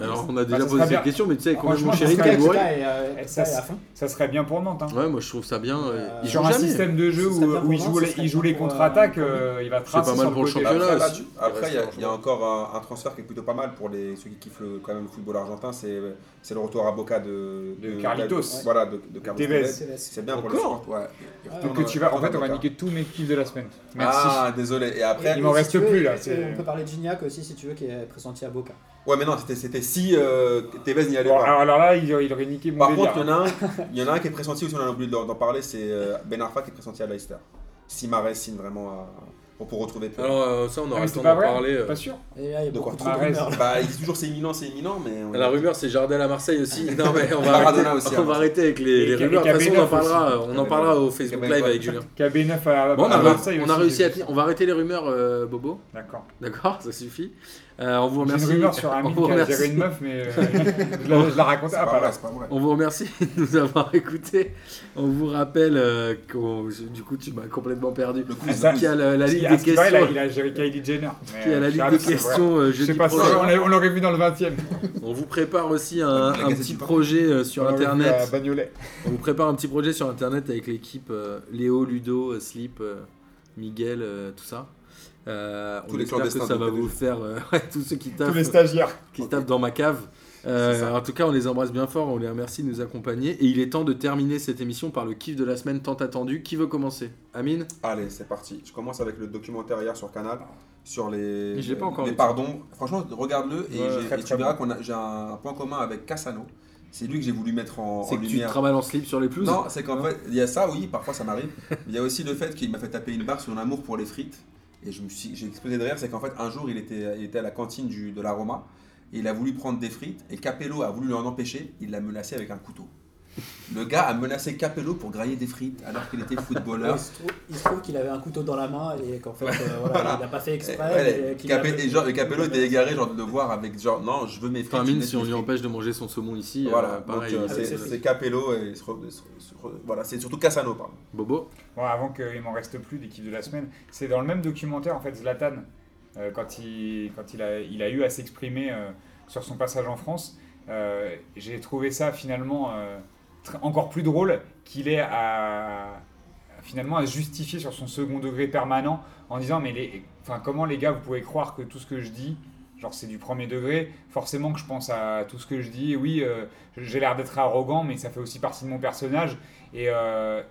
Alors, on a
Bah, ça
déjà
serait
posé
bien.
cette question, mais tu sais, quand même, mon
Franchement,
chéri,
ça
qui
serait-
est bourré.
Kika et, euh,
Eh, ça,
Kika est à
c'est-
fond.
Ça serait bien pour Nantes. Hein.
Ouais, moi je trouve ça bien. euh,
Euh,
ils
Sur
jouent
un
jamais.
système de jeu
Ce serait pas
où, où
pour
il
Nantes,
joue
ce
les,
serait
il joue les
pour, euh,
contre-attaques, euh, il va tracer
pas mal
sur
pour le
côté.
championnat.
Après,
Voilà,
là,
c'est-
tu- après, il y a-
reste
il y, a encore un, un transfert qui est plutôt pas mal pour les, ceux qui kiffent le, quand même le football argentin. C'est c'est le retour à Boca de,
De Carlitos.
voilà, de, de Carlos
Tevez.
Tevez.
Céleste.
C'est bien pour le
Encore
sport. Ouais. Il
Ah,
retourne,
Donc que tu vas, en
retourne
fait,
à
on va
Boca.
niquer tous mes kiffs de la semaine. Merci.
Ah, désolé. Et après,
Il
Et
m'en
si
reste
tu veux,
plus, là,
et-
c'est-
On peut parler de Gignac aussi si tu veux, qui est pressenti à Boca.
ouais, mais non, c'était- c'était si euh, Tevez n'y allait
Bon,
pas.
alors, alors là, il, il aurait niqué mon
Par
délire.
contre, il y, en a un, il y en a un qui est pressenti aussi, on a oublié d'en d'en parler, c'est euh, Ben Arfa qui est pressenti à Leicester. Si Marais signe vraiment à, pour, pour retrouver Pep.
Alors, euh, ça, on
Ah,
aura
mais
le
c'est
temps
pas
d'en
vrai
parler. euh.
Pas sûr.
Et là, il y a
De
beaucoup
quoi
trop de
Mahrez.
rumeurs. là.
Bah, il dit toujours c'est imminent, c'est imminent, mais. on-
La rumeur, c'est Jardel à Marseille aussi. Non, mais on va arrêter,
Maradona aussi,
on
alors.
va arrêter avec les, les
hein. Et Ka- et
rumeurs. De toute façon, on en
Kabenoff
parlera,
aussi.
on en parlera au Facebook
Kabenoff.
Live avec Julien.
KB9 à,
Bon, on
à
a,
Marseille
on a
aussi,
réussi
j'ai
à
vu.
finir. On va arrêter les rumeurs, euh, Bobo.
D'accord.
D'accord Ça suffit. Euh, on vous
J'ai
remercie.
une rumeur sur
on
Amine
vous
qui a
remercie.
géré une meuf, mais euh, je la- je la racontais.
C'est
Ah,
pas
pas là.
vrai, c'est pas vrai.
On vous remercie de nous avoir écoutés. On vous rappelle euh, qu'on. Du coup, tu m'as complètement perdu.
Le coup,
Ah,
ils
ça-
Qui a la, la
Si,
ligue
à
des
ce qui paraît,
questions.
Il a, il a géré Kylie Jenner. mais,
Qui a la
euh,
ligue
je
des
sais pas si c'est vrai.
questions euh,
Je sais
jeudi
pas si
prochain.
on l'a- on l'aurait vu dans le 20 e
On vous prépare aussi un,
La
un
Gazette
petit
du Parc.
projet euh, sur
À
internet.
Bagnolet.
On vous prépare un petit projet sur internet avec l'équipe euh, Léo, Ludo, euh, Slip, euh, Miguel, euh, tout ça. Euh,
Tous
on
les
espère que
clandestins
ça
de
va
PDG.
vous faire euh, ouais, tous ceux qui
Tous
tapent,
les stagiaires.
qui tapent dans ma cave. Euh, en tout cas, on les embrasse bien fort, on les remercie de nous accompagner. Et il est temps de terminer cette émission par le kiff de la semaine tant attendu. Qui veut commencer Amine
Allez, c'est parti. Je commence avec le documentaire hier sur Canal sur les,
Je l'ai pas encore
les
vu.
parts d'ombre. Franchement, regarde-le et,
Ouais,
j'ai-
très,
et
très
tu verras
bon.
qu'on a j'ai un point commun avec Cassano. C'est lui que j'ai voulu mettre en, en
C'est que tu
lumière.
travailles en slip sur les pelouses
non, c'est qu'en fait, il y a ça, oui, parfois ça m'arrive. Il y a aussi le fait qu'il m'a fait taper une barre sur mon amour pour les frites. Et je me suis, j'ai explosé de rire, c'est qu'en fait, un jour, il était, il était à la cantine du, de la Roma, et il a voulu prendre des frites, et Capello a voulu lui en empêcher, il l'a menacé avec un couteau. Le gars a menacé Capello pour grailler des frites, alors qu'il était footballeur.
Il se trouve- il se trouve qu'il avait un couteau dans la main et qu'en fait,
Ouais,
euh, voilà,
voilà.
il n'a pas fait
Ouais,
exprès.
ouais,
et qu'il
Capé-
a-
et genre, et Capello était égaré genre, de le voir avec genre, non, je veux mes frites.
Enfin, mine,
je
si on lui
mets mes frites.
empêche de manger son saumon ici, euh,
Voilà,
pareil,
donc, euh,
il-
avec
c'est-
ses
c'est
frites.
Capello et se re- se re- se re- voilà, c'est surtout Cassano, pardon.
Bobo
Bon, avant qu'il m'en reste plus d'équipe de la semaine, c'est dans le même documentaire, en fait, Zlatan, euh, quand, il, quand il, a, il a eu à s'exprimer euh, sur son passage en France, euh, j'ai trouvé ça finalement euh, tr- encore plus drôle qu'il ait à, finalement à se justifier sur son second degré permanent en disant mais les, enfin, comment les gars vous pouvez croire que tout ce que je dis genre c'est du premier degré forcément que je pense à tout ce que je dis oui euh, j'ai l'air d'être arrogant mais ça fait aussi partie de mon personnage et, euh,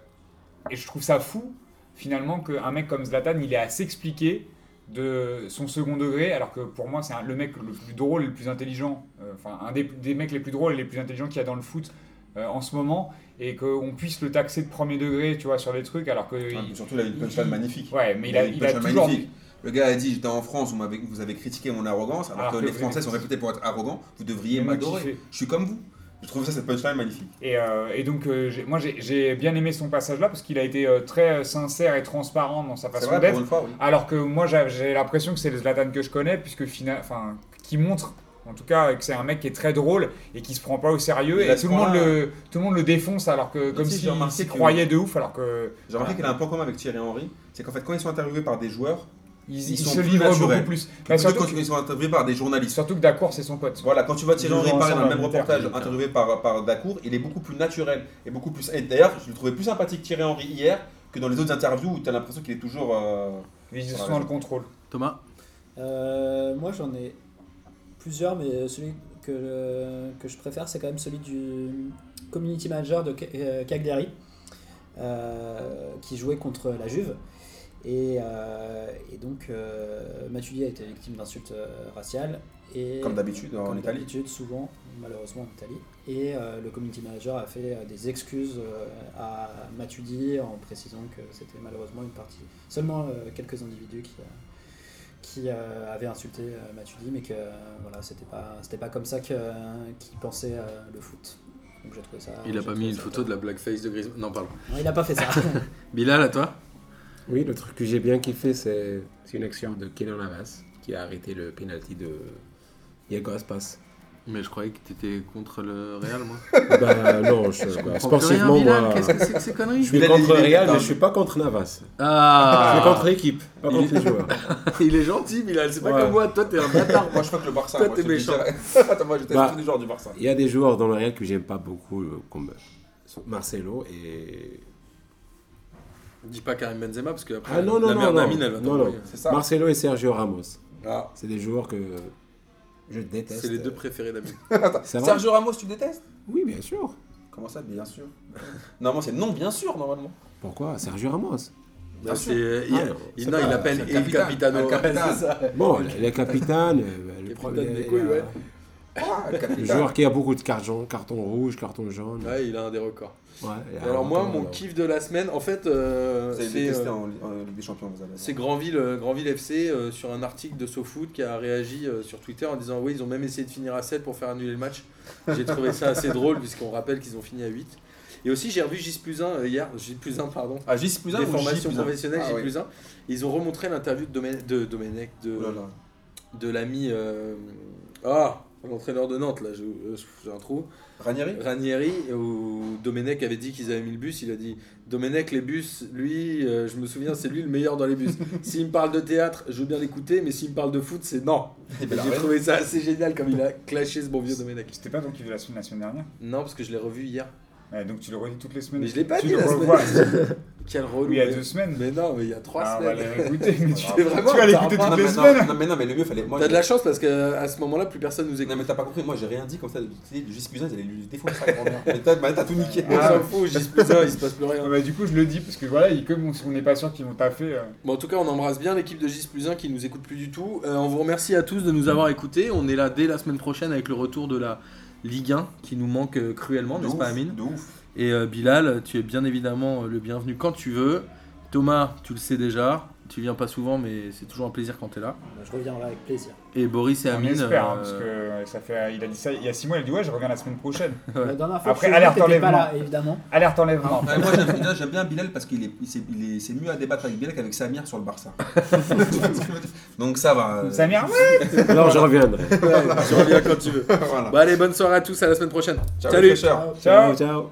et je trouve ça fou finalement qu'un mec comme Zlatan il est à s'expliquer de son second degré alors que pour moi c'est un- le mec le plus drôle et le plus intelligent euh, enfin un des, des mecs les plus drôles et les plus intelligents qu'il y a dans le foot euh, en ce moment et qu'on puisse le taxer de premier degré tu vois sur les trucs alors que
Ah,
il-
mais surtout, il a une
il-
punchline
il-
magnifique.
Ouais, mais il a,
une
il a
punchline
toujours.
magnifique. Le gars a dit J'étais en France, vous, m'avez- vous avez critiqué mon arrogance, alors,
Alors
que,
que
les
Ah, vous
Français
avez-
sont réputés pour être arrogants, vous devriez
Et moi,
m'adorer.
kiffer.
Je suis comme vous. Je trouve ça, cette punchline magnifique.
Et, euh, et donc, euh, j'ai- moi, j'ai j'ai bien aimé son passage là parce qu'il a été euh, très euh, sincère et transparent dans sa
C'est
façon
vrai,
d'être.
pour une fois, oui.
Alors que moi, j'a- j'ai l'impression que c'est le Zlatan que je connais, puisque final, enfin, qui montre, en tout cas, que c'est un mec qui est très drôle et qui se prend pas au sérieux.
Mais là,
Et
ce
tout le, monde
point-là-
le, tout le monde le défonce, alors que comme
si, j'ai
s'il
remarqué
s'y
que-
croyait de ouf, alors que
J'ai
Voilà.
remarqué qu'il a un point commun avec Thierry Henry, c'est qu'en fait, quand ils sont interviewés par des joueurs,
ils,
Ils
ils
sont
se
plus
livrent
naturels.
beaucoup plus.
plutôt
Bah,
que
surtout,
quand ils sont interviewés par des
que-
journalistes.
surtout que D'accord, c'est son pote.
Voilà, quand tu vois Thierry
Ils
Henry
jouent
parler dans le
ensemble
même
en
reportage
interview.
interviewé par, par Dacour, il est beaucoup plus naturel et beaucoup plus. Et d'ailleurs, je le trouvais plus sympathique Thierry Henry hier que dans les autres interviews où tu as l'impression qu'il est toujours. euh,
Ils
Voilà,
sont dans le
je-
contrôle.
Thomas
Euh, moi, j'en ai plusieurs, mais celui que, euh, que je préfère, c'est quand même celui du community manager de Ca- euh, Cagliari, euh, qui jouait contre la Juve. Et, euh, et donc, euh, Matuidi a été victime d'insultes euh, raciales. Et,
Comme d'habitude, en
Comme
Italie.
d'habitude, souvent, malheureusement en Italie. Et euh, le community manager a fait euh, des excuses euh, à Matuidi en précisant que c'était malheureusement une partie, seulement euh, quelques individus qui, euh, qui euh, avaient insulté euh, Matuidi, mais que euh, voilà, c'était pas, c'était pas comme ça que, euh, qu'il pensait euh, le foot. Donc j'ai trouvé ça.
Ah,
Il a
j'ai
pas
trouvé
mis une
ça
photo de
top.
la blackface de Griezmann. Non, pardon.
Non, il a pas fait ça.
Bilal, à toi
Oui, le truc que j'ai bien kiffé, c'est c'est une action de Kenan Navas qui a arrêté le penalty de Diego Aspas.
Mais je croyais que t'étais contre le Real, moi.
bah non, je, bah,
comprends plus rien,
sportivement,
Bilal,
moi,
Qu'est-ce que c'est que ces
je
conneries
suis
Bilal,
contre
il est-
Real, mais
attends.
je suis pas contre Navas. Je suis
Ah
contre l'équipe, pas contre les joueurs.
Il est gentil, Bilal. C'est pas
Ouais.
comme moi. Toi, t'es un bâtard.
Moi, je crois que le Barça.
Toi,
moi,
t'es
je te le
méchant.
dirais. Attends, moi, j'étais
Bah.
surtout du genre du Barça.
Il y a des joueurs dans le Real que j'aime pas beaucoup, euh, comme Marcelo et
Dis pas Karim Benzema parce que après,
Ah non, non,
la
non,
mère
non.
d'Amine, elle va
Non,
t'envoyer.
non.
C'est ça.
Marcelo et Sergio Ramos.
Ah.
C'est des joueurs que je déteste.
C'est les deux préférés d'Amine.
Ça va
Sergio Ramos, tu détestes
Oui, bien sûr.
Comment ça, bien sûr Normalement, c'est non, bien sûr, normalement.
Pourquoi Sergio Ramos.
Bien
C'est-
sûr.
il,
Ah,
il-
c'est
non,
pas-
il
c'est
appelle
le
El
capitaine.
Capitano.
El capitaine.
C'est ça.
Bon, Euh, le le capitaine, euh, le,
Capitaine
premier,
des couilles,
euh,
ouais.
Ah, le
le
capitaine.
joueur qui a beaucoup de cartons, carton rouge, carton jaune. Ouais.
Ouais, il a un des records.
il a
Alors moi,
longtemps,
mon
alors.
kiff de la semaine, en fait, euh,
Vous avez
c'est
détesté
euh,
en, en Ligue des Champions, vous avez.
c'est Granville, euh, Granville FC euh, sur un article de SoFoot qui a réagi euh, sur Twitter en disant oui, ils ont même essayé de finir à 7 pour faire annuler le match. J'ai trouvé ça assez drôle puisqu'on rappelle qu'ils ont fini à 8. Et aussi, j'ai revu Gis plus 1 hier, Gis plus 1 pardon.
Ah, J plus 1
des
ou
formations professionnelles,
Ah,
J
oui.
plus 1. Ils ont remontré l'interview de Domenech, de, Domenech, de,
Oh là là.
de l'ami... euh, ah, l'entraîneur de Nantes, là, j'ai euh, j'ai un trou.
Ranieri
Ranieri, où Domenech avait dit qu'ils avaient mis le bus, il a dit Domenech, les bus, lui, euh, je me souviens, c'est lui le meilleur dans les bus. s'il me parle de théâtre, je veux bien l'écouter, mais s'il me parle de foot, c'est non.
Eh ben, la
J'ai
reine.
trouvé ça assez génial comme il a clashé ce bon vieux Domenech.
C'était pas ton kiff de la semaine la semaine dernière
Non, parce que je l'ai revu hier.
Ouais, Donc tu le redis toutes les semaines.
Mais je l'ai pas
Tu
dit
le
la
revois.
Quel relou.
Oui, il y a
mais-
deux semaines.
Mais non, mais il y a trois
Ah, on va
semaines.
les réécouter, mais tu
Mais vraiment,
tu vas
t'as
l'écouter
un
toutes
Non,
les
mais non,
semaines.
non, mais non, mais le mieux, fallait. Moi,
T'as de
j'ai-
la chance parce que à ce moment-là, plus personne nous
Non,
écoute.
mais t'as pas compris, moi j'ai rien dit comme ça. Le J plus 1, j'allais lui défoncer sa grand-mère. Mais t'as bah, t'as tout niqué.
On
Ah,
s'en fout, j'y suis plus un, il se passe plus rien.
Ah bah, du coup, je le dis parce que voilà, il- comme on on n'est pas sûr qu'ils vont taffer. euh,
Bon, en tout cas, on embrasse bien l'équipe de Gis plus 1 qui nous écoute plus du tout. Euh, on vous remercie à tous de nous avoir écoutés. On est là dès la semaine prochaine avec le retour de la Ligue 1 qui nous manque euh, cruellement,
De
n'est-ce
ouf,
pas Amine
De ouf.
Et euh, Bilal, tu es bien évidemment euh, le bienvenu quand tu veux. Thomas, tu le sais déjà. Tu viens pas souvent, mais c'est toujours un plaisir quand t'es là.
Bah, je reviendrai avec plaisir.
Et Boris et
On
Amine.
espère, hein,
euh,
parce que ça fait, il a dit ça il y a 6 mois, il a dit ouais, je reviens la semaine prochaine.
Ouais.
La dernière fois,
Après,
que je suis
alerte
venu, t'étais pas
enlèvement.
là, évidemment.
Alerte enlèvement.
Ouais, moi j'aime déjà, j'aime bien Bilal parce qu'il est, il s'est- il est- c'est mieux à débattre avec Bilal qu'avec Samir sur le Barça. Donc ça va.
Ah.
euh,
Samir, ouais.
Alors je reviendrai.
Tu reviens quand tu veux.
voilà.
Bon, allez, bonne soirée à tous, à la semaine prochaine.
Ciao,
Salut.
Ah,
les fraîcheurs.
Ciao.
ciao.